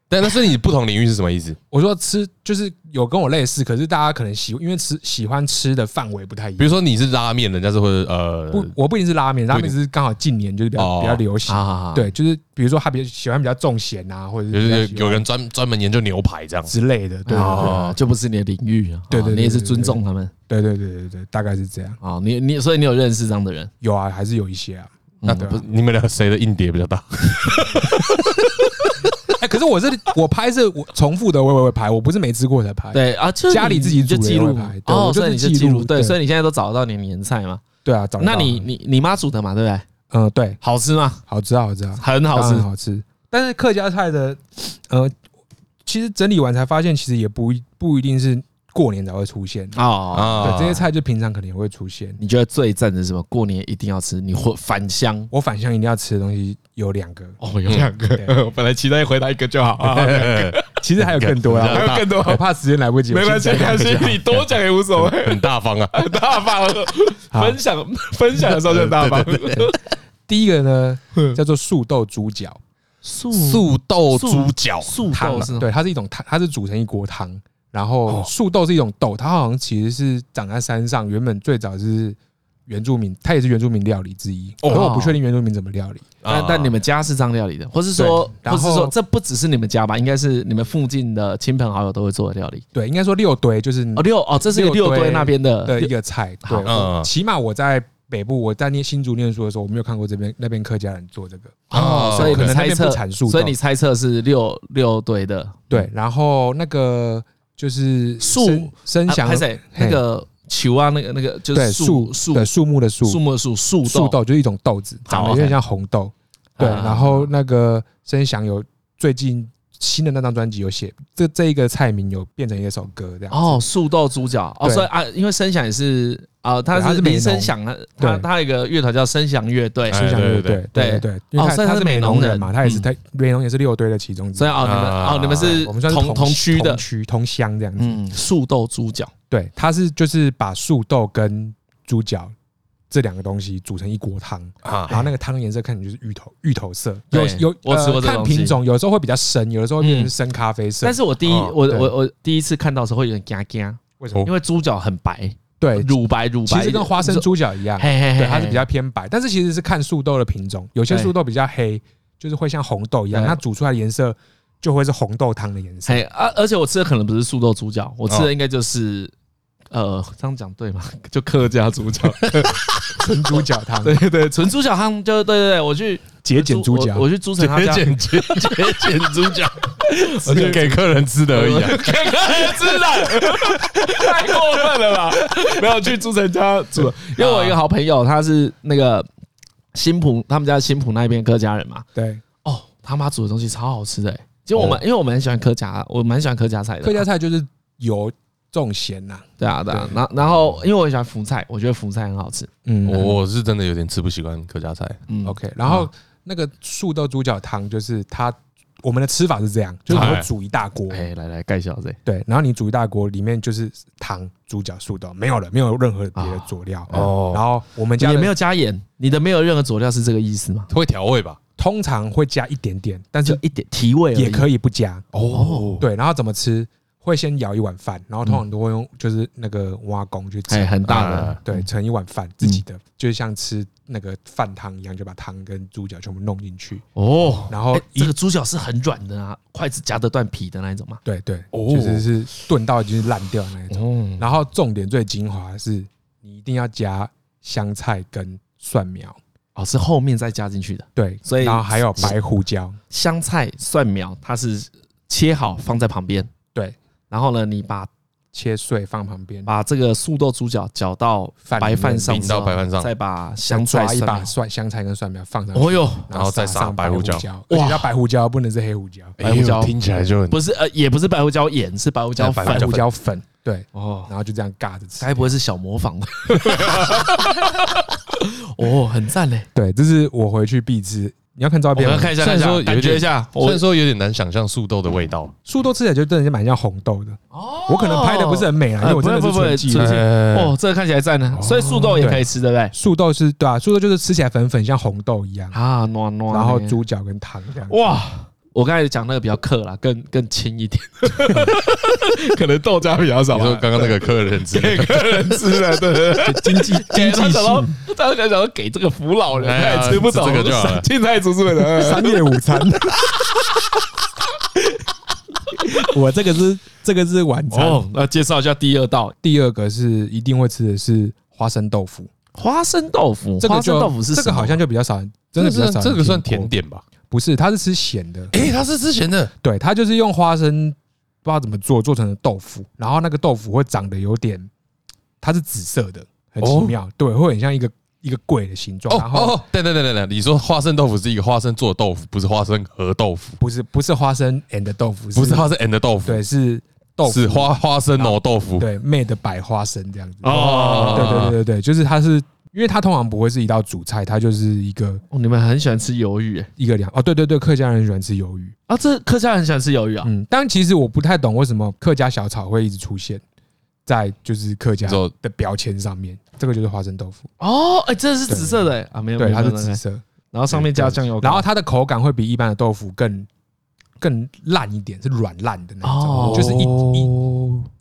Speaker 2: 但但是你不同领域是什么意思？
Speaker 6: 我说吃就是有跟我类似，可是大家可能喜因为吃喜欢吃的范围不太一
Speaker 2: 比如
Speaker 6: 样。
Speaker 2: 说你是拉面，人家是会呃，
Speaker 6: 不，我不一定是拉面，拉面是刚好近年就是比较
Speaker 2: 哦
Speaker 6: 比较流行
Speaker 5: 啊啊啊，
Speaker 6: 对，就是比如说他比较喜欢比较重咸啊，或者是
Speaker 2: 就
Speaker 6: 比较
Speaker 2: 是
Speaker 6: 喜欢
Speaker 2: 有人专专门研究牛排这样。
Speaker 6: 之类的，对
Speaker 5: 哦，就不是你的领域啊，
Speaker 6: 对对对
Speaker 5: 啊你也是
Speaker 6: 对对
Speaker 5: 尊重他们
Speaker 6: 对对对对对对，大概是这样。
Speaker 5: 啊，你你所以你有认识这样的人，
Speaker 6: 有啊，还是有一些啊。
Speaker 2: 那
Speaker 5: 嗯
Speaker 2: 不，你们俩谁的硬碟比较大？
Speaker 6: 哎，哎，可是我是我拍是我重复的，我也会拍，我不是没吃过才拍。
Speaker 5: 对啊，就是
Speaker 6: 哎家里自
Speaker 5: 你
Speaker 6: 己
Speaker 5: 就
Speaker 6: 煮的
Speaker 5: 记录
Speaker 6: 也会拍对
Speaker 5: 哦，
Speaker 6: 我就
Speaker 5: 所以
Speaker 6: 是
Speaker 5: 你就
Speaker 6: 记
Speaker 5: 记
Speaker 6: 录
Speaker 5: 录对，
Speaker 6: 对
Speaker 5: 所以你现在都找得到你的年菜嘛？
Speaker 6: 对啊，找得到
Speaker 5: 那你你你妈煮的嘛，对不对？
Speaker 6: 嗯对，
Speaker 5: 好吃吗？
Speaker 6: 好吃啊，好吃啊，
Speaker 5: 很好
Speaker 6: 当然
Speaker 5: 吃，
Speaker 6: 好吃。但是客家菜的，呃，其实整理完才发现，其实也不一不一定是过年才会出现。
Speaker 5: 哦，
Speaker 2: 啊
Speaker 6: 对，这些菜就平常可能也会出现。
Speaker 5: 你觉得最赞的是什么？过年一定要吃，你会返乡
Speaker 6: 我反向一定要吃的东西有两个，
Speaker 5: 哦，有两个
Speaker 6: 对
Speaker 2: 我本来期待回答一个就 好，啊
Speaker 6: 其实还有更多啦，
Speaker 2: 还有更多
Speaker 6: 我怕时间来不及，
Speaker 2: 没关
Speaker 6: 我
Speaker 2: 系，
Speaker 6: 先
Speaker 2: 没
Speaker 6: 讲
Speaker 2: 关
Speaker 6: 两个
Speaker 2: 系
Speaker 6: 就好，
Speaker 2: 你多讲也无所谓，很大方啊，
Speaker 5: 哎
Speaker 2: 很大方， 分享分享的时候就很大方。
Speaker 6: 第一个呢
Speaker 2: 嗯
Speaker 6: 叫做素豆猪脚，
Speaker 5: 素
Speaker 2: 素豆猪脚
Speaker 5: 素
Speaker 6: 汤
Speaker 5: 豆
Speaker 6: 啊
Speaker 5: 是吗
Speaker 6: 对，它是一种汤，它是煮成一锅汤。然
Speaker 2: 哦
Speaker 6: 后树豆是一种豆，它好像其实是长在山上，原本最早是原住民，它也是原住民料理之一。
Speaker 2: 哦
Speaker 6: 可我不确定原住民怎么料理。
Speaker 5: 但
Speaker 2: 啊
Speaker 5: 但你们家是这样料理的，或是说，
Speaker 6: 对
Speaker 5: 或
Speaker 6: 然
Speaker 5: 是
Speaker 6: 后
Speaker 5: 说，这不只是你们家吧？应该是你们附近的亲朋好友都会做的料理。
Speaker 6: 对，应该说六堆就是
Speaker 5: 哦，六哦，这是
Speaker 6: 六
Speaker 5: 六堆
Speaker 6: 堆
Speaker 5: 那边的
Speaker 6: 的一
Speaker 5: 六
Speaker 6: 个菜。
Speaker 5: 好
Speaker 6: 对，
Speaker 2: 嗯
Speaker 6: 我起码我在北部，我在念新竹念书的时候，我没有看过这边那边客家人做这个。
Speaker 5: 哦，所以
Speaker 6: 可
Speaker 5: 你
Speaker 6: 能那
Speaker 5: 猜
Speaker 6: 边
Speaker 5: 测
Speaker 6: 不产树豆
Speaker 5: 所以你猜测是六六堆的
Speaker 6: 对，然后那个就是
Speaker 5: 树
Speaker 6: 生生
Speaker 5: 啊
Speaker 6: 祥
Speaker 5: 还是谁那个球啊，那个那个就
Speaker 6: 对
Speaker 5: 是树
Speaker 6: 树
Speaker 5: 树
Speaker 6: 对树木的树
Speaker 5: 树木的树树
Speaker 6: 树
Speaker 5: 豆
Speaker 6: 豆就是一种豆子，长得有点像红豆。对，
Speaker 5: 啊
Speaker 6: 然后那个声响有最近新的那张专辑有写这这一个菜名有变成一首歌这样。
Speaker 5: 哦，树豆猪脚哦，
Speaker 6: 对
Speaker 5: 所以啊，因为声响也是啊，
Speaker 6: 对
Speaker 5: 他
Speaker 6: 它
Speaker 5: 是
Speaker 6: 是美
Speaker 5: 林声
Speaker 6: 农
Speaker 5: 响，他他
Speaker 6: 对
Speaker 5: 他有一个乐团叫声响乐队，
Speaker 2: 哎
Speaker 6: 声响
Speaker 2: 对
Speaker 6: 乐
Speaker 2: 对
Speaker 6: 队，对对对，因为
Speaker 5: 哦所以他
Speaker 6: 他他
Speaker 5: 是
Speaker 6: 是
Speaker 5: 美
Speaker 6: 美
Speaker 5: 农
Speaker 6: 农
Speaker 5: 人
Speaker 6: 人嘛，他也是
Speaker 5: 嗯
Speaker 6: 他美农也是六堆的其中之
Speaker 5: 所
Speaker 6: 一
Speaker 5: 以。哦，你们
Speaker 2: 啊
Speaker 5: 哦你们是
Speaker 6: 我们算是
Speaker 5: 同
Speaker 6: 同
Speaker 5: 区的
Speaker 6: 同，区同乡这样子。
Speaker 5: 嗯，树豆猪脚。
Speaker 6: 对，他是就是把树豆跟猪脚这两个东西煮成一锅汤，
Speaker 2: 啊
Speaker 6: 然后那个汤的颜色看起来就是芋头芋头色，
Speaker 5: 对
Speaker 6: 有有
Speaker 5: 我吃过这个
Speaker 6: 呃看
Speaker 5: 东西
Speaker 6: 品种，有时候会比较深，有的时候会变
Speaker 5: 嗯
Speaker 6: 成深咖啡色。
Speaker 5: 但是我第一，
Speaker 2: 哦
Speaker 5: 我
Speaker 6: 对
Speaker 5: 我我第一次看到的时候会有点嘎嘎，
Speaker 6: 为什么
Speaker 5: 因为猪脚很白，
Speaker 6: 对
Speaker 5: 乳白乳白，
Speaker 6: 其实跟花生，猪脚一样，
Speaker 5: 嘿嘿嘿，
Speaker 6: 对，它是比较偏白，但是其实是看树豆的品种，有些
Speaker 5: 对
Speaker 6: 树豆比较黑，就是会像红豆一样，
Speaker 5: 对
Speaker 6: 它煮出来的颜色就会是红豆汤的颜色。
Speaker 5: 嘿，而、而且我吃的可能不是素豆猪脚，我
Speaker 6: 哦
Speaker 5: 吃的应该就是、呃，这样讲对吗？ 就客家猪脚，
Speaker 6: 纯猪脚汤，
Speaker 5: 对对对，纯猪脚汤就对对对，我去
Speaker 6: 节俭猪脚
Speaker 5: 我我去猪城他
Speaker 2: 节
Speaker 5: 家，
Speaker 2: 俭节节俭猪脚，我就给客人吃的而已啊，给客人吃的，太过分了 吧？没有去朱晨家煮，
Speaker 5: 因为我有一个好朋友，他是那个新浦他们家新浦那边客家人嘛，
Speaker 6: 对，
Speaker 5: 哦，他妈煮的东西超好吃的、欸，就我们、
Speaker 2: 哦
Speaker 5: 因为我们很喜欢客家，我蛮喜欢客家菜的，
Speaker 6: 客家菜就是油重咸呐，
Speaker 5: 对啊对啊，然后然后因为我很喜欢福菜，我觉得福菜很好吃，
Speaker 6: 嗯
Speaker 2: 我我是真的有点吃不习惯客家菜，
Speaker 5: 嗯
Speaker 6: OK，然后那个树豆猪脚汤就是它。我们的吃法是这样，就是我们
Speaker 2: 哎
Speaker 6: 会煮一大锅，
Speaker 5: 哎、来来盖小子，
Speaker 6: 对，然后你煮一大锅，里面就是汤、猪脚、素豆，没有了，没有任何别的佐料。
Speaker 2: 哦
Speaker 6: 哦，然后我们
Speaker 5: 你
Speaker 6: 家
Speaker 5: 也
Speaker 6: 的
Speaker 5: 没有加盐，你的没有任何佐料是这个意思吗？
Speaker 2: 会调味吧？
Speaker 6: 通常会加一点点，但
Speaker 5: 就是一点提味而已
Speaker 6: 也可以不加。
Speaker 2: 哦，
Speaker 6: 对，然后怎么吃？会先舀一碗饭，然后通常都会用就是那个挖工去
Speaker 5: 哎，
Speaker 6: 盛，
Speaker 5: 很大的，嗯
Speaker 2: 啊
Speaker 6: 对，盛一碗饭自己的，就是像吃那个饭汤一样，就把汤跟猪脚全部弄进去，
Speaker 5: 哦，
Speaker 6: 然后
Speaker 5: 哎这个猪脚是很软的啊，筷子夹得断皮的那一种嘛。
Speaker 6: 对对，
Speaker 2: 哦
Speaker 6: 就是是炖到已经烂掉那一种。
Speaker 5: 哦，
Speaker 6: 然后重点最精华的是，你一定要加香菜跟蒜苗，
Speaker 5: 哦，是后面再加进去的。
Speaker 6: 对，
Speaker 5: 所以
Speaker 6: 然后还有白胡椒，
Speaker 5: 香菜、蒜苗，它是切好放在旁边。
Speaker 6: 对，
Speaker 5: 然后呢，你把
Speaker 6: 切碎放旁边，
Speaker 5: 把这个素豆猪脚搅到白饭上之
Speaker 2: 淋到
Speaker 5: 后，啊
Speaker 2: 白饭上
Speaker 5: 再把香
Speaker 6: 想
Speaker 5: 菜
Speaker 6: 抓一把
Speaker 5: 蒜
Speaker 6: 蒜香菜跟蒜苗放上去，
Speaker 5: 苗。哦哟，
Speaker 2: 然后再撒
Speaker 6: 上
Speaker 2: 白胡椒
Speaker 6: 椒，而且要白胡椒不能是黑胡椒，
Speaker 5: 白胡椒
Speaker 2: 哎呦听起来就很
Speaker 5: 不是呃，也不是白胡椒盐，是白胡椒
Speaker 2: 哎白胡
Speaker 5: 粉
Speaker 6: 白。
Speaker 2: 椒
Speaker 6: 胡椒粉，对，
Speaker 5: 哦，
Speaker 6: 然后就这样尬着吃。
Speaker 5: 该不会是小模仿吧？哦，很赞嘞！
Speaker 6: 对，这是我回去必吃。你要看照
Speaker 5: 我
Speaker 6: 片
Speaker 5: 们
Speaker 6: 吗，
Speaker 5: 看一下，
Speaker 2: 虽
Speaker 5: 看
Speaker 2: 然
Speaker 5: 一
Speaker 2: 说
Speaker 5: 下，
Speaker 2: 有
Speaker 5: 感觉
Speaker 2: 点
Speaker 5: 一下。
Speaker 2: 虽
Speaker 5: 我
Speaker 2: 然说有点难想象素豆的味道，
Speaker 6: 树豆吃起来就真的是蛮像红豆的。
Speaker 5: 哦
Speaker 6: 我可能拍的不是很美啊，因
Speaker 5: 哎
Speaker 6: 为我真的
Speaker 5: 不
Speaker 6: 是
Speaker 5: 会不会
Speaker 6: 纯技哎
Speaker 5: 纯技
Speaker 6: 的。
Speaker 2: 哦，
Speaker 5: 哦，这个看起来赞呢，所以素豆也可以吃，对不对？
Speaker 6: 树豆是对啊，树豆就是吃起来粉粉，像红豆一样，
Speaker 5: 啊，暖暖的，
Speaker 6: 然后猪脚跟汤这样。
Speaker 5: 哇，我刚才讲那个比较克啦，更更轻 一点，可能豆浆比较 少
Speaker 2: 你
Speaker 5: 吧。
Speaker 2: 说刚刚那个客人吃的，
Speaker 6: 是的，对对对，经济经
Speaker 5: 哎他
Speaker 6: 济
Speaker 5: 想到
Speaker 6: 性，
Speaker 5: 他想到给这个扶老人，
Speaker 2: 哎呀
Speaker 5: 他也吃不懂
Speaker 2: 这个就好了
Speaker 5: 青菜煮出来的。
Speaker 6: 商业午餐。 我这个是这个是晚餐。
Speaker 5: 哦，那介绍一下第二道
Speaker 6: 第二个是一定会吃的是花生豆腐，
Speaker 5: 花生豆腐。
Speaker 6: 这
Speaker 5: 花
Speaker 6: 个
Speaker 5: 生
Speaker 6: 就
Speaker 5: 豆腐是
Speaker 6: 这个
Speaker 5: 什么
Speaker 6: 好像就比较少人，真的比较
Speaker 2: 这
Speaker 6: 少人
Speaker 2: 这个算
Speaker 6: 听过
Speaker 2: 甜点吧？
Speaker 6: 不是，它是吃咸的。
Speaker 2: 哎，它是之前的
Speaker 6: 对，它就是用花生不知道怎么做做成了豆腐，然后那个豆腐会长得有点，它是紫色的，很奇
Speaker 2: 哦
Speaker 6: 妙，对，会很像一个一个桂的形状，
Speaker 2: 哦
Speaker 6: 然后
Speaker 2: 哦，对对对对对，你说花生豆腐是一个花生做的豆腐，不是花生和豆腐，
Speaker 6: 不是不是花生 and 豆腐，
Speaker 2: 不是花生 and 豆腐，
Speaker 6: 对是豆腐啊
Speaker 2: 是花花生哦豆腐。
Speaker 6: 对 made 白花生这样子。
Speaker 2: 哦
Speaker 6: 对对对对对，就是它是。因为它通常不会是一道主菜，它就是一个
Speaker 5: 哦，你们很喜欢吃鱿鱼、欸、
Speaker 6: 一个凉哦，对对对，客家人喜欢吃鱿鱼，
Speaker 5: 啊？这客家人很喜欢吃鱿鱼啊？
Speaker 6: 嗯，但其实我不太懂为什么客家小炒会一直出现在就是客家
Speaker 2: 你说
Speaker 6: 的标签上面，这个就是花生豆腐，
Speaker 5: 哦，哎、这是紫色的、欸、啊，没有，
Speaker 6: 对，
Speaker 5: 没有
Speaker 6: 它是
Speaker 5: 没有没
Speaker 6: 紫
Speaker 5: 有
Speaker 6: 色，
Speaker 5: 然后上面加酱油膏，
Speaker 6: 然后它的口感会比一般的豆腐更更烂一点，是软烂的那
Speaker 5: 哦
Speaker 6: 种，就是一一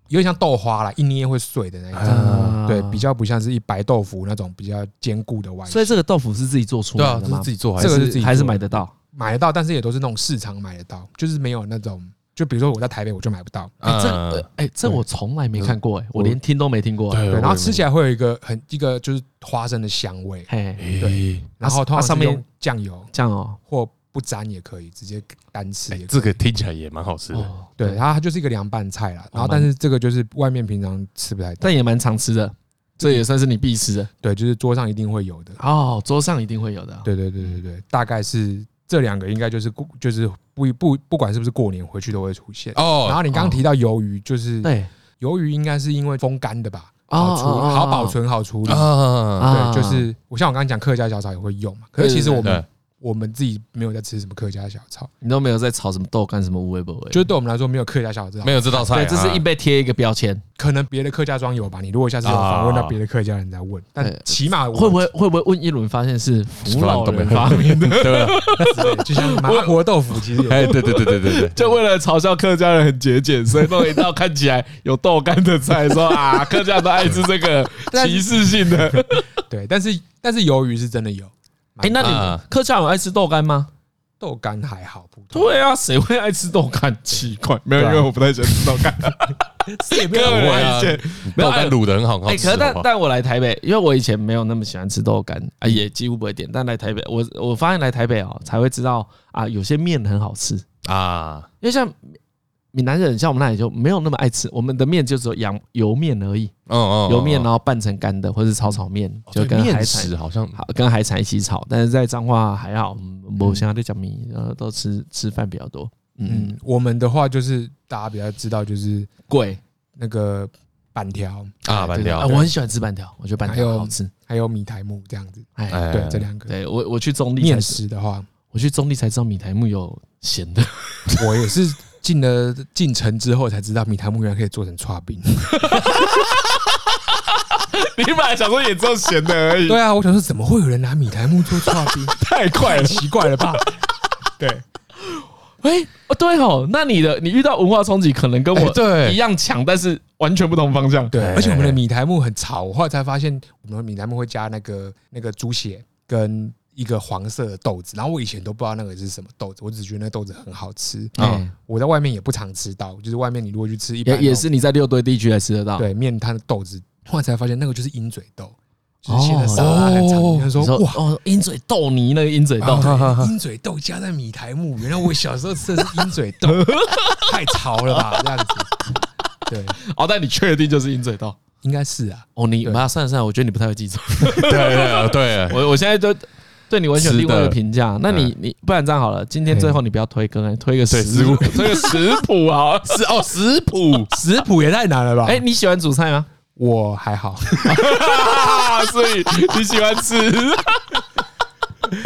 Speaker 6: 有点像豆花啦，一捏会碎的那一种，
Speaker 5: 啊
Speaker 6: 对，比较不像是一白豆腐那种比较坚固的外形
Speaker 5: 所以这个豆腐是自己做出
Speaker 2: 对啊
Speaker 5: 来，的
Speaker 2: 这
Speaker 5: 吗
Speaker 2: 是？自己做还
Speaker 5: 还
Speaker 2: 是
Speaker 6: 这个是自己
Speaker 5: 还是
Speaker 6: 做的
Speaker 5: 买得到？
Speaker 6: 买得到，但是也都是那种市场买得到，就是没有那种，就比如说我在台北我就买不到，
Speaker 5: 哎、这
Speaker 2: 嗯
Speaker 5: 个哎、这我从来没看过哎、我连听都没听过、
Speaker 2: 对
Speaker 5: 欸。
Speaker 6: 对，然后吃起
Speaker 2: 来，
Speaker 6: 来会有一个很一个就是花生的香味，
Speaker 5: 嘿，
Speaker 2: 对，
Speaker 6: 然后通常
Speaker 5: 它上面
Speaker 6: 是用酱油
Speaker 5: 这样哦、
Speaker 6: 或不沾也可以，直接单吃
Speaker 2: 哎
Speaker 6: 也可以。
Speaker 2: 这个听起来也蛮好吃的。
Speaker 5: 哦，
Speaker 6: 对，它它就是一个凉拌菜啦。然后
Speaker 5: 蛮
Speaker 6: 但是这个就是外面平常吃不太到，
Speaker 5: 但也蛮常吃的，这也算是你必吃的
Speaker 6: 对，就是桌上一定会有的。
Speaker 5: 哦，桌上一定会有的。
Speaker 6: 对对对对对，
Speaker 5: 嗯
Speaker 6: 大概是这两个应该就是过就是不不不管是不是过年回去都会出现。然
Speaker 2: 哦，
Speaker 6: 后你刚刚提到鱿鱼，就是
Speaker 5: 对
Speaker 6: 鱿鱼应该是因为风干的吧，
Speaker 5: 哦
Speaker 6: 好处
Speaker 5: 哦哦哦
Speaker 6: 好保存好处理。
Speaker 2: 啊，
Speaker 5: 啊
Speaker 6: 对，就是我像我刚刚讲客家小炒也会用嘛，可是其实
Speaker 5: 对对
Speaker 6: 我
Speaker 2: 对
Speaker 6: 们，我们自己没有在吃什么客家小炒，
Speaker 5: 你都没有在炒什么豆干什么无微不微，
Speaker 6: 就是对我们来说没有客家小炒，
Speaker 2: 没有这道菜
Speaker 5: 对，
Speaker 2: 啊，
Speaker 5: 这是一被贴一个标签。
Speaker 6: 可能别的客家庄有吧。你如果下次有访问
Speaker 2: 啊
Speaker 6: 到别的客家人再问，但
Speaker 5: 对
Speaker 6: 起码我
Speaker 5: 会不会会不会问一轮发现是福老人发明 的？
Speaker 2: 对啊，
Speaker 6: 对就像麻婆豆腐，其实也
Speaker 2: 哎，对对对对对对，
Speaker 5: 就为了嘲笑客家人很节俭，所以弄一道看起来有豆干的菜，说啊客家人都爱吃这 个歧视性的。
Speaker 6: 对，但是但是鱿鱼是真的有
Speaker 5: 哎，那
Speaker 2: 啊
Speaker 5: 你客家人爱吃豆干吗？
Speaker 6: 豆干还好，普通
Speaker 5: 对啊，谁会爱吃豆干？奇 怪， 没有，因
Speaker 6: 对啊
Speaker 5: 为我不太喜欢吃豆干。
Speaker 6: 也没
Speaker 2: 不
Speaker 6: 有
Speaker 2: 会啊，豆干卤的很好，很好
Speaker 5: 哎，
Speaker 2: 吃
Speaker 5: 可是
Speaker 2: 好
Speaker 5: 但
Speaker 2: 不好
Speaker 5: 但我来台北，因为我以前没有那么喜欢吃豆干啊，也几乎不会点。但来台北，我我发现来台北哦，才会知道啊，有些面很好吃。
Speaker 2: 啊，
Speaker 5: 因为像闽南人，像我们那里就没有那么爱吃，我们的面就只有羊油面而已，
Speaker 2: 嗯嗯，嗯
Speaker 5: 油面然后拌成干的，或是炒炒哦面，
Speaker 2: 哦
Speaker 5: 就
Speaker 2: 对
Speaker 5: 跟海
Speaker 2: 面
Speaker 5: 产
Speaker 2: 食好像
Speaker 5: 好跟海产一起炒。但是在彰化还好，嗯我现在在讲米，然后都吃吃饭比较多，嗯
Speaker 6: 嗯，，我们的话就是大家比较知道就是
Speaker 5: 贵
Speaker 6: 那个板条，
Speaker 2: 啊，
Speaker 5: 对
Speaker 2: 板
Speaker 5: 对
Speaker 2: 条
Speaker 5: 啊，我很喜欢吃板条，我觉得板
Speaker 6: 还
Speaker 5: 条
Speaker 6: 有
Speaker 5: 很好吃。
Speaker 6: 还有米苔木这样子，
Speaker 5: 哎，
Speaker 2: 哎
Speaker 6: 对，这两个
Speaker 5: 对我我去中立才
Speaker 6: 面
Speaker 5: 知，
Speaker 6: 食的话，
Speaker 5: 我去中立才知道米苔木有咸的，
Speaker 6: 我也是进了进城之后才知道米苔木原来可以做成刨 冰。
Speaker 5: 你本来想说也只有咸的而 已，
Speaker 6: 对啊，我想说怎么会有人拿米苔木做刨 冰？
Speaker 5: 太快了。
Speaker 6: 奇怪了 吧？对，
Speaker 5: 哎，哦对哦，那你的你遇到文化冲击可能跟
Speaker 2: 哎
Speaker 5: 我
Speaker 2: 对
Speaker 5: 一样强，但是完全不同方向。
Speaker 6: 对，而且我们的米苔木很潮，我后来才发现，我们的米苔木会加那个那个猪血跟一个黄色的豆子，然后我以前都不知道那个是什么豆子，我只觉得那豆子很好吃。
Speaker 5: 嗯
Speaker 6: 我在外面也不常吃到，就是外面你如果去吃一
Speaker 5: 也
Speaker 6: 般那种
Speaker 5: 也是你在六堆地区才吃得到。，
Speaker 6: 对面摊的豆子，后来才发现那个就是鹰嘴豆，就是现在
Speaker 5: 哦
Speaker 6: 沙拉很常见，他
Speaker 5: 你说
Speaker 6: 说哇。
Speaker 5: 哦，鹰嘴豆泥那个鹰嘴豆，
Speaker 6: 啊对鹰嘴豆加在米苔木，原来我小时候吃的是鹰嘴 豆，太潮了吧？这样子，对，
Speaker 5: 哦，但你确定就是鹰嘴豆？
Speaker 6: 应该是啊。
Speaker 5: 哦，你
Speaker 6: 对
Speaker 5: 妈算了算了，我觉得你不太会记住。
Speaker 2: 对对 对对，
Speaker 5: 我我现在就对你完全有另外一
Speaker 2: 吃
Speaker 5: 个
Speaker 2: 的
Speaker 5: 评价。那你你不然这样好了，今天最后你不要推歌，推个
Speaker 2: 对
Speaker 5: 食物，
Speaker 2: 食
Speaker 5: 推个食谱啊。
Speaker 2: 是哦，食 谱
Speaker 6: 食谱也太难了吧？
Speaker 5: 哎，你喜欢煮菜吗？
Speaker 6: 我还 好，
Speaker 5: 啊，所以你喜欢 吃
Speaker 6: 对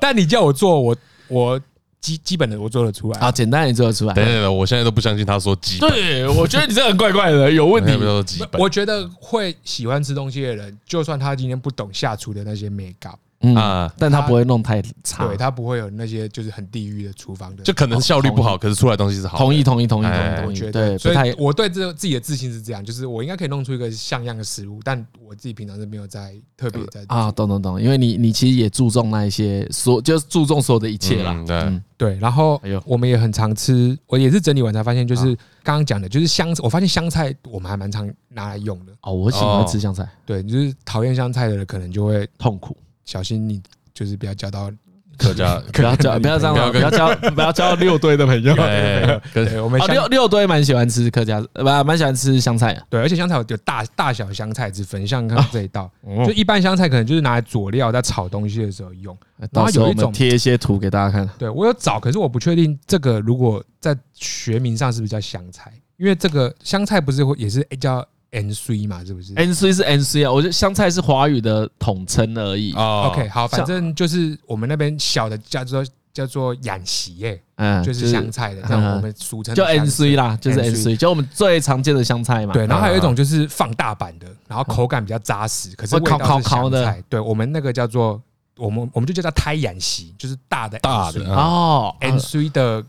Speaker 6: 但你叫我做，我我基基本的我做得出来
Speaker 5: 啊？简单也做得出 来
Speaker 2: 等。等等，我现在都不相信他说鸡本，
Speaker 5: 对，我觉得你这很怪怪的，有问
Speaker 2: 他
Speaker 5: 题
Speaker 2: 不。说鸡本
Speaker 6: 我觉得会喜欢吃东西的人，就算他今天不懂下厨的那些美感，
Speaker 5: 嗯，
Speaker 2: 啊，
Speaker 5: 但他不会弄太差
Speaker 6: 对。他不会有那些就是很地狱的厨房的。
Speaker 2: 就可能效率不好，可是出来东西是好的。
Speaker 5: 同意，同意，同意，同意，
Speaker 2: 哎
Speaker 5: 同
Speaker 6: 我
Speaker 5: 意。
Speaker 6: 觉
Speaker 5: 对，
Speaker 6: 得，
Speaker 5: 不
Speaker 6: 所
Speaker 5: 太
Speaker 6: 以我对这自己的自信是这样，就是我应该可以弄出一个像样的食物，但我自己平常是没有在特别在
Speaker 5: 啊，懂懂懂，因为你你其实也注重那一些所，就是注重所有的一切啦。
Speaker 2: 嗯对
Speaker 5: 嗯
Speaker 6: 对，然后
Speaker 5: 哎呦
Speaker 6: 我们也很常吃，我也是整理完才发现，就是刚刚讲的，就是香，我发现香菜我们还蛮常拿来用的。
Speaker 5: 哦，我喜欢吃香菜，
Speaker 6: 对，就是讨厌香菜的人可能就会
Speaker 5: 痛苦。
Speaker 6: 小心你就是不要交到
Speaker 2: 客家
Speaker 5: 不要 交，不要这样了，
Speaker 2: 不
Speaker 5: 不
Speaker 2: 要
Speaker 5: 要交，不要交六堆的朋 友。
Speaker 2: 哎，跟
Speaker 6: 对，我哦们
Speaker 5: 啊，
Speaker 6: 香
Speaker 5: 六六堆蛮喜欢吃客家，呃不，蛮喜欢吃香菜啊。
Speaker 6: 对，而且香菜有有大大小香菜之分，像刚刚这一道，就一般香菜可能就是拿来佐料，在炒东西的时候用。
Speaker 5: 哎到时候
Speaker 6: 有
Speaker 5: 我
Speaker 6: 一种
Speaker 5: 们贴一些图给大家看。
Speaker 6: 对我有找，可是我不确定这个如果在学名上是不是叫香菜，因为这个香菜不是会也是叫 N C 嘛，是不是
Speaker 5: N C 是 N C 啊，我觉得香菜是华语的统称而已。
Speaker 2: 哦
Speaker 6: OK，好，反正就是我们那边小的叫做叫做养席耶，
Speaker 5: 嗯，
Speaker 6: 啊就是香菜的，这样我们俗称
Speaker 5: 就
Speaker 6: 的香
Speaker 5: N C 啦，就是 N
Speaker 6: NC
Speaker 5: C，就我们最常见的香菜嘛。
Speaker 6: 对，然后还有一种就是放大版的，然后口感比较扎实，可是味
Speaker 5: 会烤
Speaker 6: 道
Speaker 5: 烤
Speaker 6: 是香
Speaker 5: 烤的
Speaker 6: 菜。对我们那个叫做我们我们就叫它胎眼席，就是大的
Speaker 2: 大的
Speaker 6: NC
Speaker 2: 啊
Speaker 5: 哦
Speaker 6: N C 的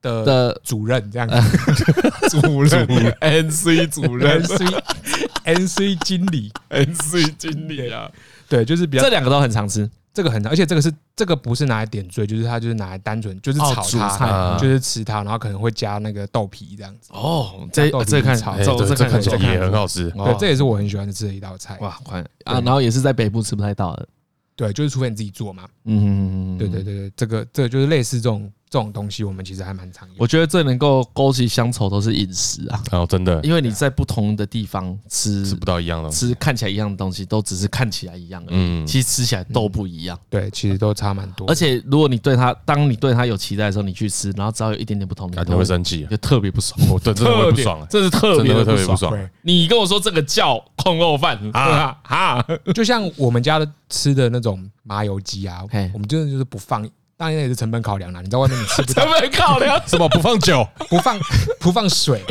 Speaker 6: 的
Speaker 5: 的
Speaker 6: 主任这样 子
Speaker 2: 嗯主任 N C 主
Speaker 6: ，N C N C 经理，
Speaker 2: N C 经理啊，
Speaker 6: 对，就是比较
Speaker 5: 这两个都很常吃。
Speaker 6: 这个很，而且这个是这个不是拿来点缀，就是它就是拿来单纯就是
Speaker 5: 哦
Speaker 6: 炒
Speaker 5: 煮
Speaker 6: 它，
Speaker 5: 菜
Speaker 6: 嗯就是吃它，然后可能会加那个豆皮这样子。
Speaker 5: 哦，这
Speaker 6: 豆皮
Speaker 5: 这看
Speaker 6: 炒
Speaker 2: 哎对
Speaker 5: 这
Speaker 2: 这
Speaker 5: 看
Speaker 2: 看
Speaker 5: 起
Speaker 2: 起
Speaker 5: 来
Speaker 2: 来也很哦好吃，
Speaker 6: 对，这也是我很喜欢吃的一道菜。
Speaker 5: 哇，快啊！然后也是在北部吃不太到的。
Speaker 6: 对，就是除非你自己做嘛。
Speaker 5: 嗯，
Speaker 6: 对对对对，这个这个就是类似这种这种东西，我们其实还蛮常用。
Speaker 5: 我觉得最能够勾起乡愁都是饮食啊，
Speaker 2: 哦，真的
Speaker 5: 因为你在不同的地方吃
Speaker 2: 吃不到一样的东西，
Speaker 5: 吃看起来一样的东西，都只是看起来一样而已，
Speaker 2: 嗯，
Speaker 5: 其实吃起来都不一样。
Speaker 6: 对，其实都差蛮多。
Speaker 5: 而且如果你对它，当你对它有期待的时候，你去吃，然后只要有一点点不同，你
Speaker 2: 感
Speaker 5: 都
Speaker 2: 觉会生气
Speaker 5: 你，就特别不爽，
Speaker 2: 我哦对真的会不爽，啊
Speaker 5: 这是特
Speaker 2: 真
Speaker 5: 别
Speaker 2: 的会
Speaker 5: 的
Speaker 2: 特别不
Speaker 5: 不爽。
Speaker 2: 爽
Speaker 6: 对，
Speaker 5: 你跟我说这个叫控肉饭啊 哈，
Speaker 6: 就像我们家的吃的那种麻油鸡啊
Speaker 5: 嘿，
Speaker 6: 我们真的就是不放，当然也是成本考量啦。你在外面你吃不
Speaker 5: 成
Speaker 6: 到，
Speaker 5: 本考量。
Speaker 2: 什么不放酒，
Speaker 6: 不放不放水，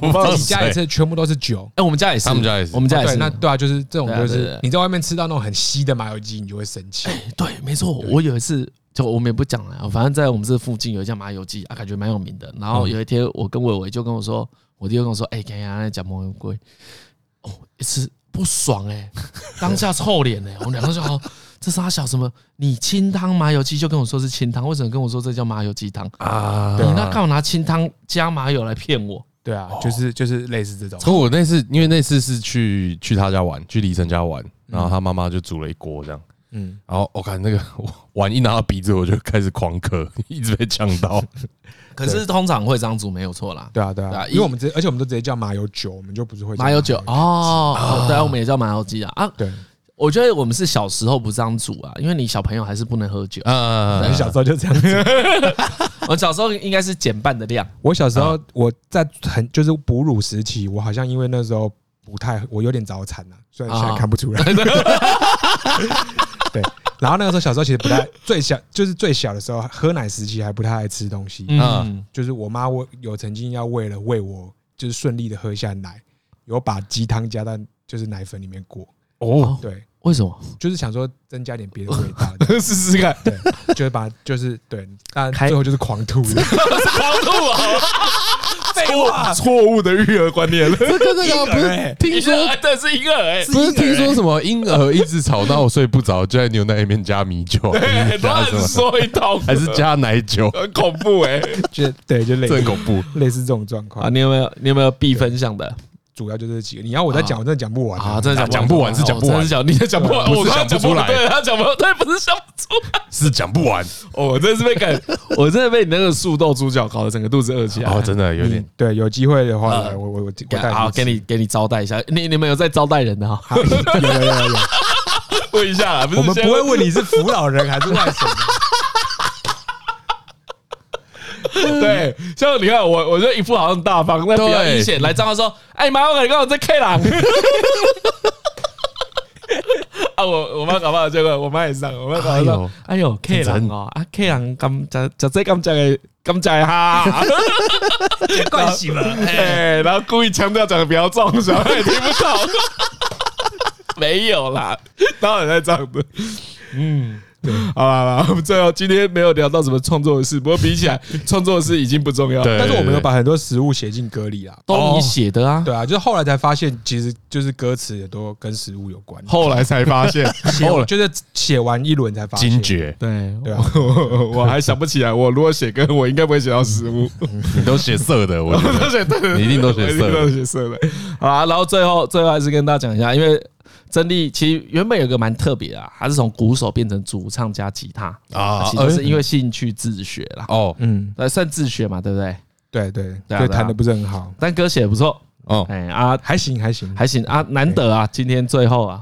Speaker 2: 不放
Speaker 6: 自己家里
Speaker 2: 水
Speaker 6: 吃的全部都是酒。
Speaker 5: 哎，我们家也是，
Speaker 2: 他们家也是
Speaker 5: 我们家也
Speaker 6: 对，
Speaker 5: 是。
Speaker 6: 那对啊，就是这种
Speaker 5: 对啊
Speaker 6: 就
Speaker 5: 对
Speaker 6: 是
Speaker 5: 对对
Speaker 6: 你在外面吃到那种很稀的麻油鸡，你就会生气。
Speaker 5: 对，没错，我有一次就我们也不讲了，反正在我们这附近有一家麻油鸡啊，感觉蛮有名的。然后有一天我跟伟伟就跟我说，我弟就跟我说，哎、看一下那讲魔油龟，哦，一吃不爽哎、当下臭脸哎、我们两个就好。这是他小什么？你清汤麻油鸡就跟我说是清汤，为什么跟我说这叫麻油鸡汤？
Speaker 2: 啊
Speaker 5: 你那干嘛拿清汤加麻油来骗我？
Speaker 6: 对啊，就是就是类似这种。
Speaker 2: 可我那次，因为那次是去去他家玩，去黎晨家玩，然后他妈妈就煮了一锅这样，
Speaker 6: 嗯，
Speaker 2: 然后我看那个我碗一拿到鼻子，我就开始狂咳，一直被呛到。
Speaker 5: 可是通常会这样煮没有错啦，
Speaker 6: 对啊对
Speaker 5: 对啊
Speaker 6: 啊，因为我们直接，而且我们都直接叫麻油酒，我们就不是会叫
Speaker 5: 麻油酒哦，哦对啊，我们也叫麻油鸡啊啊，
Speaker 6: 对，
Speaker 5: 我觉得我们是小时候不这样煮啊，因为你小朋友还是不能喝 酒。嗯
Speaker 2: 啊
Speaker 6: 很小时候就这样子。
Speaker 5: 我小时候应该是减半的量，
Speaker 6: 我小时候
Speaker 5: 嗯
Speaker 6: 我在很就是哺乳时期，我好像因为那时候不太，我有点早产了、虽然现在看不出来。
Speaker 5: 啊
Speaker 6: 对，然后那个时候小时候其实不太最小，就是最小的时候喝奶时期还不太爱吃东西，
Speaker 5: 嗯，
Speaker 6: 就是我妈我有曾经要为了喂我就是顺利的喝下奶，有把鸡汤加到就是奶粉里面过，
Speaker 5: 哦，
Speaker 6: 对，
Speaker 5: 为什么？
Speaker 6: 就是想说增加点别的味 道，这样
Speaker 5: 试试看，
Speaker 6: 对，就是把就是对，但
Speaker 5: 开
Speaker 6: 最后就是狂吐 的。
Speaker 5: 狂吐啊！
Speaker 2: 错误的育儿观念，这个这个不是听
Speaker 5: 你
Speaker 2: 说
Speaker 5: 说这是一个哎，
Speaker 2: 不是听说什么婴儿一直吵到睡不着，就在牛奶里面加米酒，还是加什
Speaker 5: 乱
Speaker 2: 么
Speaker 5: 说一通，
Speaker 2: 还是加奶酒，
Speaker 5: 很恐怖哎。
Speaker 6: 就对，就类
Speaker 2: 这很
Speaker 6: 似
Speaker 2: 恐怖。
Speaker 6: 类似这种状况
Speaker 5: 啊，你有没有你有没有必分享的
Speaker 6: 主要就这几个。你要我再讲，我真的讲不完
Speaker 5: 啊？真的
Speaker 2: 讲不完是讲不完
Speaker 5: 哦真的讲你也讲不完，
Speaker 2: 不是
Speaker 5: 我刚刚
Speaker 2: 讲不出来
Speaker 5: 对他讲不完，对，不是想出来。
Speaker 2: 是讲不完
Speaker 5: 哦我真的是被感，我真的被你那个素豆猪脚搞得整个肚子饿起来
Speaker 2: 哦，。真的有点
Speaker 6: 你对，有机会的话，
Speaker 5: 啊
Speaker 6: 我我我我
Speaker 5: 给
Speaker 6: 带
Speaker 5: 好，给
Speaker 6: 你
Speaker 5: 你给你招待一下，你你们有在招待人的哈？
Speaker 6: 去吃。有有有有有，
Speaker 5: 问一下啦，不是
Speaker 6: 我们
Speaker 5: 现
Speaker 6: 不
Speaker 5: 在
Speaker 6: 会问你是扶老人还是 外省人。
Speaker 5: 对，像你看我，我就一副好像大方，但比较阴险。来张浩说：“哎，妈，我你看我在 K 狼。” 啊，我我妈搞不好结果我妈也上，我妈搞不好说：“哎呦，K 狼哦，啊 K 狼咁就就这咁就嘅咁就哈，惯习 了。”哎，然后故意强调讲的比较重，小孩也听不懂。 没有啦，当然在这样的。嗯，好啦好啦，我 们最后今天没有聊到什么创作的事，不过比起来，创作的事已经不重要了。
Speaker 2: 对
Speaker 6: 但是我们有把很多食物写进歌里啦。
Speaker 5: 都你写的啊。
Speaker 6: 对啊，就是后来才发现，其实就是歌词也都跟食物有关。
Speaker 2: 后来才发现，后来
Speaker 6: 就是写完一轮才发现，
Speaker 2: 惊觉，
Speaker 5: 对，
Speaker 6: 对啊，
Speaker 5: 我哦 我还想不起来，我如果写歌，我应该不会写到 食物，
Speaker 2: 你都写色的，我觉
Speaker 5: 我
Speaker 2: 得
Speaker 5: 都写对，
Speaker 2: 你一定都写
Speaker 5: 我一
Speaker 2: 色
Speaker 5: 定
Speaker 2: 的
Speaker 5: 都写色的。好啊，然后最后最后还是跟大家讲一下，因为曾丽其实原本有个蛮特别的啊，他是从鼓手变成主唱加吉他
Speaker 2: 啊
Speaker 5: 啊，其实都是因为兴趣自学啦，
Speaker 2: 哦
Speaker 6: 嗯，
Speaker 5: 来算自学嘛，对不对？
Speaker 6: 对对，
Speaker 5: 对啊
Speaker 6: 所以
Speaker 5: 对啊
Speaker 6: 弹的不是很好，
Speaker 5: 但歌写得不错，
Speaker 2: 哦，
Speaker 5: 哎啊，
Speaker 6: 还行还行，
Speaker 5: 还行啊，难得啊，今天最后啊，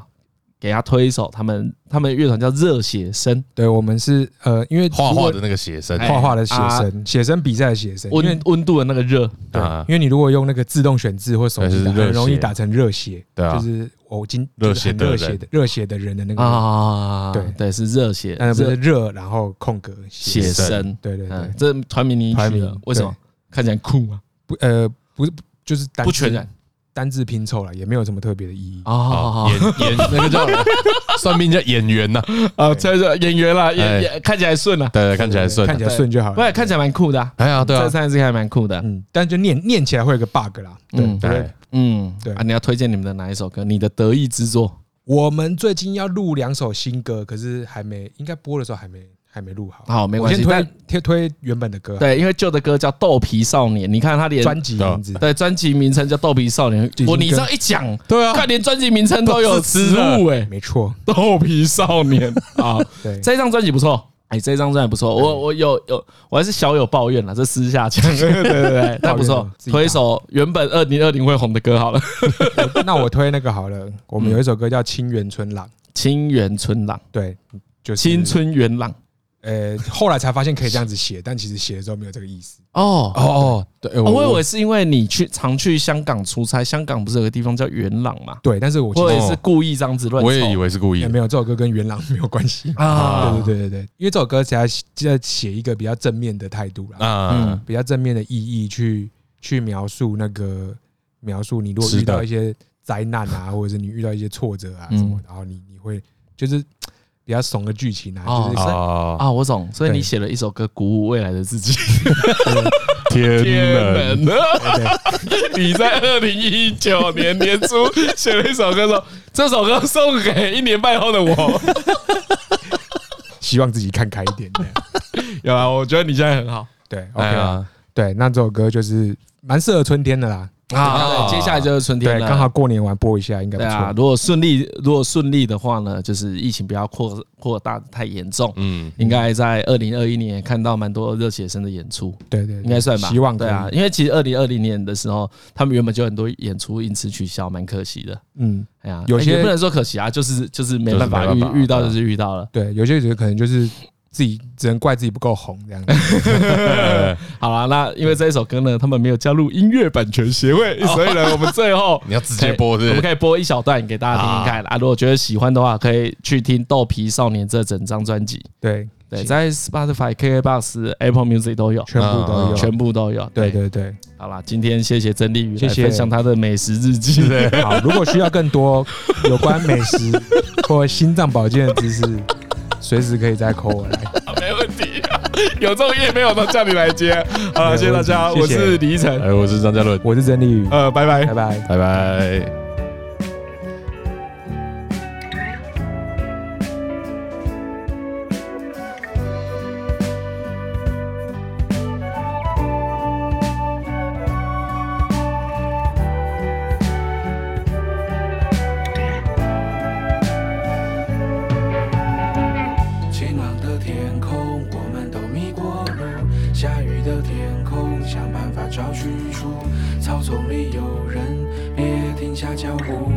Speaker 5: 给他推一首他们他们乐团叫热血生，
Speaker 6: 对我们是呃，因为
Speaker 2: 画
Speaker 6: 如
Speaker 2: 画
Speaker 6: 果
Speaker 2: 的那个写生
Speaker 5: 哎
Speaker 6: 画画的写
Speaker 5: 啊
Speaker 6: 生，写生比赛的写生，因为
Speaker 5: 温温度的那个热，
Speaker 6: 对
Speaker 2: 啊，
Speaker 6: 因为你如果用那个自动选字或手
Speaker 2: 对
Speaker 6: 机
Speaker 2: 是
Speaker 6: 打，
Speaker 2: 热
Speaker 6: 很容易
Speaker 2: 血
Speaker 6: 打成热血，
Speaker 2: 对啊
Speaker 6: 就是我今
Speaker 2: 热
Speaker 6: 就是
Speaker 2: 血
Speaker 6: 很
Speaker 2: 的
Speaker 6: 热
Speaker 2: 人
Speaker 6: 血的热血的人的那个热，
Speaker 5: 啊，
Speaker 6: 对
Speaker 5: 对，是热血
Speaker 6: 但是不是
Speaker 5: 热
Speaker 6: 热，然后空格
Speaker 5: 血
Speaker 6: 写，
Speaker 5: 生，
Speaker 6: 对对对
Speaker 5: 嗯，，这团名你
Speaker 6: 排
Speaker 5: 取
Speaker 6: 名
Speaker 5: 的，为什么？看起来很酷吗？
Speaker 6: 不呃不是就是单
Speaker 5: 不
Speaker 6: 字
Speaker 5: 全然
Speaker 6: 单字拼凑了，也没有什么特别的意义。
Speaker 5: 哦
Speaker 2: 哦，，演演 那个叫算命叫演员呐，
Speaker 5: 啊，这个演员啦，
Speaker 2: 哎
Speaker 5: 演演看起来顺
Speaker 6: 啊
Speaker 5: 了，
Speaker 2: 对，看起来顺，啊
Speaker 6: 看起来顺就好
Speaker 5: 嗯不
Speaker 6: 了。
Speaker 5: 然看起来蛮酷的啊，
Speaker 2: 哎呀，对啊
Speaker 5: 这，三个字还蛮酷的，
Speaker 6: 嗯，但就念念起来会有个 bug 啦。对，
Speaker 5: 嗯
Speaker 2: 哎，
Speaker 5: 嗯，
Speaker 6: 对
Speaker 5: 啊，你要推荐你们的哪一首歌？你的得意之作
Speaker 6: 我们最近要录两首新歌，可是还没，应该播的时候还没还没录好。
Speaker 5: 好啊没
Speaker 6: 我
Speaker 5: 关系
Speaker 6: 先
Speaker 5: 但
Speaker 6: 推推推原本的歌好了，
Speaker 5: 对，因为旧的歌叫《豆皮少年》，你看他连
Speaker 6: 专辑名字。
Speaker 5: 对，专辑名称叫《逗比少年》。我
Speaker 6: 已
Speaker 5: 你
Speaker 6: 经跟
Speaker 5: 这样一讲，
Speaker 2: 对啊
Speaker 5: 看连专辑名称都有失
Speaker 2: 都
Speaker 5: 误哎，
Speaker 6: 没错，
Speaker 5: 《逗比少 年》啊，
Speaker 6: 对，
Speaker 5: 这张专辑不错，哎，这张专辑不错，我我有有，我还是小有抱怨了，这私下 讲，对对对，但不
Speaker 6: 抱
Speaker 5: 错
Speaker 6: 怨，自己打
Speaker 5: 推一首原本二零二零会红的歌好了，《
Speaker 6: 那我推那个好了。我
Speaker 5: 嗯
Speaker 6: 们有一首歌叫《清源春朗》，
Speaker 5: 清源春朗》，
Speaker 6: 对，就是
Speaker 5: 青。春元朗，
Speaker 6: 呃，后来才发现可以这样子写，但其实写的时候没有这个意思。
Speaker 5: 哦。
Speaker 2: 哦，对，
Speaker 5: 我以为是因为你去常去香港出差，香港不是有个地方叫元朗嘛？
Speaker 6: 对，但是我其
Speaker 5: 我
Speaker 6: 实
Speaker 5: 也是故意这样子乱凑，
Speaker 2: 我也以为是故意
Speaker 6: 也
Speaker 2: 的
Speaker 6: 没有这首歌跟元朗 没有关系。
Speaker 5: 啊，
Speaker 6: 对对对对对，因为这首歌才在写一个比较正面的态度啦，
Speaker 5: 嗯
Speaker 2: 啊，
Speaker 6: 比较正面的意义去去描述那个描述你如果
Speaker 2: 是的
Speaker 6: 遇到一些灾难啊，或者是你遇到一些挫折啊
Speaker 5: 嗯
Speaker 6: 什么，然后你你会就是比较怂的剧情啊，
Speaker 5: 哦
Speaker 6: 就是
Speaker 2: 哦，
Speaker 5: 啊，我懂，所以你
Speaker 6: 对
Speaker 5: 写了一首歌鼓舞未来的自己。
Speaker 2: 天
Speaker 5: 天
Speaker 2: 冷，
Speaker 5: 门，你在二零一九年年初写了一首歌说，这首歌送给一年半后的 我。
Speaker 6: 希望自己看开一点。这样
Speaker 5: 有啊，我觉得你现在很好
Speaker 6: 对，OK，
Speaker 2: 哎
Speaker 6: 啊
Speaker 2: 呀，
Speaker 6: 对，那这首歌就是蛮适合春天的啦。
Speaker 5: 啊。对接下来就是春天
Speaker 6: 对，
Speaker 5: 了，
Speaker 6: 刚好过年完播一下，应该不
Speaker 5: 对啊。
Speaker 6: 错。
Speaker 5: 如果顺利，如果顺利的话呢，就是疫情不要扩扩大得太严重。
Speaker 2: 嗯，
Speaker 5: 应该在二零二一年看到蛮多热血生的演出，
Speaker 6: 对对，对
Speaker 5: 应该算吧？
Speaker 6: 希望可
Speaker 5: 对
Speaker 6: 以
Speaker 5: 啊，，因为其实二零二零年的时候，他们原本就很多演出因此取消，蛮可惜的。
Speaker 6: 嗯，
Speaker 5: 哎呀，
Speaker 6: 有
Speaker 5: 哎
Speaker 6: 些
Speaker 5: 也不能说可惜啊，就是就是没
Speaker 2: 就是
Speaker 5: 办法
Speaker 2: 没办法
Speaker 5: 遇遇到
Speaker 2: 对啊
Speaker 5: 就是遇到 了。
Speaker 6: 对，有些人可能就是自己只能怪自己不够红 这样子。
Speaker 5: 好啦，那因为这一首歌呢，他们没有加入音乐版权协
Speaker 6: 哦
Speaker 5: 会，所以呢，我们最 后
Speaker 2: 你要直接播
Speaker 5: 我
Speaker 2: 是
Speaker 5: 们
Speaker 2: 不是？
Speaker 5: 可以播一小段给大家听听看啊。如果觉得喜欢的话，可以去听《豆皮少年》这整张专辑，
Speaker 6: 对，
Speaker 5: 对，在 Spotify、KKBox、Apple Music 都有，
Speaker 6: 全部都有，
Speaker 5: 嗯全部都有。
Speaker 6: 对，对对。
Speaker 5: 好啦，今天谢谢曾丽宇
Speaker 6: 谢
Speaker 5: 来
Speaker 6: 谢
Speaker 5: 分享她的美食日记。
Speaker 6: 好，如果需要更多有关美食或心脏保健的知识，随时可以再 call 我来。
Speaker 5: 没问题，啊有这种业没有都叫你来接。好，谢谢大家，
Speaker 6: 没
Speaker 5: 我
Speaker 6: 问题谢谢
Speaker 5: 是李依晨，
Speaker 2: 哎，我是张嘉伦，
Speaker 6: 我是 曾丽宇，
Speaker 5: 呃，拜拜
Speaker 6: 拜。拜。
Speaker 2: 拜拜。
Speaker 4: 晴朗的天空，我们都迷过路；下雨的天空，想办法找去处。草丛里有人，别停下脚步。